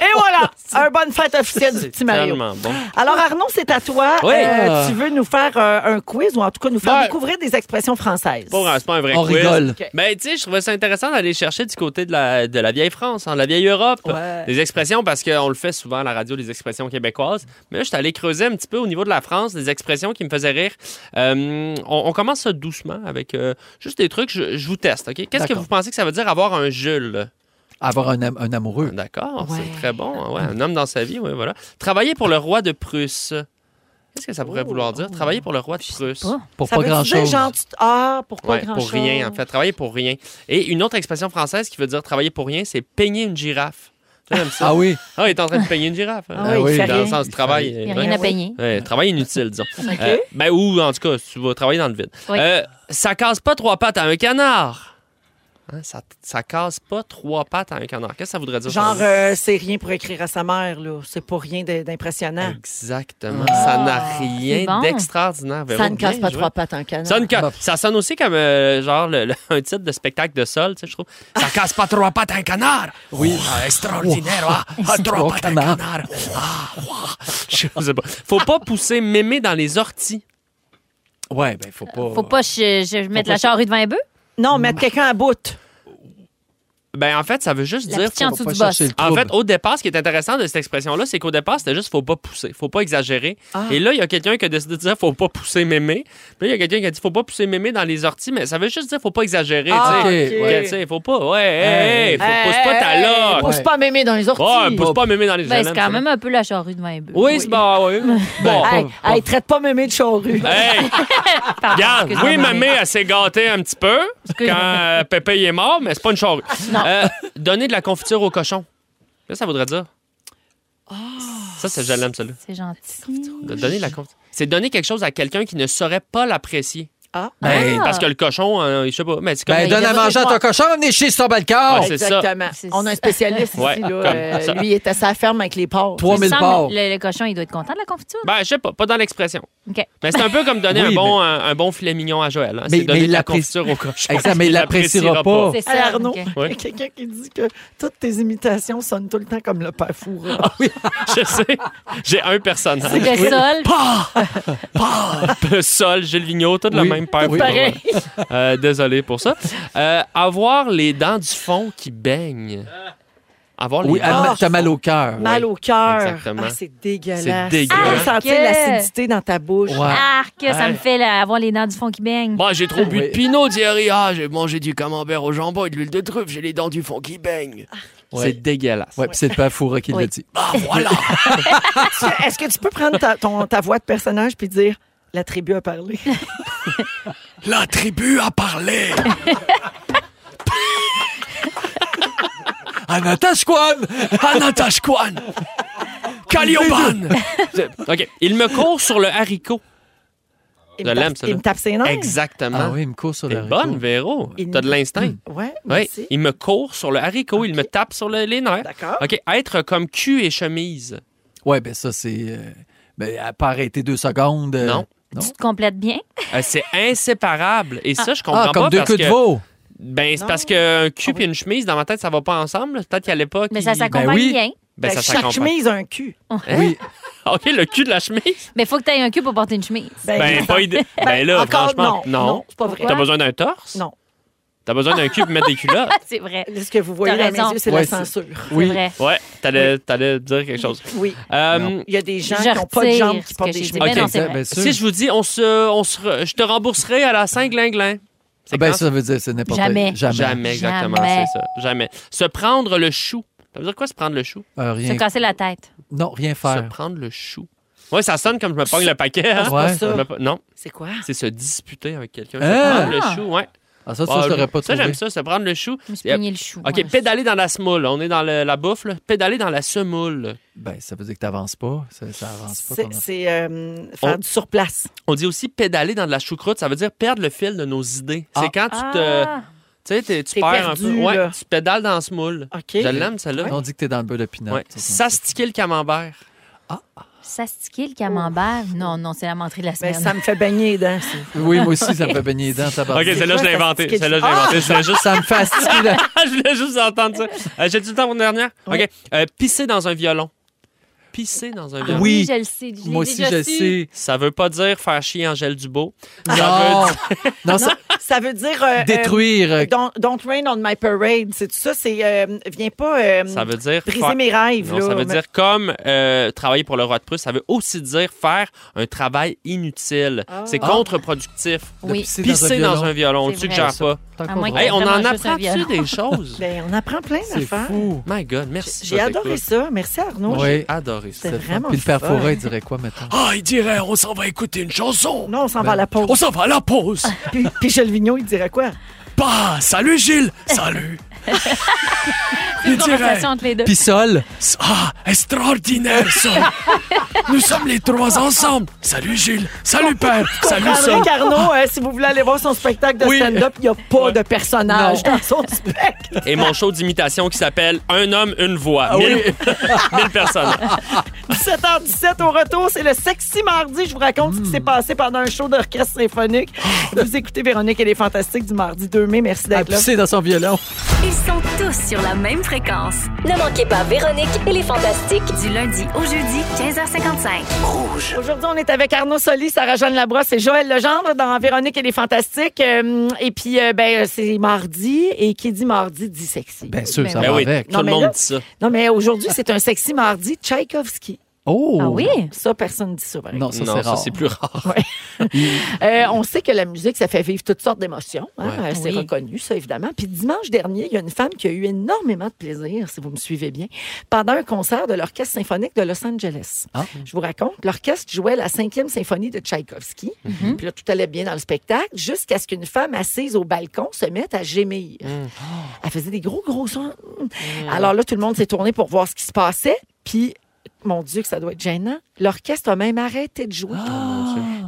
[SPEAKER 1] Et voilà, un bonne fête officielle du petit Mario.
[SPEAKER 4] Tellement bon.
[SPEAKER 1] Alors, Arnaud, c'est à toi.
[SPEAKER 4] Oui.
[SPEAKER 1] Euh, tu veux nous faire euh, un quiz ou en tout cas nous faire
[SPEAKER 4] Ben.
[SPEAKER 1] découvrir des expressions françaises.
[SPEAKER 4] Pas vrai- C'est pas un vrai
[SPEAKER 3] On
[SPEAKER 4] quiz.
[SPEAKER 3] rigole.
[SPEAKER 4] Mais tu sais, je trouvais ça intéressant d'aller chercher du côté de la, de la vieille France, hein, de la vieille Europe.
[SPEAKER 3] Ouais.
[SPEAKER 4] Des expressions, parce qu'on le fait souvent à la radio, des expressions québécoises. Mais là, je suis allé creuser un petit peu au niveau de la France, des expressions qui me faisaient rire. Euh, on, on commence ça doucement avec euh, juste des trucs. Je, je vous teste, OK? Qu'est-ce que
[SPEAKER 3] D'accord.
[SPEAKER 4] vous pensez que ça veut dire avoir un Jules?
[SPEAKER 3] Avoir un, am- un amoureux.
[SPEAKER 4] D'accord,
[SPEAKER 2] Ouais.
[SPEAKER 4] c'est très bon. hein, Ouais, un homme dans sa vie, oui, voilà. Travailler pour le roi de Prusse. Qu'est-ce que ça pourrait vouloir dire? Travailler pour le roi de Prusse.
[SPEAKER 2] pas.
[SPEAKER 3] Pour
[SPEAKER 1] Ça
[SPEAKER 3] pas
[SPEAKER 1] veut-tu dire,
[SPEAKER 3] grand-chose.
[SPEAKER 1] genre, tu t- ah, pour pas
[SPEAKER 4] Ouais,
[SPEAKER 1] grand-chose.
[SPEAKER 4] pour rien, en fait. Travailler pour rien. Et une autre expression française qui veut dire travailler pour rien, c'est peigner une girafe. Ça, j'aime ça.
[SPEAKER 3] Ah oui.
[SPEAKER 4] Ah, il est en train de peigner une girafe. hein.
[SPEAKER 1] Ah oui,
[SPEAKER 3] Ah oui,
[SPEAKER 1] il fait
[SPEAKER 4] Dans le
[SPEAKER 1] rien.
[SPEAKER 4] sens du travail.
[SPEAKER 2] Il n'y
[SPEAKER 4] euh,
[SPEAKER 2] a rien
[SPEAKER 4] ouais.
[SPEAKER 2] à payer.
[SPEAKER 4] Ouais, travail inutile, disons. Euh, ben, ou en tout cas, tu vas travailler dans le vide.
[SPEAKER 2] Oui.
[SPEAKER 4] Euh, ça casse pas trois pattes à un canard. Hein, ça, ça casse pas trois pattes à un canard. Qu'est-ce que ça voudrait dire?
[SPEAKER 1] Genre,
[SPEAKER 4] ça?
[SPEAKER 1] euh, c'est rien pour écrire à sa mère, là. C'est pas rien d- d'impressionnant.
[SPEAKER 4] Exactement. ça n'a rien
[SPEAKER 2] c'est bon.
[SPEAKER 4] d'extraordinaire. Véro.
[SPEAKER 1] Ah, Ça ne casse
[SPEAKER 4] Bien
[SPEAKER 1] pas
[SPEAKER 4] joué.
[SPEAKER 1] trois pattes en canard.
[SPEAKER 4] Ça, ne ca- ça sonne aussi comme euh, genre le- le- un titre de spectacle de sol, tu sais, je trouve. Ça casse pas trois pattes à un canard. Oui. extraordinaire. ah, ah, trois pattes à un
[SPEAKER 3] Canard.
[SPEAKER 4] canard. Ah, ouah. Je sais pas. Faut pas pousser mémé dans les orties.
[SPEAKER 3] Ouais, ben, faut pas.
[SPEAKER 2] Faut pas je, je mettre la charrue devant un bœuf.
[SPEAKER 1] Non, mettre quelqu'un à bout.
[SPEAKER 4] Ben en fait, ça veut juste
[SPEAKER 2] La
[SPEAKER 4] dire.
[SPEAKER 2] petite en
[SPEAKER 4] faut-
[SPEAKER 2] dessous
[SPEAKER 3] pas
[SPEAKER 2] du boss.
[SPEAKER 3] chercher le
[SPEAKER 4] En
[SPEAKER 3] trouble.
[SPEAKER 4] fait, au départ, ce qui est intéressant de cette expression-là, c'est qu'au départ, c'était juste faut pas pousser, faut pas exagérer.
[SPEAKER 2] Ah.
[SPEAKER 4] Et là, il y a quelqu'un qui a décidé de dire faut pas pousser mémé. Puis là, il y a quelqu'un qui a dit faut pas pousser mémé dans les orties, mais ça veut juste dire faut pas exagérer.
[SPEAKER 1] Ah,
[SPEAKER 4] tu sais.
[SPEAKER 3] ok,
[SPEAKER 4] Que,
[SPEAKER 1] ouais.
[SPEAKER 4] tu sais, faut pas, ouais, hey, hey,
[SPEAKER 3] Hey.
[SPEAKER 4] faut, pousse pas ta
[SPEAKER 1] là.
[SPEAKER 4] loque.
[SPEAKER 1] Pousse
[SPEAKER 3] Ouais.
[SPEAKER 1] pas mémé dans les orties.
[SPEAKER 4] Ouais, pousse pas mémé dans les
[SPEAKER 2] Ben,
[SPEAKER 4] jeunes,
[SPEAKER 2] c'est quand
[SPEAKER 4] ça.
[SPEAKER 2] même un peu la charrue devant un bœuf.
[SPEAKER 4] hein. Oui, c'est bon, oui.
[SPEAKER 3] Ben,
[SPEAKER 4] Bon.
[SPEAKER 1] Hey, hey, traite pas mémé de charrue.
[SPEAKER 4] Hey,
[SPEAKER 2] Pardon,
[SPEAKER 4] regarde,
[SPEAKER 2] excuse-moi,
[SPEAKER 4] oui,
[SPEAKER 2] Marie.
[SPEAKER 4] mamé, elle s'est gâtée un petit peu quand euh, Pépé il est mort, mais c'est pas une charrue. Euh, donner de la confiture au cochon. Là, ça voudrait dire. Ça, c'est je l'aime, celui-là.
[SPEAKER 2] C'est gentil.
[SPEAKER 4] De donner de la confiture. C'est donner quelque chose à quelqu'un qui ne saurait pas l'apprécier.
[SPEAKER 1] Ah.
[SPEAKER 3] Ben,
[SPEAKER 4] Parce que le cochon, euh, je sais pas. Mais c'est comme.
[SPEAKER 3] ben, donne
[SPEAKER 1] il y
[SPEAKER 3] à
[SPEAKER 1] a
[SPEAKER 3] manger à ton
[SPEAKER 1] d'autres
[SPEAKER 3] cochon, venez chier sur le corps.
[SPEAKER 4] Ouais, c'est ça.
[SPEAKER 1] Exactement.
[SPEAKER 2] C'est
[SPEAKER 1] On a un spécialiste
[SPEAKER 4] Ouais,
[SPEAKER 1] ici, là.
[SPEAKER 4] comme
[SPEAKER 1] Euh,
[SPEAKER 4] ça.
[SPEAKER 1] lui, il était à sa ferme avec les porcs.
[SPEAKER 3] 3000
[SPEAKER 2] Il me
[SPEAKER 3] parts.
[SPEAKER 2] semble, Le, le cochon, il doit être content de la confiture.
[SPEAKER 4] Ben, je sais pas, pas dans l'expression.
[SPEAKER 2] OK.
[SPEAKER 4] Mais c'est un peu comme donner
[SPEAKER 3] Oui,
[SPEAKER 4] un, bon, un, un bon filet mignon à Joël. hein.
[SPEAKER 3] Mais-
[SPEAKER 4] C'est donner
[SPEAKER 3] mais il
[SPEAKER 4] de la
[SPEAKER 3] l'apprécie-
[SPEAKER 4] confiture au cochon.
[SPEAKER 3] Exact, mais il l'appréciera pas.
[SPEAKER 2] C'est
[SPEAKER 1] Hey,
[SPEAKER 2] ça.
[SPEAKER 1] Arnaud,
[SPEAKER 2] ok.
[SPEAKER 1] il y a quelqu'un qui dit que toutes tes imitations sonnent tout le temps comme le père Foura.
[SPEAKER 4] Je sais. J'ai un personnage.
[SPEAKER 2] Le sol.
[SPEAKER 4] Le sol, Gilles Vigneault, tout le
[SPEAKER 3] Oui.
[SPEAKER 4] même père.
[SPEAKER 3] Oui.
[SPEAKER 4] Pareil. Euh, désolé pour ça. Euh, avoir les dents du fond qui baignent. Avoir les
[SPEAKER 3] Oui,
[SPEAKER 4] dents.
[SPEAKER 3] elle- t'as mal au cœur.
[SPEAKER 1] Ah, Mal au cœur.
[SPEAKER 4] exactement.
[SPEAKER 1] Ah, c'est dégueulasse.
[SPEAKER 4] C'est dégueulasse.
[SPEAKER 1] Tu peux sentir
[SPEAKER 2] Ah, ok.
[SPEAKER 1] l'acidité dans ta bouche.
[SPEAKER 3] Ouais.
[SPEAKER 2] Arc, ça me
[SPEAKER 4] Ouais.
[SPEAKER 2] fait là, avoir les dents du fond qui baignent.
[SPEAKER 4] Bah, j'ai trop bu de
[SPEAKER 3] Oui.
[SPEAKER 4] pinot, Thierry. Ah, j'ai mangé du camembert au jambon et de l'huile de truffe. J'ai les dents du fond qui baignent.
[SPEAKER 3] Ouais.
[SPEAKER 4] C'est dégueulasse.
[SPEAKER 3] Ouais, puis c'est le père Foura qui
[SPEAKER 2] Oui.
[SPEAKER 3] le dit.
[SPEAKER 4] Ah, voilà.
[SPEAKER 1] Tu- Est-ce que tu peux prendre ta, ton- ta voix de personnage puis dire la tribu a parlé?
[SPEAKER 4] La tribu a parlé.
[SPEAKER 3] Anatashquan!
[SPEAKER 4] Anatashquan. Calioban. OK. Il me court sur le haricot.
[SPEAKER 1] Il
[SPEAKER 4] Je
[SPEAKER 1] me tape-
[SPEAKER 4] l'aime, celle-là.
[SPEAKER 1] Il me tape ses nerfs.
[SPEAKER 4] Exactement.
[SPEAKER 3] Ah oui, il me court sur
[SPEAKER 4] T'es
[SPEAKER 3] le
[SPEAKER 4] bonne, Véro.
[SPEAKER 1] Il-
[SPEAKER 4] T'as de l'instinct.
[SPEAKER 1] Ouais,
[SPEAKER 4] Oui,
[SPEAKER 1] merci.
[SPEAKER 4] il me court sur le haricot, il me tape sur le- les nerfs.
[SPEAKER 1] D'accord.
[SPEAKER 4] OK, être comme cul et chemise.
[SPEAKER 3] Oui, ben ça, c'est. euh, ben, à pas arrêter deux secondes. euh,
[SPEAKER 4] Non.
[SPEAKER 3] Non.
[SPEAKER 2] Tu te complètes bien?
[SPEAKER 4] Euh, c'est inséparable. Et ça, je comprends
[SPEAKER 3] Ah, comme
[SPEAKER 4] pas
[SPEAKER 3] deux
[SPEAKER 4] parce
[SPEAKER 3] coups de
[SPEAKER 4] que-
[SPEAKER 3] veau.
[SPEAKER 4] Ben, c'est
[SPEAKER 1] Non. ah
[SPEAKER 4] parce qu'un cul et une chemise, dans ma tête, ça va pas ensemble. Peut-être qu'à l'époque.
[SPEAKER 2] Mais ça
[SPEAKER 4] il-
[SPEAKER 2] s'accompagne
[SPEAKER 3] oui.
[SPEAKER 2] bien.
[SPEAKER 4] Ben,
[SPEAKER 1] Ben,
[SPEAKER 4] ça
[SPEAKER 1] chaque
[SPEAKER 4] s'accompagne.
[SPEAKER 1] chemise a un cul.
[SPEAKER 3] Oui.
[SPEAKER 4] OK, le cul de la chemise.
[SPEAKER 2] Mais faut que tu aies un cul pour porter une chemise.
[SPEAKER 4] Ben, pas idée. Ben là,
[SPEAKER 1] encore,
[SPEAKER 4] franchement,
[SPEAKER 1] non. Non, c'est pas vrai.
[SPEAKER 4] T'as besoin d'un torse?
[SPEAKER 1] Non.
[SPEAKER 4] T'as besoin d'un cul pour mettre des culottes?
[SPEAKER 2] c'est vrai.
[SPEAKER 1] Ce que vous voyez
[SPEAKER 2] T'as
[SPEAKER 1] à mes
[SPEAKER 2] raison.
[SPEAKER 1] yeux, c'est
[SPEAKER 3] Ouais,
[SPEAKER 1] la
[SPEAKER 3] c'est-
[SPEAKER 1] censure.
[SPEAKER 2] C'est vrai.
[SPEAKER 4] Ouais, t'allais, t'allais dire quelque chose.
[SPEAKER 1] Oui.
[SPEAKER 4] Euh,
[SPEAKER 3] Non.
[SPEAKER 1] Il y a des gens
[SPEAKER 2] Je
[SPEAKER 1] qui n'ont pas de
[SPEAKER 2] retire
[SPEAKER 1] jambes qui
[SPEAKER 2] ce que
[SPEAKER 1] portent
[SPEAKER 2] j'ai
[SPEAKER 1] des
[SPEAKER 2] dit.
[SPEAKER 1] chemises.
[SPEAKER 4] Ok.
[SPEAKER 2] Ben non, c'est vrai.
[SPEAKER 3] Ben, sûr.
[SPEAKER 4] si je vous dis, on se, on se re- je te rembourserai à la Saint-Glinglin.
[SPEAKER 3] Ah,
[SPEAKER 4] C'est
[SPEAKER 3] ben,
[SPEAKER 4] quand
[SPEAKER 3] ça veut dire c'est n'importe
[SPEAKER 2] Jamais.
[SPEAKER 3] Jamais.
[SPEAKER 4] Jamais, exactement,
[SPEAKER 2] Jamais.
[SPEAKER 4] c'est ça. Jamais. Se prendre le chou. Ça veut dire quoi, se prendre le chou?
[SPEAKER 3] Euh,
[SPEAKER 2] Se
[SPEAKER 3] rien.
[SPEAKER 2] casser la tête.
[SPEAKER 3] Non, rien
[SPEAKER 4] Se
[SPEAKER 3] faire.
[SPEAKER 4] prendre le chou. Ouais, ça sonne comme je me pogne le paquet. hein?
[SPEAKER 3] Ouais.
[SPEAKER 4] Je me po- Non,
[SPEAKER 1] Ah. C'est quoi?
[SPEAKER 4] c'est se disputer avec quelqu'un.
[SPEAKER 3] Hein?
[SPEAKER 4] Se prendre le chou, ouais.
[SPEAKER 3] Ah, ça, ça,
[SPEAKER 4] Bah,
[SPEAKER 3] je l'aurais pas
[SPEAKER 4] ça,
[SPEAKER 3] trouvé.
[SPEAKER 4] j'aime ça, se prendre le chou.
[SPEAKER 2] Je me suis
[SPEAKER 4] Yep.
[SPEAKER 2] pogné le chou.
[SPEAKER 4] OK,
[SPEAKER 2] ouais.
[SPEAKER 4] pédaler dans la semoule. On est dans le- la bouffe, là. Pédaler dans la semoule.
[SPEAKER 3] Ben, ça veut dire que t'avances pas. Ça, ça avance pas. ton
[SPEAKER 1] C'est c'est, euh, faire
[SPEAKER 4] On-
[SPEAKER 1] du surplace.
[SPEAKER 4] On dit aussi pédaler dans de la choucroute. Ça veut dire perdre le fil de nos idées.
[SPEAKER 3] Ah.
[SPEAKER 4] C'est quand tu te...
[SPEAKER 2] Ah!
[SPEAKER 4] Tu sais, t'es- tu
[SPEAKER 1] T'es
[SPEAKER 4] perds
[SPEAKER 1] perdu,
[SPEAKER 4] un peu. Ouais,
[SPEAKER 1] là.
[SPEAKER 4] tu pédales dans la semoule.
[SPEAKER 1] OK.
[SPEAKER 4] Je l'aime, celle-là.
[SPEAKER 3] On dit que t'es dans le beurre de pinot.
[SPEAKER 4] Ouais. S'astiquer le camembert.
[SPEAKER 2] Sastiquer le camembert? Non, non, c'est la menterie de la
[SPEAKER 1] Ben,
[SPEAKER 2] semaine.
[SPEAKER 1] ça me fait baigner les dents. c'est-
[SPEAKER 3] Oui, moi aussi, ça me fait baigner les dents. tabarnak.
[SPEAKER 1] c'est- celle-là, je l'ai inventée. Celle-là, je l'ai
[SPEAKER 4] inventée. Je voulais juste,
[SPEAKER 3] Ça me fait astiquer la-
[SPEAKER 4] entendre ça. Euh, J'ai-tu le temps pour une dernière? OK. Euh, pisser dans un violon. Pisser dans un
[SPEAKER 2] Ah
[SPEAKER 4] violon.
[SPEAKER 3] Oui.
[SPEAKER 2] je le sais. je l'ai
[SPEAKER 3] Moi aussi,
[SPEAKER 2] déjà
[SPEAKER 3] je
[SPEAKER 2] su.
[SPEAKER 3] sais.
[SPEAKER 4] Ça veut pas dire faire chier Angèle Dubo. Ça
[SPEAKER 3] Non.
[SPEAKER 4] veut dire-
[SPEAKER 3] Non, ça,
[SPEAKER 1] Ça veut dire... euh, euh,
[SPEAKER 3] détruire.
[SPEAKER 1] don't, don't rain on my parade. C'est tout ça. C'est... euh, viens pas euh,
[SPEAKER 4] Ça veut dire
[SPEAKER 1] briser
[SPEAKER 4] faire-
[SPEAKER 1] mes rêves.
[SPEAKER 4] Non,
[SPEAKER 1] là.
[SPEAKER 4] ça veut
[SPEAKER 1] Mais-
[SPEAKER 4] dire comme euh, travailler pour le roi de Prusse, ça veut aussi dire faire un travail inutile.
[SPEAKER 1] Ah.
[SPEAKER 4] C'est contre-productif.
[SPEAKER 3] de
[SPEAKER 2] Oui. Ah,
[SPEAKER 3] pisser Ah. dans un
[SPEAKER 4] Pisser dans
[SPEAKER 3] violon.
[SPEAKER 4] un violon,
[SPEAKER 2] C'est
[SPEAKER 4] tu que
[SPEAKER 2] vrai.
[SPEAKER 4] gère pas.
[SPEAKER 3] C'est
[SPEAKER 2] À
[SPEAKER 3] encore
[SPEAKER 2] moins
[SPEAKER 3] drôle.
[SPEAKER 2] que-
[SPEAKER 4] Hey, on en
[SPEAKER 2] Vraiment juste un
[SPEAKER 4] apprend
[SPEAKER 2] violon.
[SPEAKER 4] des choses.
[SPEAKER 1] Ben, on apprend plein
[SPEAKER 3] C'est
[SPEAKER 1] d'affaires.
[SPEAKER 3] fou.
[SPEAKER 4] My God, merci.
[SPEAKER 1] J'ai
[SPEAKER 4] Jacques
[SPEAKER 1] adoré
[SPEAKER 4] Écoute.
[SPEAKER 1] ça. Merci, Arnaud.
[SPEAKER 3] Oui.
[SPEAKER 4] Adoré ça.
[SPEAKER 1] C'était vraiment
[SPEAKER 3] Puis le père
[SPEAKER 1] fun.
[SPEAKER 3] Fauret, il dirait quoi, maintenant?
[SPEAKER 6] Ah, il dirait, on s'en va écouter une chanson.
[SPEAKER 1] Non, on s'en va à la pause.
[SPEAKER 6] On s'en va à la pause.
[SPEAKER 1] Puis, puis Gilles Vigneault, il dirait quoi?
[SPEAKER 6] Bah, salut Gilles. Salut. il dirait,
[SPEAKER 2] Conversation entre les deux.
[SPEAKER 3] Pissole.
[SPEAKER 6] ah, extraordinaire ça. Nous sommes les trois ensemble. Salut Gilles. Salut père. Salut
[SPEAKER 1] André
[SPEAKER 6] ça.
[SPEAKER 1] Carnot, euh, si vous voulez aller voir son spectacle de
[SPEAKER 3] Oui.
[SPEAKER 1] stand-up, il n'y a pas de personnage dans son spectacle.
[SPEAKER 4] Et mon show d'imitation qui s'appelle Un homme, une voix.
[SPEAKER 3] Ah
[SPEAKER 4] 1000 personnes.
[SPEAKER 1] 17h17 au retour, c'est le sexy mardi. Je vous raconte ce qui s'est passé pendant un show d'orchestre symphonique. Vous écoutez Véronique et les Fantastiques du mardi 2 mai. Merci
[SPEAKER 3] À
[SPEAKER 1] d'être là.
[SPEAKER 3] pisser dans son violon.
[SPEAKER 5] Ils sont tous sur la même fréquence.
[SPEAKER 9] Ne manquez pas Véronique et les Fantastiques.
[SPEAKER 5] Du lundi au jeudi, 15h55.
[SPEAKER 1] Aujourd'hui, on est avec Arnaud Soli, Sarah-Jeanne Labrosse et Joël Legendre dans Véronique et les Fantastiques. Euh, et puis, euh, ben, c'est mardi. Et qui dit mardi dit sexy.
[SPEAKER 3] Bien sûr, ça
[SPEAKER 4] Ben
[SPEAKER 3] va
[SPEAKER 4] oui,
[SPEAKER 3] avec.
[SPEAKER 4] tout
[SPEAKER 1] Non,
[SPEAKER 4] le
[SPEAKER 1] mais
[SPEAKER 4] monde
[SPEAKER 1] là-
[SPEAKER 4] dit ça.
[SPEAKER 1] Non, mais aujourd'hui, c'est un sexy mardi Tchaïkovski.
[SPEAKER 3] Oh!
[SPEAKER 2] Ah oui?
[SPEAKER 1] Ça, personne ne dit ça. par exemple.
[SPEAKER 3] Non, ça,
[SPEAKER 4] non,
[SPEAKER 3] c'est
[SPEAKER 4] ça,
[SPEAKER 3] rare.
[SPEAKER 4] c'est plus rare.
[SPEAKER 1] Euh, on sait que la musique, ça fait vivre toutes sortes d'émotions. hein.
[SPEAKER 4] Ouais.
[SPEAKER 1] Euh, C'est
[SPEAKER 2] Oui.
[SPEAKER 1] reconnu, ça, évidemment. Puis dimanche dernier, il y a une femme qui a eu énormément de plaisir, si vous me suivez bien, pendant un concert de l'Orchestre symphonique de Los Angeles.
[SPEAKER 3] Ah.
[SPEAKER 1] Je vous raconte, l'orchestre jouait la cinquième symphonie de Tchaïkovski.
[SPEAKER 4] Mhm.
[SPEAKER 1] Puis là, tout allait bien dans le spectacle, jusqu'à ce qu'une femme assise au balcon se mette à gémir.
[SPEAKER 4] Mhm.
[SPEAKER 1] Elle faisait des gros, gros sons. Alors là, tout le monde s'est tourné pour voir ce qui se passait. Puis, mon Dieu, que ça doit être gênant. L'orchestre a même arrêté de
[SPEAKER 4] Oh,
[SPEAKER 1] jouer.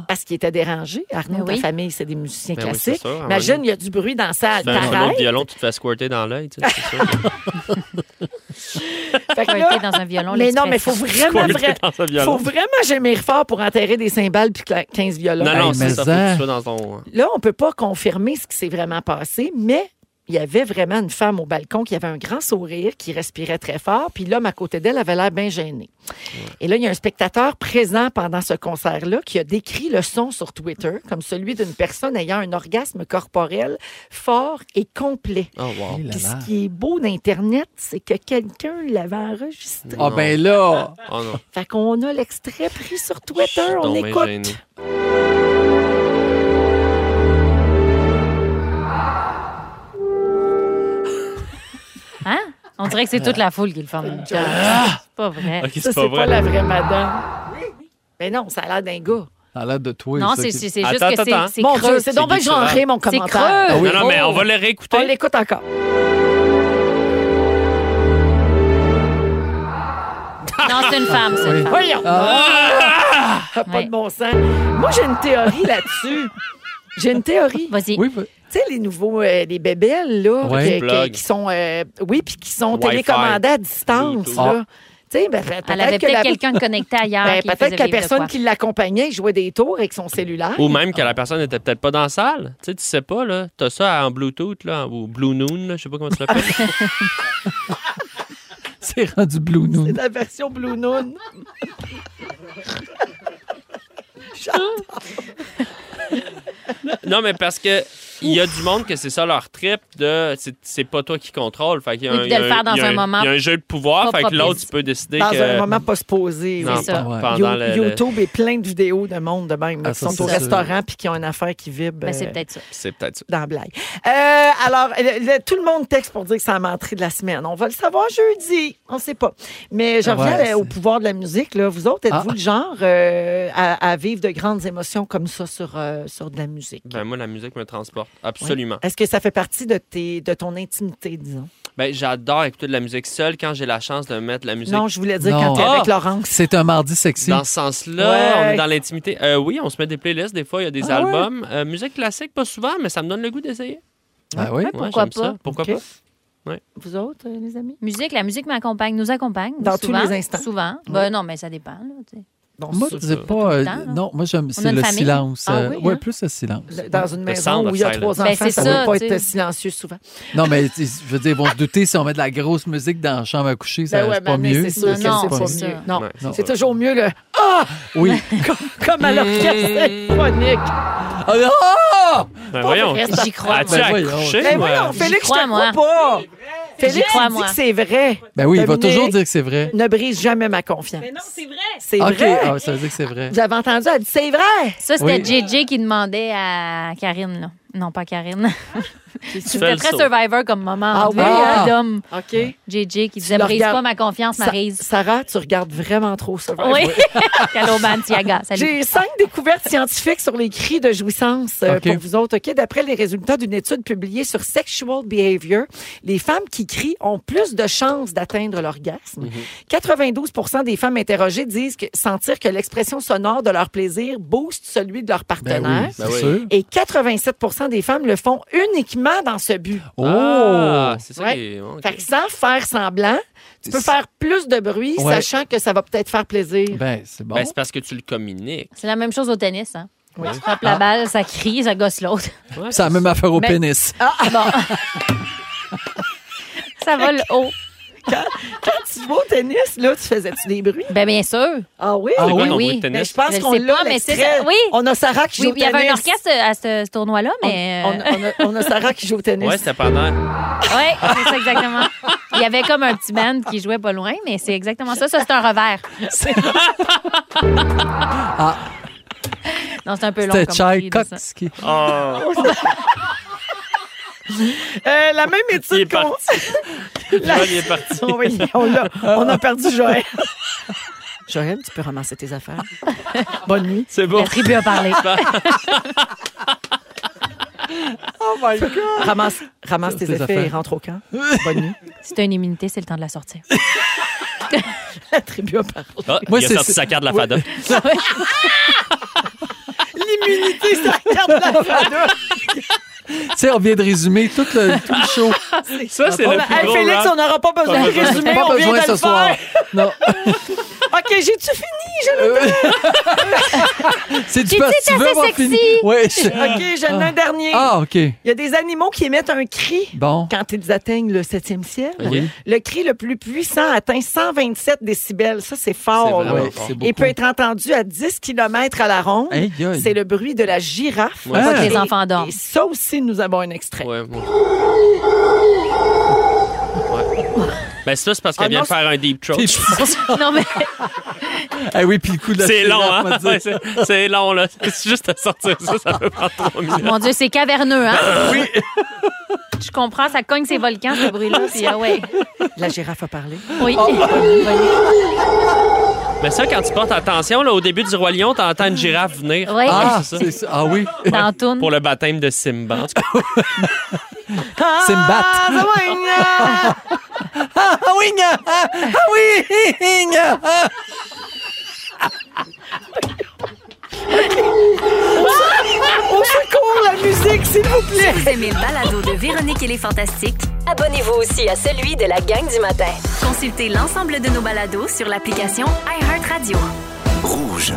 [SPEAKER 1] Parce qu'il était dérangé. Arnaud,
[SPEAKER 2] Ben
[SPEAKER 1] ta
[SPEAKER 2] oui.
[SPEAKER 1] famille, c'est des musiciens
[SPEAKER 4] Ben oui,
[SPEAKER 1] classiques.
[SPEAKER 4] c'est ça, à un moment
[SPEAKER 1] Imagine, il y a du bruit dans la salle.
[SPEAKER 4] Fais un solo de
[SPEAKER 1] T'arrêtes.
[SPEAKER 4] violon, tu te fais squirter dans l'œil. tu sais, c'est ça.
[SPEAKER 1] Fait que là,
[SPEAKER 2] Squirter dans un violon.
[SPEAKER 1] mais non, mais il faut
[SPEAKER 2] l'expression.
[SPEAKER 1] vraiment,
[SPEAKER 4] Squirter
[SPEAKER 1] vra-
[SPEAKER 4] dans un
[SPEAKER 1] faut
[SPEAKER 4] violon.
[SPEAKER 1] vraiment gémir fort pour enterrer des cymbales puis cla- 15 violons.
[SPEAKER 4] Non, non,
[SPEAKER 3] Hey,
[SPEAKER 4] c'est
[SPEAKER 3] mais
[SPEAKER 4] ça. Faut que
[SPEAKER 3] ça.
[SPEAKER 4] tu sois dans ton. hein.
[SPEAKER 1] Là, on peut pas confirmer ce qui s'est vraiment passé, mais il y avait vraiment une femme au balcon qui avait un grand sourire, qui respirait très fort, puis l'homme à côté d'elle avait l'air bien gêné. Et là, il y a un spectateur présent pendant ce concert-là qui a décrit le son sur Twitter comme celui d'une personne ayant un orgasme corporel fort et complet.
[SPEAKER 4] Oh, wow.
[SPEAKER 3] Eh là
[SPEAKER 1] Puis
[SPEAKER 3] là.
[SPEAKER 1] ce qui est beau d'Internet, c'est que quelqu'un l'avait enregistré.
[SPEAKER 3] Ah, ben là!
[SPEAKER 4] Oh, non.
[SPEAKER 1] Fait qu'on a l'extrait pris sur
[SPEAKER 4] Je suis
[SPEAKER 1] Twitter, on
[SPEAKER 4] donc bien
[SPEAKER 1] écoute.
[SPEAKER 4] gêné.
[SPEAKER 2] Hein? On dirait que c'est toute la foule qui le forme. C'est
[SPEAKER 1] Ah!
[SPEAKER 2] pas vrai.
[SPEAKER 4] Ok,
[SPEAKER 1] Ça,
[SPEAKER 4] c'est pas
[SPEAKER 1] c'est pas
[SPEAKER 4] vrai.
[SPEAKER 1] la vraie madame. Mais non, ça a l'air d'un gars.
[SPEAKER 3] Ça a l'air de toi.
[SPEAKER 2] Non,
[SPEAKER 3] ça,
[SPEAKER 2] c'est
[SPEAKER 3] qui-
[SPEAKER 2] c'est- c'est juste
[SPEAKER 4] Attends,
[SPEAKER 2] que
[SPEAKER 4] attends.
[SPEAKER 2] c'est- c'est
[SPEAKER 1] Mon
[SPEAKER 2] creux.
[SPEAKER 1] Dieu, c'est donc bien
[SPEAKER 4] C'est viscéral.
[SPEAKER 1] genré, mon
[SPEAKER 2] C'est
[SPEAKER 1] commentaire.
[SPEAKER 2] creux.
[SPEAKER 3] Ah oui.
[SPEAKER 4] Non, non, mais on va le
[SPEAKER 1] On
[SPEAKER 4] réécouter.
[SPEAKER 1] l'écoute encore.
[SPEAKER 2] Non, c'est une femme, c'est une femme. Ah.
[SPEAKER 1] Voyons. Ça n'a Ah! pas de bon sens. Moi, j'ai une théorie là-dessus. J'ai une théorie.
[SPEAKER 2] Vas-y.
[SPEAKER 3] Oui, oui.
[SPEAKER 1] Tu sais, les nouveaux, euh, les bébelles, là,
[SPEAKER 3] Ouais.
[SPEAKER 1] que- que-
[SPEAKER 4] Plug.
[SPEAKER 1] qui sont, euh, oui, puis qui sont
[SPEAKER 4] Wi-Fi.
[SPEAKER 1] télécommandés à distance,
[SPEAKER 4] Bluetooth.
[SPEAKER 1] là. Tu sais, ben, peut-être
[SPEAKER 2] Elle avait
[SPEAKER 1] que la-
[SPEAKER 2] peut-être quelqu'un de connecté ailleurs.
[SPEAKER 1] ben,
[SPEAKER 2] qui
[SPEAKER 1] peut-être
[SPEAKER 2] faisait
[SPEAKER 1] que la
[SPEAKER 2] vivre de
[SPEAKER 1] personne
[SPEAKER 2] quoi.
[SPEAKER 1] qui l'accompagnait jouait des tours avec son cellulaire.
[SPEAKER 4] Ou même que la personne n'était peut-être pas dans la salle. Tu sais, tu sais pas, là. T'as ça en Bluetooth, là, ou Blue Noon, là, je sais pas comment tu l'appelles.
[SPEAKER 3] C'est rendu Blue Noon.
[SPEAKER 1] C'est la version Blue Noon.
[SPEAKER 4] non, mais parce que il y a du monde que c'est ça leur trip de c'est- c'est pas toi qui contrôle. Fait qu'il y a
[SPEAKER 2] Oui,
[SPEAKER 4] un,
[SPEAKER 2] puis de le
[SPEAKER 4] il y a
[SPEAKER 2] faire dans
[SPEAKER 4] il y a
[SPEAKER 2] un moment
[SPEAKER 4] Il y a un jeu de pouvoir,
[SPEAKER 2] pas
[SPEAKER 4] fait que l'autre,
[SPEAKER 2] propice.
[SPEAKER 4] tu peux décider
[SPEAKER 1] Dans
[SPEAKER 4] que.
[SPEAKER 1] un moment pas se poser.
[SPEAKER 4] Non,
[SPEAKER 1] oui.
[SPEAKER 2] ça.
[SPEAKER 4] pe-
[SPEAKER 3] Ouais.
[SPEAKER 4] pendant
[SPEAKER 1] You-
[SPEAKER 4] le- le-
[SPEAKER 1] YouTube est plein de vidéos de monde de même là,
[SPEAKER 3] Ah,
[SPEAKER 1] qui
[SPEAKER 3] ça,
[SPEAKER 1] sont
[SPEAKER 3] c'est
[SPEAKER 1] au
[SPEAKER 3] sûr.
[SPEAKER 1] restaurant puis qui ont une affaire qui vibre
[SPEAKER 2] Ben, c'est
[SPEAKER 1] euh,
[SPEAKER 2] peut-être ça.
[SPEAKER 4] C'est peut-être ça.
[SPEAKER 1] dans la blague. Euh, alors, le- le- tout le monde texte pour dire que c'est la menterie de la semaine. On va le savoir jeudi. On sait pas. Mais je
[SPEAKER 3] Ouais,
[SPEAKER 1] reviens
[SPEAKER 3] c'est-
[SPEAKER 1] euh, au pouvoir de la musique. Là. Vous autres, êtes-vous
[SPEAKER 3] Ah.
[SPEAKER 1] le genre euh, à, à vivre de grandes émotions comme ça sur, euh, sur de la musique?
[SPEAKER 4] Ben, moi, la musique me transporte.
[SPEAKER 1] Oui.
[SPEAKER 4] Absolument.
[SPEAKER 1] Est-ce que ça fait partie de, tes, de ton intimité, disons?
[SPEAKER 4] Ben, j'adore écouter de la musique seule quand j'ai la chance de mettre de la musique.
[SPEAKER 1] Non, je voulais dire
[SPEAKER 3] Non.
[SPEAKER 1] quand t'es avec
[SPEAKER 4] Ah!
[SPEAKER 1] Laurence.
[SPEAKER 3] C'est un mardi sexy.
[SPEAKER 4] Dans ce sens-là,
[SPEAKER 1] Ouais.
[SPEAKER 4] on est dans l'intimité. Euh, oui, on se met des playlists des fois, il y a des
[SPEAKER 3] Ah ouais?
[SPEAKER 4] albums. Euh, musique classique, pas souvent, mais ça me donne le goût d'essayer.
[SPEAKER 3] Ah oui?
[SPEAKER 2] Ouais, pourquoi
[SPEAKER 4] j'aime ça.
[SPEAKER 2] pas?
[SPEAKER 4] Pourquoi
[SPEAKER 1] Ok.
[SPEAKER 4] pas?
[SPEAKER 1] Vous autres, euh, les amis?
[SPEAKER 2] Musique, la musique m'accompagne, nous accompagne.
[SPEAKER 1] Dans tous
[SPEAKER 2] souvent,
[SPEAKER 1] les instants.
[SPEAKER 2] Souvent. Ben non, mais ça dépend. là, tu sais.
[SPEAKER 1] Bon,
[SPEAKER 3] Moi,
[SPEAKER 4] c'est
[SPEAKER 3] c'est
[SPEAKER 4] ça.
[SPEAKER 3] pas. euh,
[SPEAKER 2] Pas tout le temps, là.
[SPEAKER 3] non, moi, j'aime.
[SPEAKER 2] a
[SPEAKER 3] C'est
[SPEAKER 2] une
[SPEAKER 3] le
[SPEAKER 2] famille.
[SPEAKER 3] silence.
[SPEAKER 2] Ah
[SPEAKER 3] euh,
[SPEAKER 1] oui,
[SPEAKER 3] ouais,
[SPEAKER 1] hein?
[SPEAKER 3] plus le silence.
[SPEAKER 1] dans une
[SPEAKER 4] sound
[SPEAKER 1] maison
[SPEAKER 4] of
[SPEAKER 1] où il y a
[SPEAKER 4] silence.
[SPEAKER 1] trois
[SPEAKER 2] Ben,
[SPEAKER 1] enfants,
[SPEAKER 2] c'est
[SPEAKER 1] ça ne
[SPEAKER 2] ça,
[SPEAKER 1] peut pas
[SPEAKER 2] tu sais.
[SPEAKER 1] être silencieux souvent.
[SPEAKER 3] Non, mais tu- je veux dire, ils vont se douter si on met de la grosse musique dans la chambre à coucher, ça
[SPEAKER 1] Ben ouais,
[SPEAKER 3] c'est pas
[SPEAKER 1] mais
[SPEAKER 3] mieux.
[SPEAKER 1] C'est sûr
[SPEAKER 2] Non,
[SPEAKER 1] que
[SPEAKER 2] non,
[SPEAKER 1] c'est
[SPEAKER 2] c'est
[SPEAKER 1] pas
[SPEAKER 2] ça.
[SPEAKER 1] mieux. Non,
[SPEAKER 4] Ouais.
[SPEAKER 3] Non.
[SPEAKER 1] c'est toujours mieux le
[SPEAKER 3] Oui.
[SPEAKER 1] comme, comme
[SPEAKER 3] Mmh.
[SPEAKER 1] à l'orchestre symphonique.
[SPEAKER 3] Ah, non!
[SPEAKER 4] Ben, voyons.
[SPEAKER 1] vrai,
[SPEAKER 2] J'y crois.
[SPEAKER 4] As-tu
[SPEAKER 2] moi.
[SPEAKER 3] Ben
[SPEAKER 4] accouché?
[SPEAKER 1] Mais
[SPEAKER 4] moi?
[SPEAKER 1] voyons, Félix,
[SPEAKER 2] crois,
[SPEAKER 1] je te crois
[SPEAKER 2] moi.
[SPEAKER 1] pas. Félix,
[SPEAKER 2] J'y crois,
[SPEAKER 1] il dit
[SPEAKER 2] moi.
[SPEAKER 1] que c'est vrai.
[SPEAKER 3] Ben oui, il va
[SPEAKER 1] Dominique.
[SPEAKER 3] toujours dire que c'est vrai.
[SPEAKER 1] Ne brise jamais ma confiance. Mais non, c'est vrai.
[SPEAKER 3] OK,
[SPEAKER 1] C'est vrai.
[SPEAKER 3] ah, ça veut dire que c'est vrai.
[SPEAKER 1] Vous avez entendu, elle dit c'est vrai.
[SPEAKER 2] Ça, c'était
[SPEAKER 3] Oui.
[SPEAKER 2] JJ qui demandait à Karine. Là. Non, pas Karine.
[SPEAKER 4] fais
[SPEAKER 2] C'était
[SPEAKER 4] le
[SPEAKER 2] très
[SPEAKER 4] saut.
[SPEAKER 2] survivor comme moment.
[SPEAKER 1] Ah
[SPEAKER 2] En tout
[SPEAKER 1] oui,
[SPEAKER 2] cas,
[SPEAKER 3] hein?
[SPEAKER 2] d'homme.
[SPEAKER 1] OK.
[SPEAKER 2] JJ qui disait
[SPEAKER 1] le
[SPEAKER 2] Brise
[SPEAKER 1] regardes.
[SPEAKER 2] pas ma confiance,
[SPEAKER 1] Sa-
[SPEAKER 2] Marise.
[SPEAKER 1] Sarah, tu regardes vraiment trop ça.
[SPEAKER 2] Oui. Calo Bantiaga. Salut.
[SPEAKER 1] J'ai cinq découvertes scientifiques sur les cris de jouissance euh,
[SPEAKER 3] OK.
[SPEAKER 1] pour vous autres. OK? D'après les résultats d'une étude publiée sur Sexual Behavior, les femmes qui crient ont plus de chances d'atteindre l'orgasme.
[SPEAKER 3] Mhm.
[SPEAKER 1] 92 des femmes interrogées disent que sentir que l'expression sonore de leur plaisir booste celui de leur
[SPEAKER 3] Ben
[SPEAKER 1] partenaire.
[SPEAKER 3] oui,
[SPEAKER 4] Ben oui.
[SPEAKER 3] c'est sûr.
[SPEAKER 1] Et 87 des femmes le font uniquement dans ce but.
[SPEAKER 4] Ah,
[SPEAKER 3] Oh!
[SPEAKER 4] c'est ça
[SPEAKER 1] Ouais.
[SPEAKER 4] qui est- ok.
[SPEAKER 1] Fait que sans faire semblant, tu peux faire plus de bruit,
[SPEAKER 3] Ouais.
[SPEAKER 1] sachant que ça va peut-être faire plaisir.
[SPEAKER 3] Ben, c'est bon.
[SPEAKER 4] Ben, c'est parce que tu le communiques.
[SPEAKER 2] C'est la même chose au tennis. Hein.
[SPEAKER 1] Oui.
[SPEAKER 2] Tu frappes la balle, ça crie, ça gosse l'autre.
[SPEAKER 4] Ouais,
[SPEAKER 3] Ça a même affaire au
[SPEAKER 2] Ben,
[SPEAKER 1] Mais-
[SPEAKER 3] pénis.
[SPEAKER 2] ah, Ça vole haut.
[SPEAKER 1] tu vas au tennis, là, tu faisais-tu des bruits?
[SPEAKER 2] Ben bien sûr.
[SPEAKER 1] Ah oui?
[SPEAKER 3] Ah
[SPEAKER 4] C'est quoi
[SPEAKER 3] oui,
[SPEAKER 4] ton
[SPEAKER 2] oui.
[SPEAKER 4] bruit de
[SPEAKER 1] Mais
[SPEAKER 4] tennis?
[SPEAKER 1] je pense
[SPEAKER 2] Je
[SPEAKER 1] qu'on
[SPEAKER 2] sais
[SPEAKER 1] l'a,
[SPEAKER 2] pas, mais
[SPEAKER 1] l'extrait.
[SPEAKER 2] c'est ça. Oui.
[SPEAKER 1] On a Sarah qui joue
[SPEAKER 2] Oui,
[SPEAKER 1] au
[SPEAKER 2] il y
[SPEAKER 1] tennis.
[SPEAKER 2] avait un orchestre à ce, ce tournoi-là, mais.
[SPEAKER 1] On, on a, on a Sarah qui joue au tennis.
[SPEAKER 4] Ouais, c'était pendant.
[SPEAKER 2] Oui, c'est ça exactement. Il y avait comme un petit band qui jouait pas loin, mais c'est exactement ça. Ça, c'est un revers. Non, c'est un peu long.
[SPEAKER 3] Ah. C'était
[SPEAKER 2] comme
[SPEAKER 3] Chai
[SPEAKER 2] cri de ça.
[SPEAKER 3] Cox qui.
[SPEAKER 1] Euh, la même
[SPEAKER 4] Il est
[SPEAKER 1] étude qu'on...
[SPEAKER 4] parti.
[SPEAKER 1] La-
[SPEAKER 4] il est parti.
[SPEAKER 1] Oh oui, on, l'a- on a perdu Joël. Joël, tu peux ramasser tes affaires. Bonne nuit.
[SPEAKER 4] C'est bon.
[SPEAKER 2] La tribu a parlé.
[SPEAKER 1] Ramasse, ramasse tes,
[SPEAKER 3] Tes
[SPEAKER 1] effets
[SPEAKER 3] affaires.
[SPEAKER 1] et rentre au camp. Bonne nuit.
[SPEAKER 2] Si t'as une immunité, c'est le temps de la sortir.
[SPEAKER 1] La tribu a parlé.
[SPEAKER 4] Ah,
[SPEAKER 3] Moi,
[SPEAKER 4] il a
[SPEAKER 3] c'est-
[SPEAKER 4] sorti
[SPEAKER 3] c'est-
[SPEAKER 4] sa carte de la FADA.
[SPEAKER 1] L'immunité, ça regarde la fada.
[SPEAKER 3] Tu sais, on vient de résumer tout le, tout le show.
[SPEAKER 4] Ça, c'est le plus
[SPEAKER 1] Hey,
[SPEAKER 4] gros
[SPEAKER 1] Félix,
[SPEAKER 4] rap.
[SPEAKER 1] on n'aura pas besoin
[SPEAKER 4] Pas
[SPEAKER 1] de
[SPEAKER 4] besoin.
[SPEAKER 1] résumer.
[SPEAKER 3] Pas
[SPEAKER 1] on vient
[SPEAKER 3] besoin
[SPEAKER 1] de
[SPEAKER 3] ce
[SPEAKER 1] le
[SPEAKER 3] soir.
[SPEAKER 1] faire.
[SPEAKER 3] Non,
[SPEAKER 1] OK, j'ai-tu fini? Je
[SPEAKER 3] Euh, c'est du
[SPEAKER 2] J'ai
[SPEAKER 3] parce
[SPEAKER 2] dit,
[SPEAKER 3] que tu
[SPEAKER 2] c'est
[SPEAKER 3] veux
[SPEAKER 2] assez
[SPEAKER 3] avoir
[SPEAKER 2] sexy.
[SPEAKER 3] fini. Ouais, je-
[SPEAKER 1] OK, j'en ai un dernier.
[SPEAKER 3] Ah, OK.
[SPEAKER 1] Il y a des animaux qui émettent un cri
[SPEAKER 3] Bon.
[SPEAKER 1] quand ils atteignent le septième ciel.
[SPEAKER 4] Oui.
[SPEAKER 1] Le cri le plus puissant atteint 127 décibels. Ça, c'est fort.
[SPEAKER 4] C'est
[SPEAKER 1] là.
[SPEAKER 4] vraiment
[SPEAKER 3] Eh ben, Ouais, c'est
[SPEAKER 1] Et
[SPEAKER 3] beaucoup.
[SPEAKER 1] peut être entendu à 10 km à la ronde.
[SPEAKER 3] Aïe, aïe.
[SPEAKER 1] C'est le bruit de la girafe.
[SPEAKER 4] Ouais. Pas
[SPEAKER 3] que
[SPEAKER 1] Et-
[SPEAKER 2] les enfants dorment.
[SPEAKER 1] Et ça aussi, nous avons un extrait.
[SPEAKER 4] Ouais, bon. Ouais. Ben, ça, c'est parce qu'elle
[SPEAKER 1] Ah,
[SPEAKER 4] vient
[SPEAKER 1] non,
[SPEAKER 4] de faire un deep throat.
[SPEAKER 2] Non, mais
[SPEAKER 3] Ah oui, puis le coup de la
[SPEAKER 4] C'est long,
[SPEAKER 3] silence, on
[SPEAKER 4] hein?
[SPEAKER 3] va dire.
[SPEAKER 4] Ouais, c'est- c'est long, là. C'est juste à sortir ça, ça peut prendre trois minutes.
[SPEAKER 2] mon Dieu, c'est caverneux, hein? Oui. Je comprends, ça cogne ses volcans, ce bruit-là. Puis, ah ouais.
[SPEAKER 1] La girafe a parlé.
[SPEAKER 2] Oui.
[SPEAKER 4] Mais ça, quand tu portes attention, là, au début du Roi Lion, t'entends une girafe venir.
[SPEAKER 2] Ouais.
[SPEAKER 3] Ah,
[SPEAKER 4] c'est ça.
[SPEAKER 3] c'est ça. Ah oui.
[SPEAKER 2] T'en tournes.
[SPEAKER 4] Pour le baptême de Simba. En tout cas,
[SPEAKER 3] C'est une batte.
[SPEAKER 1] Ah, ça va, Igna!
[SPEAKER 3] Ah oui, gna! Ah, ah oui, gna! Ah.
[SPEAKER 1] S'il vous plaît.
[SPEAKER 5] Si vous aimez le balado de Véronique et les Fantastiques,
[SPEAKER 9] Abonnez-vous aussi à celui de la gang du matin.
[SPEAKER 5] consultez l'ensemble de nos balados sur l'application iHeartRadio.
[SPEAKER 6] Rouge.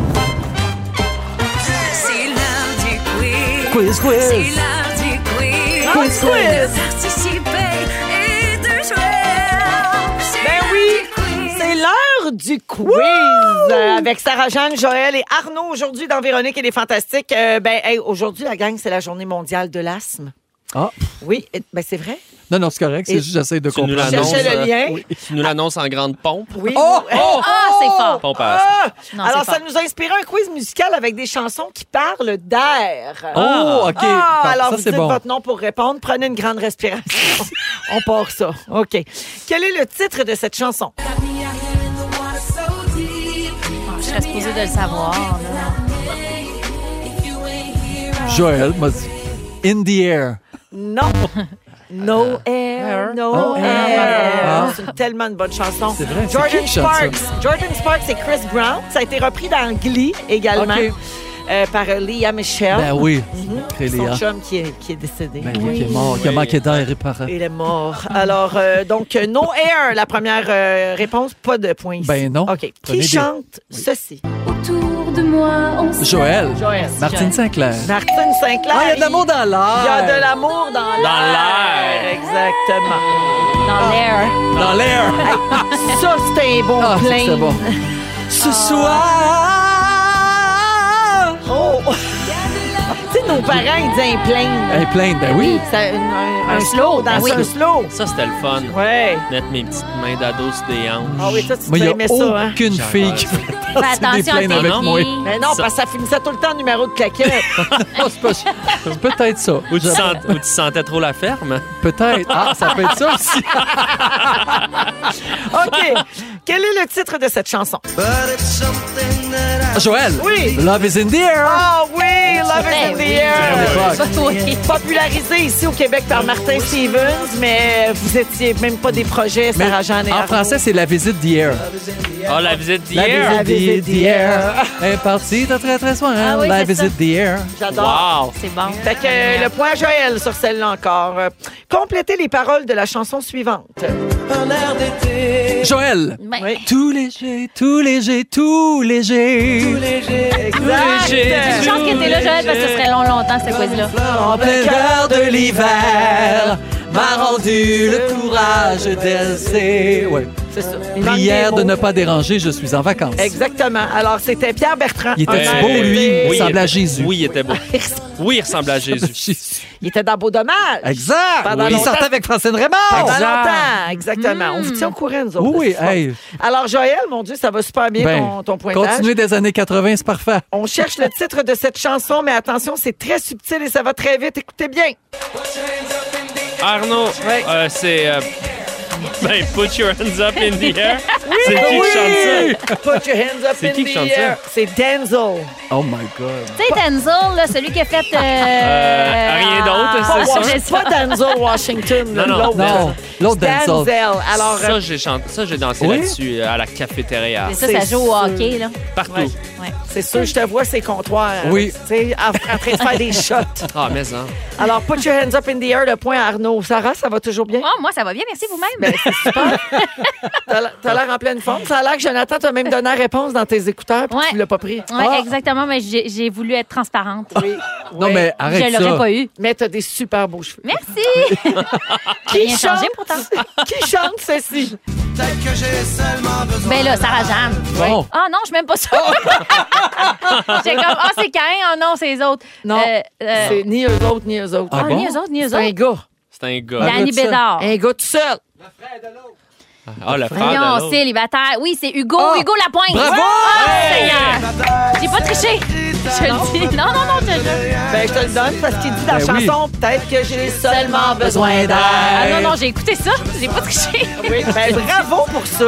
[SPEAKER 5] C'est l'heure du quiz.
[SPEAKER 3] Quiz, quiz.
[SPEAKER 5] C'est l'heure du quiz.
[SPEAKER 1] Quiz, quiz.
[SPEAKER 5] De participer et de jouer. C'est
[SPEAKER 1] Ben
[SPEAKER 5] l'heure
[SPEAKER 1] oui,
[SPEAKER 5] du quiz.
[SPEAKER 1] C'est l'heure du quiz euh, avec Sarah-Jeanne, Joël et Arnaud aujourd'hui dans Véronique et les Fantastiques. Euh, ben, hey, aujourd'hui, la gang, c'est la journée mondiale de l'asthme.
[SPEAKER 3] Ah.
[SPEAKER 1] Oui, et- ben c'est vrai.
[SPEAKER 3] Non, non, c'est correct.
[SPEAKER 1] Et-
[SPEAKER 3] C'est juste j'essaie de
[SPEAKER 4] Tu nous
[SPEAKER 3] comprendre.
[SPEAKER 4] l'annonces
[SPEAKER 1] Cherchez le
[SPEAKER 4] euh,
[SPEAKER 1] lien.
[SPEAKER 4] oui. Tu nous l'annonces en grande pompe.
[SPEAKER 1] Oui.
[SPEAKER 3] Oh,
[SPEAKER 1] oui.
[SPEAKER 3] oh,
[SPEAKER 2] Ah, c'est fort.
[SPEAKER 4] Pompe à asthme.
[SPEAKER 1] Ah!
[SPEAKER 2] Non,
[SPEAKER 1] Alors,
[SPEAKER 2] c'est
[SPEAKER 1] ça
[SPEAKER 2] fort.
[SPEAKER 1] nous a inspiré un quiz musical avec des chansons qui parlent d'air.
[SPEAKER 3] Oh, OK.
[SPEAKER 1] Ah,
[SPEAKER 3] Par-
[SPEAKER 1] alors,
[SPEAKER 3] ça,
[SPEAKER 1] vous
[SPEAKER 3] c'est
[SPEAKER 1] dites
[SPEAKER 3] bon.
[SPEAKER 1] votre nom pour répondre. Prenez une grande respiration. On part ça. OK. Quel est le titre de cette chanson?
[SPEAKER 2] Je serais supposée de le savoir. là.
[SPEAKER 3] Joël m'a dit In the air.
[SPEAKER 1] Non. No
[SPEAKER 3] Euh,
[SPEAKER 1] air, no
[SPEAKER 3] Oh,
[SPEAKER 1] air.
[SPEAKER 3] ah.
[SPEAKER 1] C'est une tellement une bonne chanson.
[SPEAKER 3] C'est vrai, c'est
[SPEAKER 1] Jordan
[SPEAKER 3] qui qui chante ça?
[SPEAKER 1] Sparks. Jordan Sparks et Chris Brown. Ça a été repris dans Glee également
[SPEAKER 3] OK.
[SPEAKER 1] euh, par Leah Michelle.
[SPEAKER 3] Ben oui. Créer les
[SPEAKER 1] Son
[SPEAKER 3] A.
[SPEAKER 1] chum qui est, qui est décédé.
[SPEAKER 3] Ben, oui. qui est mort, qui a
[SPEAKER 4] Oui.
[SPEAKER 3] manqué d'air et par
[SPEAKER 1] Il est mort. Alors, euh, donc, euh, no air, la première euh, réponse, pas de point ici.
[SPEAKER 3] Ben non.
[SPEAKER 1] OK. Qui
[SPEAKER 3] Prenez des-
[SPEAKER 1] chante ceci?
[SPEAKER 9] Autour de moi, on se
[SPEAKER 3] Joël.
[SPEAKER 1] Joël.
[SPEAKER 3] Martine Sinclair.
[SPEAKER 1] Martine Sinclair.
[SPEAKER 3] Ah, il y a de l'amour dans l'air.
[SPEAKER 1] Il y a de l'amour dans l'air.
[SPEAKER 4] l'air.
[SPEAKER 1] Exactement.
[SPEAKER 2] Dans l'air.
[SPEAKER 3] Dans l'air.
[SPEAKER 1] Ça, c'était un bon
[SPEAKER 3] Ah,
[SPEAKER 1] plein.
[SPEAKER 3] c'est bon. Ce soir.
[SPEAKER 1] Oh! tu sais, nos parents, ils disaient un plein.
[SPEAKER 3] Elle est pleine, ben oui.
[SPEAKER 1] Ça- un, un-
[SPEAKER 2] Un
[SPEAKER 1] un
[SPEAKER 2] slow,
[SPEAKER 1] slow, dans
[SPEAKER 2] ben oui.
[SPEAKER 1] un slow.
[SPEAKER 4] Ça, c'était le fun.
[SPEAKER 1] Ouais.
[SPEAKER 4] Mettre mes petites mains d'ado sur des hanches.
[SPEAKER 1] Ah oui, ça, tu
[SPEAKER 3] Moi, il n'y
[SPEAKER 1] devais
[SPEAKER 3] a
[SPEAKER 1] aimer ça, hein?
[SPEAKER 3] aucune fille qui fait
[SPEAKER 2] Fais
[SPEAKER 3] danser des
[SPEAKER 2] attention à tes
[SPEAKER 3] plaines avec moi.
[SPEAKER 2] pieds.
[SPEAKER 1] Mais non, parce que ça finissait tout le temps en numéro de claquette.
[SPEAKER 3] Ah, c'est pas- c'est Peut-être ça.
[SPEAKER 4] Ou tu,
[SPEAKER 3] Je-
[SPEAKER 4] sent- ou tu sentais trop la ferme.
[SPEAKER 3] Peut-être. Ah, ça peut être ça aussi.
[SPEAKER 1] OK. Quel est le titre de cette chanson?
[SPEAKER 3] Joël.
[SPEAKER 1] Oui.
[SPEAKER 3] Love is in the air.
[SPEAKER 1] Ah oui, Love is in the air.
[SPEAKER 3] Fuck.
[SPEAKER 2] Oui.
[SPEAKER 1] Popularisé ici au Québec
[SPEAKER 3] Ah
[SPEAKER 1] par Martin Stevens, mais vous étiez même pas des projets,
[SPEAKER 3] Mais
[SPEAKER 1] Sarah Jeanne et
[SPEAKER 3] en
[SPEAKER 1] Arnaud.
[SPEAKER 3] français, c'est la visite d'hier.
[SPEAKER 4] Ah, la visite d'hier.
[SPEAKER 3] La
[SPEAKER 1] La
[SPEAKER 3] visite
[SPEAKER 1] visite
[SPEAKER 3] d'hier. Elle est partie de très très soin.
[SPEAKER 2] Ah oui,
[SPEAKER 3] la
[SPEAKER 2] c'est ça.
[SPEAKER 3] visite d'hier.
[SPEAKER 1] J'adore.
[SPEAKER 4] Wow.
[SPEAKER 2] C'est bon.
[SPEAKER 1] Fait que euh, le point à Joël sur celle-là encore. Euh, Complétez les paroles de la chanson suivante.
[SPEAKER 3] Joël.
[SPEAKER 2] Ben,
[SPEAKER 1] Oui.
[SPEAKER 3] Tout léger, tout léger, tout léger.
[SPEAKER 2] Je pense que t'es là, Joël, parce que ce serait long, longtemps, ce quiz-là.
[SPEAKER 3] En plein cœur de l'hiver, m'a rendu le courage d'aimer. Ouais.
[SPEAKER 1] C'est ça. Il manque
[SPEAKER 3] Prière
[SPEAKER 1] des
[SPEAKER 3] de
[SPEAKER 1] mots.
[SPEAKER 3] ne pas déranger, je suis en vacances.
[SPEAKER 1] Exactement. Alors, c'était Pierre Bertrand.
[SPEAKER 3] Il était-tu
[SPEAKER 1] Un
[SPEAKER 3] beau, lui?
[SPEAKER 1] invité.
[SPEAKER 3] Il
[SPEAKER 4] Oui,
[SPEAKER 3] ressemblait à
[SPEAKER 4] était-
[SPEAKER 3] Jésus.
[SPEAKER 4] Oui, il était beau. Oui, il ressemblait à Jésus.
[SPEAKER 1] Il était dans Beau Dommage.
[SPEAKER 3] Exact.
[SPEAKER 1] Pendant
[SPEAKER 3] Il
[SPEAKER 1] longtemps.
[SPEAKER 3] sortait avec Francine
[SPEAKER 1] Pendant
[SPEAKER 3] Raymond.
[SPEAKER 1] longtemps, exactement. On vous tient au courant, nous autres.
[SPEAKER 3] Hmm. Oui, oui,
[SPEAKER 1] C'est fort.
[SPEAKER 3] hey.
[SPEAKER 1] Alors, Joël, mon Dieu, ça va super bien,
[SPEAKER 3] Ben,
[SPEAKER 1] ton, ton pointage.
[SPEAKER 3] Continuez des années 80, c'est parfait.
[SPEAKER 1] On cherche le titre de cette chanson, mais attention, c'est très subtil et ça va très vite. Écoutez bien.
[SPEAKER 4] Arnaud,
[SPEAKER 1] Ouais.
[SPEAKER 4] euh, c'est. euh, ben, put your hands up in the air. c'est qui qui chante ça?
[SPEAKER 1] Put your hands up
[SPEAKER 4] C'est
[SPEAKER 1] in
[SPEAKER 4] qui qui
[SPEAKER 1] the
[SPEAKER 4] chante
[SPEAKER 1] air. C'est Denzel.
[SPEAKER 3] Oh my God.
[SPEAKER 2] Tu sais, Denzel, là, celui qui a fait. euh,
[SPEAKER 4] Euh, rien d'autre,
[SPEAKER 2] ah,
[SPEAKER 1] Pas,
[SPEAKER 4] c'est
[SPEAKER 2] ah,
[SPEAKER 4] ça?
[SPEAKER 2] j'ai
[SPEAKER 1] Wash- pas Denzel Washington, là,
[SPEAKER 4] Non, non,
[SPEAKER 1] l'autre.
[SPEAKER 3] Non, l'autre Denzel.
[SPEAKER 1] Denzel. Alors, euh,
[SPEAKER 4] ça, j'ai chanté- ça, j'ai dansé
[SPEAKER 3] Oui?
[SPEAKER 4] là-dessus euh, à la cafétéria.
[SPEAKER 2] Mais ça, ça
[SPEAKER 1] C'est
[SPEAKER 2] joue au
[SPEAKER 1] sûr.
[SPEAKER 2] hockey, là.
[SPEAKER 4] Partout.
[SPEAKER 2] Ouais.
[SPEAKER 1] c'est sûr, je te vois, c'est comptoir.
[SPEAKER 3] Oui.
[SPEAKER 1] Tu sais, en- en train de faire des shots.
[SPEAKER 4] Ah, mais non.
[SPEAKER 1] Alors, put your hands up in the air, le point à Arnaud. Sarah, ça va toujours bien? Ben,
[SPEAKER 2] Oh, moi, ça va bien, merci vous-même.
[SPEAKER 1] T'as l'air- T'as l'air en pleine forme. Ça a l'air que Jonathan t'a même donné la réponse dans tes écouteurs, puis
[SPEAKER 2] Ouais.
[SPEAKER 1] tu l'as pas pris.
[SPEAKER 2] Ouais,
[SPEAKER 1] Ah,
[SPEAKER 2] exactement, mais j'ai j'ai voulu être transparente.
[SPEAKER 3] Non, mais arrête
[SPEAKER 2] je l'aurais
[SPEAKER 3] ça.
[SPEAKER 2] pas eu.
[SPEAKER 1] Mais t'as des super beaux cheveux.
[SPEAKER 2] Merci! J'ai rien changé pourtant.
[SPEAKER 1] qui chante ceci?
[SPEAKER 2] Ben là, Sarah Jeanne.
[SPEAKER 3] Bon.
[SPEAKER 2] Ah non, je suis même pas sûre. J'ai comme, ah, c'est Cain, ah non, c'est les autres.
[SPEAKER 1] Non.
[SPEAKER 2] Euh, euh,
[SPEAKER 1] C'est ni eux autres, ni eux autres.
[SPEAKER 3] Ah
[SPEAKER 2] ah,
[SPEAKER 3] bon?
[SPEAKER 2] ni eux autres, ni eux
[SPEAKER 1] C'est un
[SPEAKER 2] autres.
[SPEAKER 1] gars.
[SPEAKER 4] C'est un gars.
[SPEAKER 2] Danny
[SPEAKER 3] Arrête ça.
[SPEAKER 2] Bédard.
[SPEAKER 1] Un gars tout seul.
[SPEAKER 4] Ah, le frère de
[SPEAKER 2] Voyons,
[SPEAKER 4] l'autre.
[SPEAKER 2] célibataire. Oui, c'est Hugo, Hugo Lapointe.
[SPEAKER 3] Bravo!
[SPEAKER 2] Ah, Seigneur! J'ai pas triché. Je le dis. Non, non, non, je te jure.
[SPEAKER 1] Ben, je te le donne parce qu'il dit dans la
[SPEAKER 3] Ben oui.
[SPEAKER 1] chanson, peut-être que j'ai seulement besoin
[SPEAKER 2] Ah
[SPEAKER 1] d'air.
[SPEAKER 2] non, non, j'ai écouté ça. J'ai pas triché.
[SPEAKER 1] Oui, ben, bravo pour ça.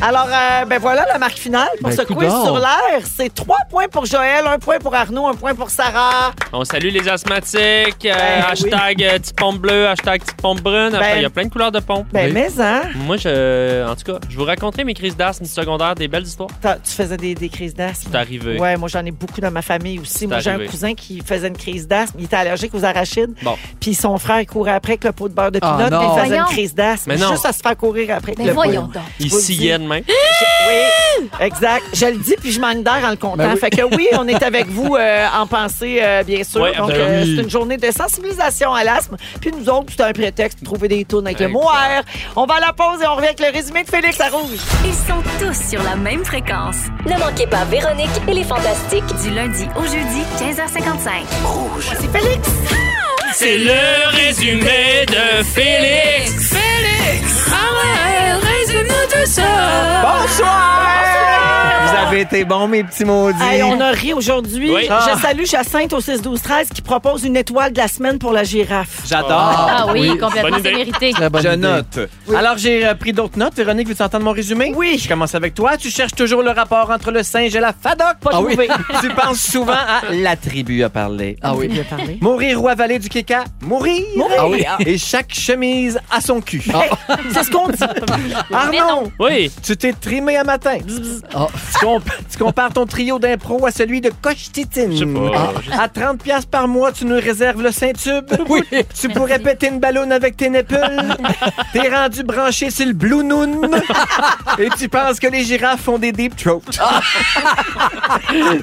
[SPEAKER 1] Alors, euh, ben voilà la marque finale pour
[SPEAKER 3] Ben,
[SPEAKER 1] ce
[SPEAKER 3] coudonc.
[SPEAKER 1] quiz sur l'air. C'est trois points pour Joël, un point pour Arnaud, un point pour Sarah.
[SPEAKER 4] On salue les asthmatiques. euh,
[SPEAKER 1] Ben,
[SPEAKER 4] hashtag euh, petite pompe bleue, hashtag petite pompe brune. Hashtag- Il y a plein de couleurs de pompe.
[SPEAKER 1] Ben,
[SPEAKER 4] Oui.
[SPEAKER 1] mais, hein,
[SPEAKER 4] Moi, je, en tout cas, je vous raconterai mes crises d'asthme secondaires, des belles histoires.
[SPEAKER 1] t'as- tu faisais des, des crises d'asthme.
[SPEAKER 4] C'est arrivé.
[SPEAKER 1] Ouais, moi j'en ai beaucoup dans ma ma famille aussi. Moi,
[SPEAKER 4] C'est
[SPEAKER 1] j'ai un
[SPEAKER 4] arrivé.
[SPEAKER 1] cousin qui faisait une crise d'asthme. Il était allergique aux arachides.
[SPEAKER 4] Bon.
[SPEAKER 1] Puis son frère courait après avec le pot de beurre de
[SPEAKER 3] Ah,
[SPEAKER 1] pinot,
[SPEAKER 3] non.
[SPEAKER 1] il faisait
[SPEAKER 12] Voyons.
[SPEAKER 1] une crise d'asthme.
[SPEAKER 4] Mais non.
[SPEAKER 1] Juste à se faire courir après. avec
[SPEAKER 12] Mais
[SPEAKER 1] le pot.
[SPEAKER 12] voyons donc.
[SPEAKER 1] Je
[SPEAKER 4] Il
[SPEAKER 1] vous le dis.
[SPEAKER 4] sillait de main.
[SPEAKER 1] Oui, exact. Je le dis, puis je manque d'air en le comptant.
[SPEAKER 3] Ben oui.
[SPEAKER 1] Fait que oui, on est avec vous euh, en pensée, euh, bien sûr.
[SPEAKER 4] Ouais,
[SPEAKER 1] Donc,
[SPEAKER 4] ben
[SPEAKER 1] euh,
[SPEAKER 3] oui.
[SPEAKER 1] c'est une journée de sensibilisation à l'asthme. Puis nous autres, c'est un prétexte pour trouver des tours avec le
[SPEAKER 4] Exact.
[SPEAKER 1] mot air. On va à la pause et on revient avec le résumé de Félix à rouge.
[SPEAKER 5] Ils sont tous sur la même fréquence.
[SPEAKER 9] Ne manquez pas Véronique et les Fantastiques.
[SPEAKER 5] Du lundi au jeudi, 15h55.
[SPEAKER 1] Voici Félix.
[SPEAKER 4] C'est le résumé de Félix. Félix!
[SPEAKER 1] Bonsoir.
[SPEAKER 13] Vous avez été bons, mes petits maudits.
[SPEAKER 1] Hey, on a ri aujourd'hui.
[SPEAKER 4] Oui.
[SPEAKER 13] Ah.
[SPEAKER 1] Je salue Jacinthe au 6-12-13 qui propose une étoile de la semaine pour la girafe.
[SPEAKER 13] J'adore.
[SPEAKER 2] Ah oui,
[SPEAKER 3] Oui.
[SPEAKER 2] complètement,
[SPEAKER 4] Bonne
[SPEAKER 2] c'est
[SPEAKER 4] idée.
[SPEAKER 2] mérité.
[SPEAKER 3] Très bonne
[SPEAKER 13] Je
[SPEAKER 3] idée.
[SPEAKER 13] note. Alors, j'ai euh, pris d'autres notes. Véronique, veux-tu entendre mon résumé?
[SPEAKER 1] Oui.
[SPEAKER 13] Je commence avec toi. Tu cherches toujours le rapport entre le singe et la fadoc. Pas
[SPEAKER 3] Ah oui.
[SPEAKER 13] trouvé. tu penses souvent à la tribu à parler.
[SPEAKER 3] Ah oui.
[SPEAKER 1] Bien parlé.
[SPEAKER 13] Mourir ou avaler du kéka. Mourir.
[SPEAKER 3] Ah oui.
[SPEAKER 13] Et chaque chemise à son cul.
[SPEAKER 1] C'est ce qu'on dit.
[SPEAKER 13] Arnaud,
[SPEAKER 4] Oui.
[SPEAKER 13] tu t'es trimé un matin.
[SPEAKER 3] Ah.
[SPEAKER 13] Tu, comp- tu compares ton trio d'impro à celui de Coche-Titine.
[SPEAKER 4] Je sais pas.
[SPEAKER 13] À 30 pièces par mois, tu nous réserves le Saint-Tube.
[SPEAKER 3] Oui.
[SPEAKER 13] Tu pourrais péter une ballonne avec tes népules. T'es rendu branché sur le Blue Noon. Et tu penses que les girafes font des deep throats.
[SPEAKER 4] Ah.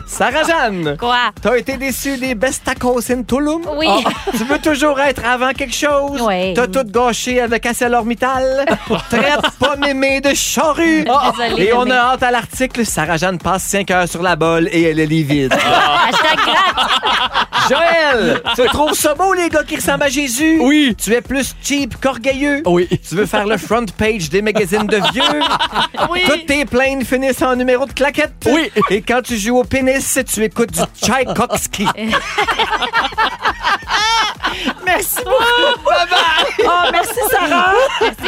[SPEAKER 13] Sarah-Jeanne,
[SPEAKER 2] Quoi?
[SPEAKER 13] t'as été déçu des best tacos in Tulum.
[SPEAKER 2] Oui.
[SPEAKER 4] Oh!
[SPEAKER 13] Tu veux toujours être avant quelque chose.
[SPEAKER 2] Ouais.
[SPEAKER 13] T'as tout gâché avec ArcelorMittal. Traite pas mémé de charrue. Ah,
[SPEAKER 2] Désolée,
[SPEAKER 13] et on
[SPEAKER 2] mémé.
[SPEAKER 13] a hâte à l'article. Sarah-Jeanne passe 5 heures sur la bolle et elle est livide.
[SPEAKER 2] Hashtag gratte.
[SPEAKER 13] Joël, tu trouves ça beau, les gars qui ressemblent à Jésus?
[SPEAKER 3] Oui.
[SPEAKER 13] Tu es plus cheap qu'orgueilleux.
[SPEAKER 3] Oui.
[SPEAKER 13] Tu veux faire le front page des magazines de vieux? Toutes tes plaintes finissent en numéro de claquette.
[SPEAKER 3] Oui.
[SPEAKER 13] Et quand tu joues au pénis, tu écoutes du Tchaïkovski.
[SPEAKER 1] Merci beaucoup. Oh, merci Sarah.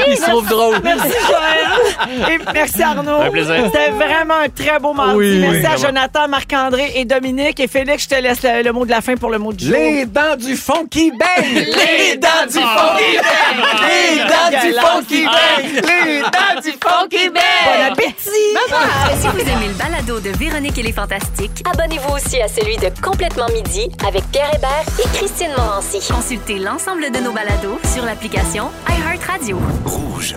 [SPEAKER 3] Ils se trouvent drôles.
[SPEAKER 1] Merci Joël. Et merci Arnaud.
[SPEAKER 4] Un plaisir.
[SPEAKER 1] C'était vraiment un très beau mardi.
[SPEAKER 3] Oui.
[SPEAKER 1] merci
[SPEAKER 3] Oui,
[SPEAKER 1] à
[SPEAKER 4] vraiment.
[SPEAKER 1] Jonathan, Marc-André et Dominique. Et Félix, je te laisse le, le mot de la fin pour le mot du jour.
[SPEAKER 13] Les dents du fond qui baignent! Les dents du fond qui baignent! Les dents du fond qui baignent! Les dents du fond qui baignent!
[SPEAKER 9] Ah,
[SPEAKER 5] Si vous aimez le balado de Véronique et les Fantastiques,
[SPEAKER 9] Abonnez-vous aussi à celui de Complètement Midi avec Pierre Hébert et Christine Morancy.
[SPEAKER 5] consultez l'ensemble de nos balados sur l'application iHeartRadio.
[SPEAKER 6] Rouge.